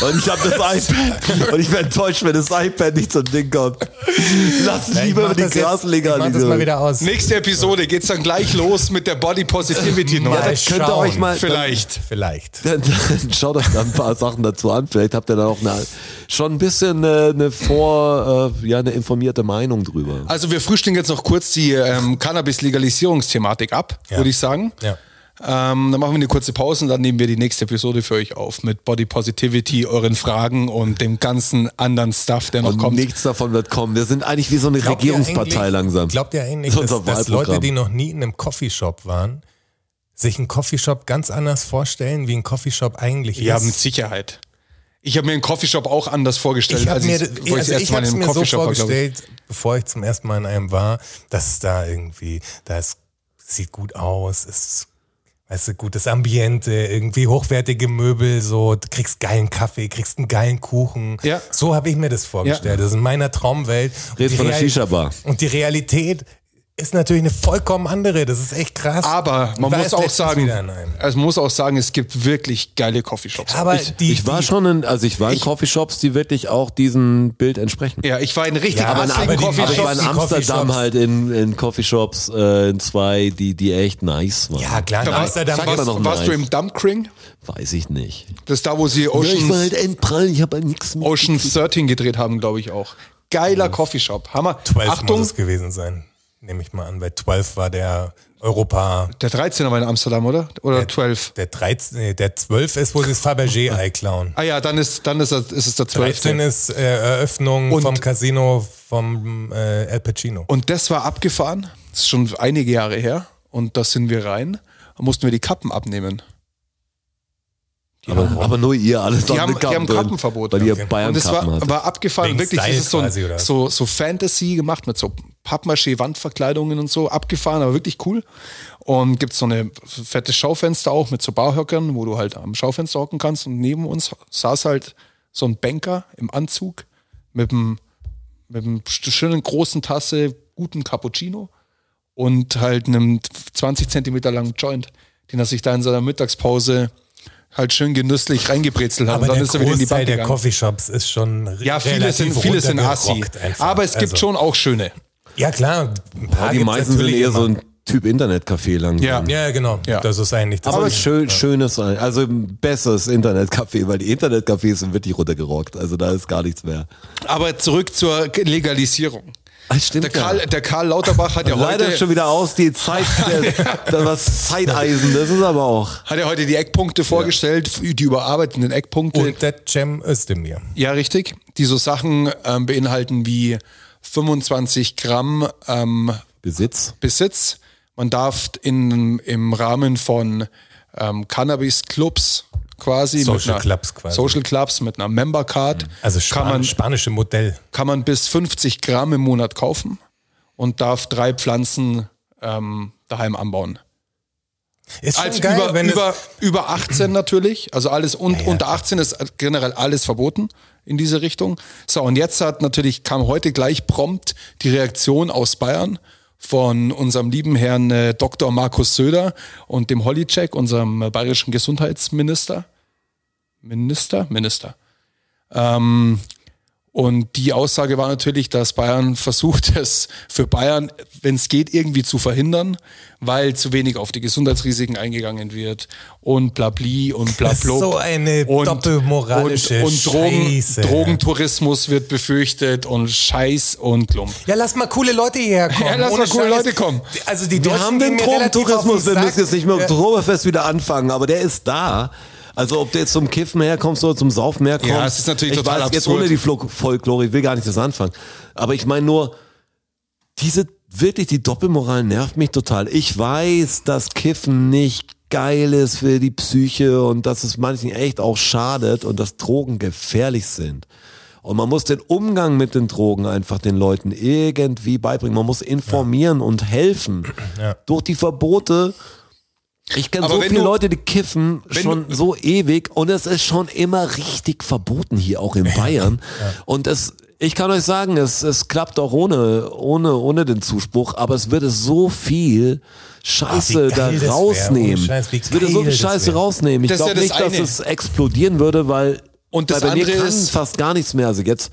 Speaker 4: und ich habe das iPad. Und ich wäre enttäuscht, wenn das iPad nicht zum Ding kommt. Lass es
Speaker 5: Ja, ich
Speaker 4: lieber
Speaker 5: mach
Speaker 4: über die
Speaker 5: das jetzt- Ich mach das
Speaker 4: Graslegalisierung.
Speaker 5: mal wieder aus.
Speaker 3: Nächste Episode geht's dann gleich los mit der Body Positivity
Speaker 5: Mal
Speaker 3: Nummer.
Speaker 4: könnt ihr
Speaker 5: schauen.
Speaker 4: euch mal-
Speaker 3: Vielleicht.
Speaker 5: Vielleicht.
Speaker 4: Dann, dann schaut euch da ein paar Sachen dazu an. Vielleicht habt ihr da auch eine, schon ein bisschen äh, eine vor, äh, ja, eine informierte Meinung drüber.
Speaker 3: Also wir frühstücken jetzt noch kurz die ähm, Cannabis-Legalisierungsthematik ab,
Speaker 5: Ja.
Speaker 3: würde ich sagen.
Speaker 5: Ja.
Speaker 3: Ähm, dann machen wir eine kurze Pause und dann nehmen wir die nächste Episode für euch auf mit Body Positivity, euren Fragen und dem ganzen anderen Stuff, der noch
Speaker 4: Und
Speaker 3: kommt.
Speaker 4: nichts davon wird kommen. Wir sind eigentlich wie so eine
Speaker 5: Glaubt ihr
Speaker 4: Regierungspartei
Speaker 5: eigentlich-
Speaker 4: langsam.
Speaker 5: Glaubt ihr eigentlich,
Speaker 4: Das
Speaker 5: dass,
Speaker 4: ist unser
Speaker 5: dass Leute,
Speaker 4: Wahlprogramm.
Speaker 5: die noch nie in einem Coffeeshop waren, sich einen Coffeeshop ganz anders vorstellen, wie ein Coffeeshop eigentlich
Speaker 3: Ja, mit
Speaker 5: ist?
Speaker 3: Sicherheit. Ich habe mir einen Coffeeshop auch anders vorgestellt,
Speaker 5: Ich habe
Speaker 3: als
Speaker 5: mir,
Speaker 3: ich, wo
Speaker 5: also
Speaker 3: ich
Speaker 5: ich
Speaker 3: erst mal in
Speaker 5: hab's
Speaker 3: einem
Speaker 5: mir so
Speaker 3: Coffeeshop war, glaube ich.
Speaker 5: vorgestellt, bevor ich zum ersten Mal in einem war, dass es da irgendwie, da ist, sieht gut aus, ist, weißt du, gutes Ambiente, irgendwie hochwertige Möbel, so, du kriegst geilen Kaffee, kriegst einen geilen Kuchen.
Speaker 3: Ja.
Speaker 5: So habe ich mir das vorgestellt. Das ist in meiner Traumwelt. Und
Speaker 4: Redest
Speaker 5: die
Speaker 4: von der
Speaker 5: Real-
Speaker 4: Shisha-Bar.
Speaker 5: Und die Realität ist natürlich eine vollkommen andere. Das ist echt krass.
Speaker 3: Aber man
Speaker 5: Ich war
Speaker 3: muss
Speaker 5: erst
Speaker 3: auch
Speaker 5: letztens
Speaker 3: sagen,
Speaker 5: wieder in einem.
Speaker 3: also man muss auch sagen, es gibt wirklich geile Coffeeshops.
Speaker 5: aber die,
Speaker 4: ich war
Speaker 5: die,
Speaker 4: schon in, also ich war in Coffeeshops, die wirklich auch diesem Bild entsprechen.
Speaker 3: ja, ich war in richtig
Speaker 5: Ja,
Speaker 3: ja,
Speaker 5: aber in
Speaker 3: hassigen
Speaker 5: Aberdeen-
Speaker 4: Aber ich war in
Speaker 3: Coffeeshops.
Speaker 5: die
Speaker 4: Amsterdam
Speaker 5: Coffeeshops.
Speaker 4: halt in, in Coffeeshops, äh, in zwei, die, die echt nice waren.
Speaker 5: ja, klar, in
Speaker 3: Da warst,
Speaker 5: Amsterdam
Speaker 4: sag
Speaker 5: war
Speaker 4: mal
Speaker 5: es-
Speaker 4: noch
Speaker 3: warst, warst du
Speaker 4: nice.
Speaker 3: im Dumpkring?
Speaker 4: Weiß ich nicht.
Speaker 3: Das ist da, wo sie
Speaker 4: Ja, ich war
Speaker 3: Oceans,
Speaker 4: halt endprall, ich habe halt nichts mit.
Speaker 3: Oceans 13 gedreht haben, glaube ich auch. Geiler Coffeeshop. Hammer.
Speaker 5: 12
Speaker 3: Achtung,
Speaker 5: muss es gewesen sein, nehme ich mal an, weil 12 war der Europa,
Speaker 3: der 13er war in Amsterdam, oder? Oder 12?
Speaker 5: der 13, nee, der 12 ist, wo sie das Fabergé-Ei klauen.
Speaker 3: Ah ja, dann ist, dann ist, das- ist es der 12.
Speaker 5: 13 ist äh, Eröffnung
Speaker 3: Und-
Speaker 5: vom Casino vom äh, El Pacino.
Speaker 3: Und das war abgefahren. Das ist schon einige Jahre her. Und da sind wir rein. Da mussten wir die Kappen abnehmen.
Speaker 4: aber, aber nur ihr alles
Speaker 3: Die
Speaker 4: habt
Speaker 3: haben,
Speaker 4: mit
Speaker 3: die haben
Speaker 4: drin,
Speaker 3: Kappenverbot.
Speaker 4: Weil ihr
Speaker 5: Okay.
Speaker 4: Bayern
Speaker 3: und das
Speaker 4: Kappen
Speaker 3: war,
Speaker 4: hattet.
Speaker 3: war abgefahren,
Speaker 5: Wegen
Speaker 3: wirklich. Das
Speaker 5: Style
Speaker 3: ist so, ein,
Speaker 5: quasi, oder?
Speaker 3: so, so Fantasy gemacht mit so Pappmaché-Wandverkleidungen und so. Abgefahren, aber wirklich cool. Und gibt so eine fette Schaufenster auch mit so Barhöckern, wo du halt am Schaufenster hocken kannst. Und neben uns saß halt so ein Banker im Anzug mit einem mit einem schönen großen Tasse, guten Cappuccino und halt einem 20 Zentimeter langen Joint, den er sich da in seiner Mittagspause halt schön genüsslich reingebrezelt hat.
Speaker 5: Aber
Speaker 3: und dann
Speaker 5: der
Speaker 3: ist er wieder in die
Speaker 5: Großteil
Speaker 3: Bank
Speaker 5: der
Speaker 3: gegangen.
Speaker 5: Coffeeshops ist schon re-
Speaker 3: ja, viele
Speaker 5: relativ
Speaker 3: sind, viele sind assi.
Speaker 5: runtergerockt einfach.
Speaker 3: Aber es gibt
Speaker 5: Also,
Speaker 3: schon auch schöne.
Speaker 5: Ja, klar. ein paar
Speaker 4: ja, die
Speaker 5: gibt's
Speaker 4: meisten sind
Speaker 5: natürlich
Speaker 4: eher
Speaker 5: immer.
Speaker 4: so ein Typ Internetcafé langsam.
Speaker 3: Ja.
Speaker 5: Ja, genau.
Speaker 3: Ja.
Speaker 5: Das ist eigentlich das.
Speaker 4: Aber
Speaker 5: Ding.
Speaker 4: schön, schönes, also ein besseres Internetcafé, weil die Internetcafés sind wirklich runtergerockt. Also da ist gar nichts mehr.
Speaker 3: Aber zurück zur Legalisierung.
Speaker 4: Ah, stimmt
Speaker 3: Der Karl, der Karl Lauterbach hat ja,
Speaker 4: Leider
Speaker 3: heute,
Speaker 4: schon wieder aus, die Zeit, der, das Zeiteisen, das ist aber auch.
Speaker 3: hat ja heute die Eckpunkte vorgestellt, die überarbeitenden Eckpunkte.
Speaker 5: Und der Cem Özdemir.
Speaker 3: Ja, richtig. Die so Sachen ähm, beinhalten wie 25 Gramm ähm,
Speaker 4: Besitz.
Speaker 3: Besitz. Man darf in, im Rahmen von ähm, Cannabis-Clubs quasi
Speaker 5: Social Clubs quasi.
Speaker 3: Social Clubs mit einer Member-Card
Speaker 5: Also
Speaker 3: kann,
Speaker 5: Span
Speaker 3: man,
Speaker 5: spanische Modell.
Speaker 3: kann man bis 50 Gramm im Monat kaufen und darf drei Pflanzen ähm, daheim anbauen.
Speaker 5: Ist schon
Speaker 3: Als
Speaker 5: geil,
Speaker 3: über,
Speaker 5: wenn
Speaker 3: über,
Speaker 5: es,
Speaker 3: über 18 natürlich, also alles un,
Speaker 5: ja.
Speaker 3: unter 18 ist generell alles verboten in diese Richtung. So, und jetzt hat natürlich, kam heute gleich prompt die Reaktion aus Bayern von unserem lieben Herrn äh, Dr. Markus Söder und dem Hollycheck, unserem äh, bayerischen Gesundheitsminister. Minister? Minister. Ähm, und die Aussage war natürlich, dass Bayern versucht, es für Bayern, wenn es geht, irgendwie zu verhindern, weil zu wenig auf die Gesundheitsrisiken eingegangen wird und blabli und
Speaker 5: Das ist
Speaker 3: blablub.
Speaker 5: so eine
Speaker 3: und,
Speaker 5: doppelmoralische
Speaker 3: und, und Drogen,
Speaker 5: Scheiße.
Speaker 3: Drogentourismus wird befürchtet und Scheiß und Klump.
Speaker 5: Ja, lass mal coole Leute hierher kommen.
Speaker 3: Ja, lass mal
Speaker 5: Ohne
Speaker 3: coole
Speaker 5: Scheiß.
Speaker 3: Leute kommen.
Speaker 5: Also die
Speaker 4: Wir
Speaker 5: Deutschen
Speaker 4: haben den
Speaker 5: gehen mir relativ auf
Speaker 4: Drogentourismus,
Speaker 5: den
Speaker 4: wir
Speaker 5: Sack.
Speaker 4: müssen jetzt nicht mehr mit
Speaker 5: Ja.
Speaker 4: dem Oktoberfest wieder anfangen, aber der ist da. Also ob du jetzt zum Kiffen herkommst oder zum Saufen herkommst.
Speaker 3: Ja, es ist natürlich
Speaker 4: ich
Speaker 3: total
Speaker 4: weiß, Jetzt
Speaker 3: absurd.
Speaker 4: ohne die Fol- Folklore, ich will gar nicht das anfangen. Aber ich meine nur, diese, wirklich die Doppelmoral nervt mich total. Ich weiß, dass Kiffen nicht geil ist für die Psyche und dass es manchen echt auch schadet und dass Drogen gefährlich sind. Und man muss den Umgang mit den Drogen einfach den Leuten irgendwie beibringen. Man muss informieren und helfen. Durch die Verbote. Ich kenne
Speaker 3: Aber
Speaker 4: so
Speaker 3: wenn
Speaker 4: viele
Speaker 3: du-
Speaker 4: Leute, die kiffen schon
Speaker 3: du-
Speaker 4: so ewig und es ist schon immer richtig verboten hier auch in Bayern. Und es, ich kann euch sagen, es, es klappt auch ohne, ohne, ohne den Zuspruch, aber es würde so viel Scheiße
Speaker 5: Ach, wie geil das
Speaker 4: da
Speaker 5: wär.
Speaker 4: rausnehmen.
Speaker 5: Ohne Scheiß, wie
Speaker 4: es würde so
Speaker 5: geil
Speaker 4: viel
Speaker 5: das
Speaker 4: Scheiße
Speaker 5: wär.
Speaker 4: rausnehmen. Ich
Speaker 3: Das ist
Speaker 4: glaube
Speaker 3: ja das
Speaker 4: nicht, dass
Speaker 3: eine.
Speaker 4: es explodieren würde, weil,
Speaker 3: Und das
Speaker 4: weil bei mir
Speaker 3: andere
Speaker 4: kann
Speaker 3: ist-
Speaker 4: fast gar nichts mehr. Also jetzt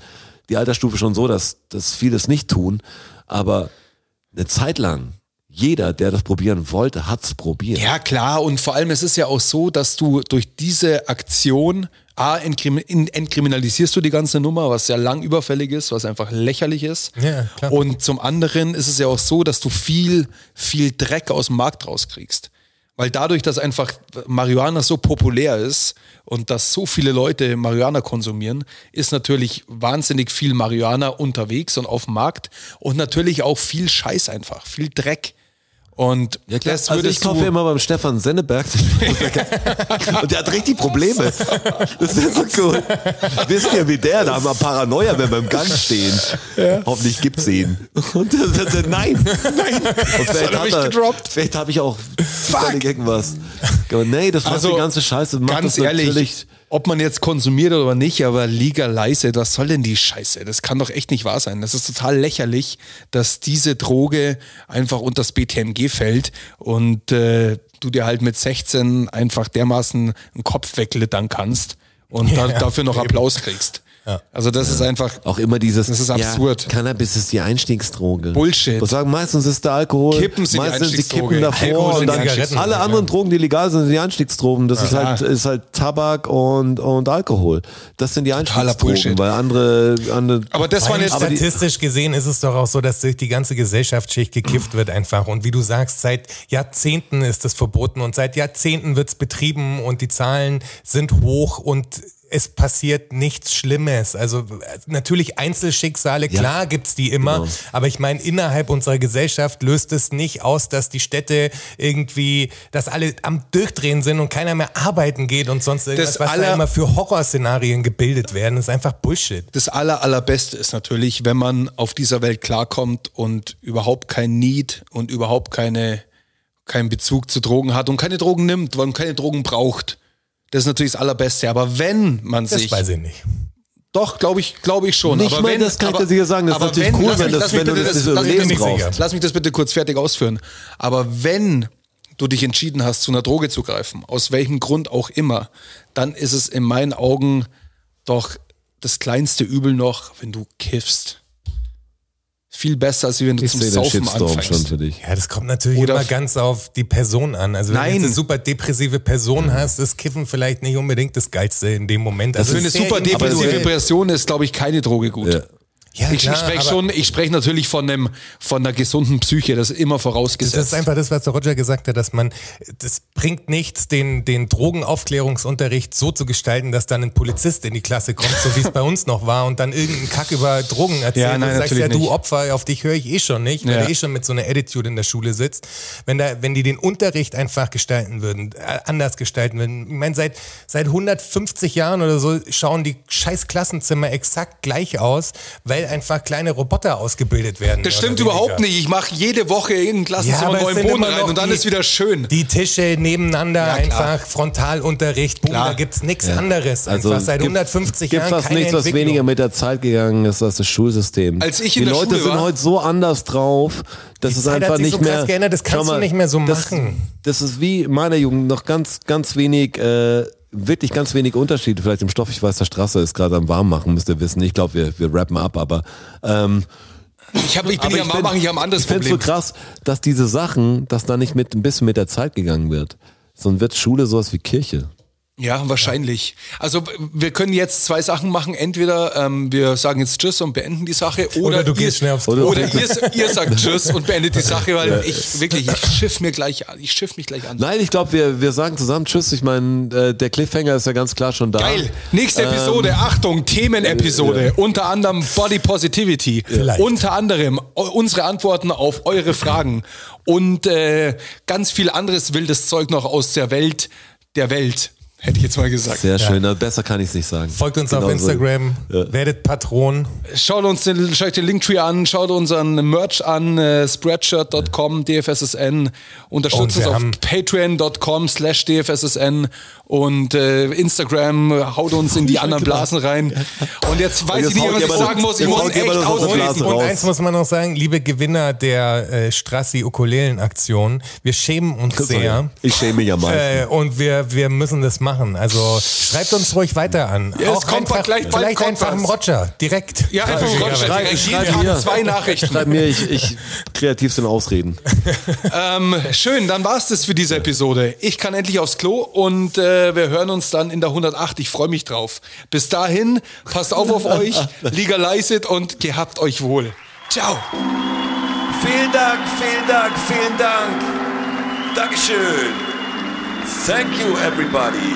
Speaker 4: die Altersstufe schon so, dass, dass viele es nicht tun, aber eine Zeit lang. Jeder, der das probieren wollte, hat's probiert.
Speaker 3: Ja, klar. Und vor allem, es ist ja auch so, dass du durch diese Aktion A, entkrim in- entkriminalisierst du die ganze Nummer, was ja lang überfällig ist, was einfach lächerlich ist.
Speaker 5: Ja, klar.
Speaker 3: Und zum anderen ist es ja auch so, dass du viel, viel Dreck aus dem Markt rauskriegst. Weil dadurch, dass einfach Marihuana so populär ist und dass so viele Leute Marihuana konsumieren, ist natürlich wahnsinnig viel Marihuana unterwegs und auf dem Markt und natürlich auch viel Scheiß einfach, viel Dreck. Und
Speaker 4: Ja, klar.
Speaker 3: das
Speaker 4: also ich
Speaker 3: würdest du-
Speaker 4: kaufe immer beim Stefan Senneberg. und der hat richtig Probleme. Das ist so cool. Wisst ihr, wie der da mal Paranoia, wenn wir im Gang stehen. Hoffentlich gibt's ihn. Und der, der, der, nein. nein. Und
Speaker 3: hat
Speaker 4: vielleicht
Speaker 3: er mich
Speaker 4: hat er,
Speaker 3: gedroppt.
Speaker 4: vielleicht habe ich auch zufällig irgendwas. Aber nee, das macht die ganze Scheiße. Macht
Speaker 3: Also ganz
Speaker 4: das
Speaker 3: ehrlich,
Speaker 4: natürlich-
Speaker 3: ob man jetzt konsumiert oder nicht, aber legalize, was soll denn die Scheiße? Das kann doch echt nicht wahr sein. Das ist total lächerlich, dass diese Droge einfach unter das BTMG fällt und äh, du dir halt mit 16 einfach dermaßen einen Kopf weglittern kannst und da, dafür noch Applaus kriegst. Also das ist einfach
Speaker 4: Auch immer dieses.
Speaker 3: Das ist absurd.
Speaker 4: Ja, Cannabis ist die Einstiegsdroge.
Speaker 3: Bullshit.
Speaker 4: Was sagen meistens ist der Alkohol.
Speaker 3: Kippen sind die
Speaker 4: meistens sind die
Speaker 3: Einstiegsdroge.
Speaker 4: Kippen davor
Speaker 3: Alkohol sind
Speaker 4: und
Speaker 3: die
Speaker 4: dann
Speaker 5: Einstiegsdroge.
Speaker 4: alle anderen Drogen, die legal sind, sind die Einstiegsdrogen. Das ist halt ist halt Tabak und und Alkohol. Das sind die Einstiegsdrogen,
Speaker 3: Bullshit.
Speaker 4: weil andere andere.
Speaker 3: aber das
Speaker 5: Vor
Speaker 3: waren
Speaker 5: allem
Speaker 3: jetzt die-
Speaker 5: statistisch gesehen ist es doch auch so, dass durch die ganze Gesellschaftsschicht gekifft wird einfach. Und wie du sagst, seit Jahrzehnten ist das verboten und seit Jahrzehnten wird es betrieben und die Zahlen sind hoch und es passiert nichts Schlimmes. Also äh, natürlich Einzelschicksale, klar gibt's die immer,
Speaker 3: Genau.
Speaker 5: aber ich meine, innerhalb unserer Gesellschaft löst es nicht aus, dass die Städte irgendwie, dass alle am Durchdrehen sind und keiner mehr arbeiten geht und sonst irgendwas, was da
Speaker 3: aller-
Speaker 5: immer für Horrorszenarien gebildet werden, ist einfach Bullshit.
Speaker 3: das aller, allerbeste ist natürlich, wenn man auf dieser Welt klarkommt und überhaupt kein Need und überhaupt keine, keinen Bezug zu Drogen hat und keine Drogen nimmt, weil man keine Drogen braucht. Das ist natürlich das Allerbeste. Aber wenn man
Speaker 5: Das
Speaker 3: sich.
Speaker 5: weiß ich nicht.
Speaker 3: Doch, glaube ich, glaube ich schon.
Speaker 4: Nicht
Speaker 3: aber
Speaker 4: mal
Speaker 3: wenn,
Speaker 4: das kann ich
Speaker 3: aber-
Speaker 4: dir sicher sagen. Das ist
Speaker 3: aber
Speaker 4: natürlich cool,
Speaker 3: lass
Speaker 4: wenn
Speaker 3: mich-
Speaker 4: das-
Speaker 3: lass mich
Speaker 4: wenn du
Speaker 3: bitte
Speaker 4: das so
Speaker 3: lass mich
Speaker 4: leben
Speaker 3: bitte-
Speaker 5: brauchst.
Speaker 3: Lass mich das bitte kurz fertig ausführen. Aber wenn du dich entschieden hast, zu einer Droge zu greifen, aus welchem Grund auch immer, dann ist es in meinen Augen doch das kleinste Übel noch, wenn du kiffst. Viel besser, als wenn du
Speaker 4: ich
Speaker 3: zum
Speaker 4: sehe den
Speaker 3: Saufen
Speaker 4: Shitstorm schon
Speaker 3: anfängst.
Speaker 4: für dich.
Speaker 5: Ja, das kommt natürlich
Speaker 3: Oder
Speaker 5: immer
Speaker 3: f-
Speaker 5: ganz auf die Person an. Also wenn
Speaker 3: Nein.
Speaker 5: du eine super depressive Person hast, ist Kiffen vielleicht nicht unbedingt das Geilste in dem Moment. Also es
Speaker 3: Für eine
Speaker 5: ist sehr
Speaker 3: super depressive
Speaker 5: individuell.
Speaker 3: Depression ist, glaube ich, keine Droge gut.
Speaker 5: Ja,
Speaker 3: Ich
Speaker 5: klar,
Speaker 3: spreche
Speaker 5: aber
Speaker 3: schon, ich spreche natürlich von einem, von einer gesunden Psyche, das ist immer vorausgesetzt.
Speaker 5: Das ist einfach das, was der Roger gesagt hat, dass man, das bringt nichts, den, den Drogenaufklärungsunterricht so zu gestalten, dass dann ein Polizist in die Klasse kommt, so wie es bei uns noch war, und dann irgendeinen Kack über Drogen erzählt
Speaker 3: Ja, nein,
Speaker 5: und sagst,
Speaker 3: natürlich
Speaker 5: ja, du
Speaker 3: nicht.
Speaker 5: Opfer, auf dich höre ich eh schon
Speaker 6: ne,
Speaker 5: nicht, weil
Speaker 3: Ja.
Speaker 5: du eh schon mit so einer Attitude in der Schule sitzt. Wenn da, wenn die den Unterricht einfach gestalten würden, äh, anders gestalten würden. Ich meine, seit, seit 150 Jahren oder so schauen die scheiß Klassenzimmer exakt gleich aus, weil einfach kleine Roboter ausgebildet werden.
Speaker 3: Das
Speaker 5: mehr
Speaker 3: stimmt
Speaker 5: oder weniger.
Speaker 3: überhaupt nicht. Ich mache jede Woche irgendeinen
Speaker 5: Ja,
Speaker 3: Klassenzimmer
Speaker 5: aber es
Speaker 3: neuen
Speaker 5: sind
Speaker 3: Boden
Speaker 5: immer
Speaker 3: rein
Speaker 5: noch
Speaker 3: und dann
Speaker 5: die-
Speaker 3: ist wieder schön.
Speaker 5: Die Tische nebeneinander
Speaker 3: Ja, klar.
Speaker 5: einfach, Frontalunterricht, boom,
Speaker 3: Klar.
Speaker 5: da gibt's nichts anderes. einfach seit 150
Speaker 4: Also gibt
Speaker 5: Jahren
Speaker 4: fast
Speaker 5: keine
Speaker 4: nichts, was
Speaker 5: Entwicklung.
Speaker 4: weniger mit der Zeit gegangen ist als das Schulsystem.
Speaker 3: Als ich
Speaker 4: die
Speaker 3: in der
Speaker 4: Leute
Speaker 3: Schule
Speaker 4: sind
Speaker 3: war-
Speaker 4: heute so anders drauf, dass
Speaker 5: Die
Speaker 4: es
Speaker 5: Zeit hat
Speaker 4: einfach
Speaker 5: sich
Speaker 4: nicht
Speaker 5: so
Speaker 4: mehr.
Speaker 5: krass geändert, das
Speaker 4: Schau
Speaker 5: kannst du nicht mehr so machen.
Speaker 4: Das ist wie in meiner Jugend noch ganz, ganz wenig. Äh, Wirklich ganz wenig Unterschiede, vielleicht im Stoff. Ich weiß, der Straße ist gerade am Warmmachen, müsst ihr wissen. Ich glaube, wir, wir rappen ab, aber ähm,
Speaker 3: Ich, hab, ich bin ja
Speaker 4: ich
Speaker 3: mal
Speaker 4: find-
Speaker 3: machen, ich habe ein anderes
Speaker 4: ich find's
Speaker 3: Problem.
Speaker 4: so krass, dass diese Sachen, dass da nicht mit ein bisschen mit der Zeit gegangen wird. Sondern wird Schule sowas wie Kirche.
Speaker 3: ja, wahrscheinlich. Also wir können jetzt zwei Sachen machen. Entweder ähm, wir sagen jetzt Tschüss und beenden die Sache oder,
Speaker 5: Oder du
Speaker 3: ihr,
Speaker 5: gehst schnell aufs
Speaker 3: oder,
Speaker 5: Klo.
Speaker 3: ihr, ihr sagt Tschüss und beendet die Sache, weil ich wirklich, ich schiff mir gleich an. Ich schiff mich gleich an.
Speaker 4: Nein, ich glaube, wir, wir sagen zusammen Tschüss. Ich meine, äh, der Cliffhanger ist ja ganz klar schon da.
Speaker 3: Geil. Nächste Episode, Achtung, Themenepisode. Unter anderem Body Positivity.
Speaker 5: Vielleicht.
Speaker 3: Unter anderem eu- unsere Antworten auf eure Fragen und äh, ganz viel anderes wildes Zeug noch aus der Welt der Welt. Hätte ich jetzt mal gesagt.
Speaker 4: Sehr schön, na, besser kann ich es nicht sagen.
Speaker 6: Folgt uns
Speaker 4: Genau
Speaker 6: auf
Speaker 4: so.
Speaker 6: Instagram, werdet Patron.
Speaker 3: Schaut uns den, schaut euch den Linktree an, schaut unseren Merch an, äh, spreadshirt.com, DFSSN, unterstützt
Speaker 4: Oh,
Speaker 6: Und wir
Speaker 3: uns auf
Speaker 6: haben-
Speaker 3: patreon.com slash DFSSN und äh, Instagram, äh, haut uns in die anderen Blasen rein. Und jetzt weiß
Speaker 4: genau. jetzt
Speaker 3: ich nicht, was ich
Speaker 4: haut ihr aber-
Speaker 3: sagen muss, ich
Speaker 4: jetzt
Speaker 3: muss
Speaker 4: haut ihr
Speaker 3: echt
Speaker 4: aber das aus der
Speaker 6: Und,
Speaker 3: ausreden.
Speaker 4: Blase
Speaker 6: und
Speaker 4: raus.
Speaker 6: eins muss man noch sagen, liebe Gewinner der äh, Strassi-Ukulelen-Aktion, wir schämen uns sehr.
Speaker 4: Ich schäme mich am meisten.
Speaker 6: Äh, und wir, wir müssen das machen. Also schreibt uns ruhig weiter an.
Speaker 3: Ja, es kommt
Speaker 6: einfach,
Speaker 3: bald- gleich bald
Speaker 6: vielleicht
Speaker 3: kommt
Speaker 6: einfach
Speaker 3: was.
Speaker 6: im Roger, direkt.
Speaker 3: Ja, einfach im Roger,
Speaker 6: Ja,
Speaker 3: direkt.
Speaker 4: schreib
Speaker 3: Jeden
Speaker 4: mir.
Speaker 3: Tag zwei Nachrichten.
Speaker 4: Schreib mir, ich, ich kreativ sind Ausreden.
Speaker 3: Ähm, schön, dann war's das für diese Episode. Ich kann endlich aufs Klo und äh, wir hören uns dann in der 108. Ich freue mich drauf. Bis dahin, passt auf auf euch, legalisiert und gehabt euch wohl. Ciao.
Speaker 7: Vielen Dank, vielen Dank, vielen Dank. Dankeschön. Thank you, everybody.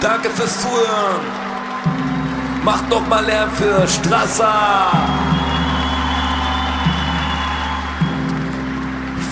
Speaker 7: Danke fürs Zuhören. Macht noch mal Lärm für Strasser.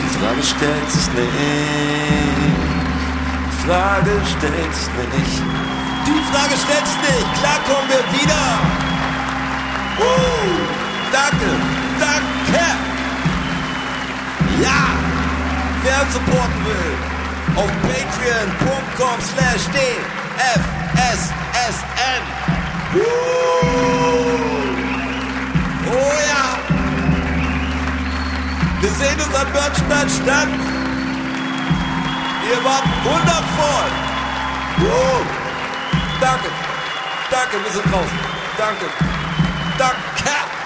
Speaker 7: Die Frage stellt sich nicht. Die Frage stellt sich nicht. Die Frage stellt sich nicht. Klar kommen wir wieder. Uh, danke, danke. Ja, wer uns supporten will, auf patreon.com slash dfssn. Uh, oh ja. Wir sehen uns am Börnstein statt. Ihr wart wundervoll. Uh, danke, danke, wir sind draußen. Danke. Danke.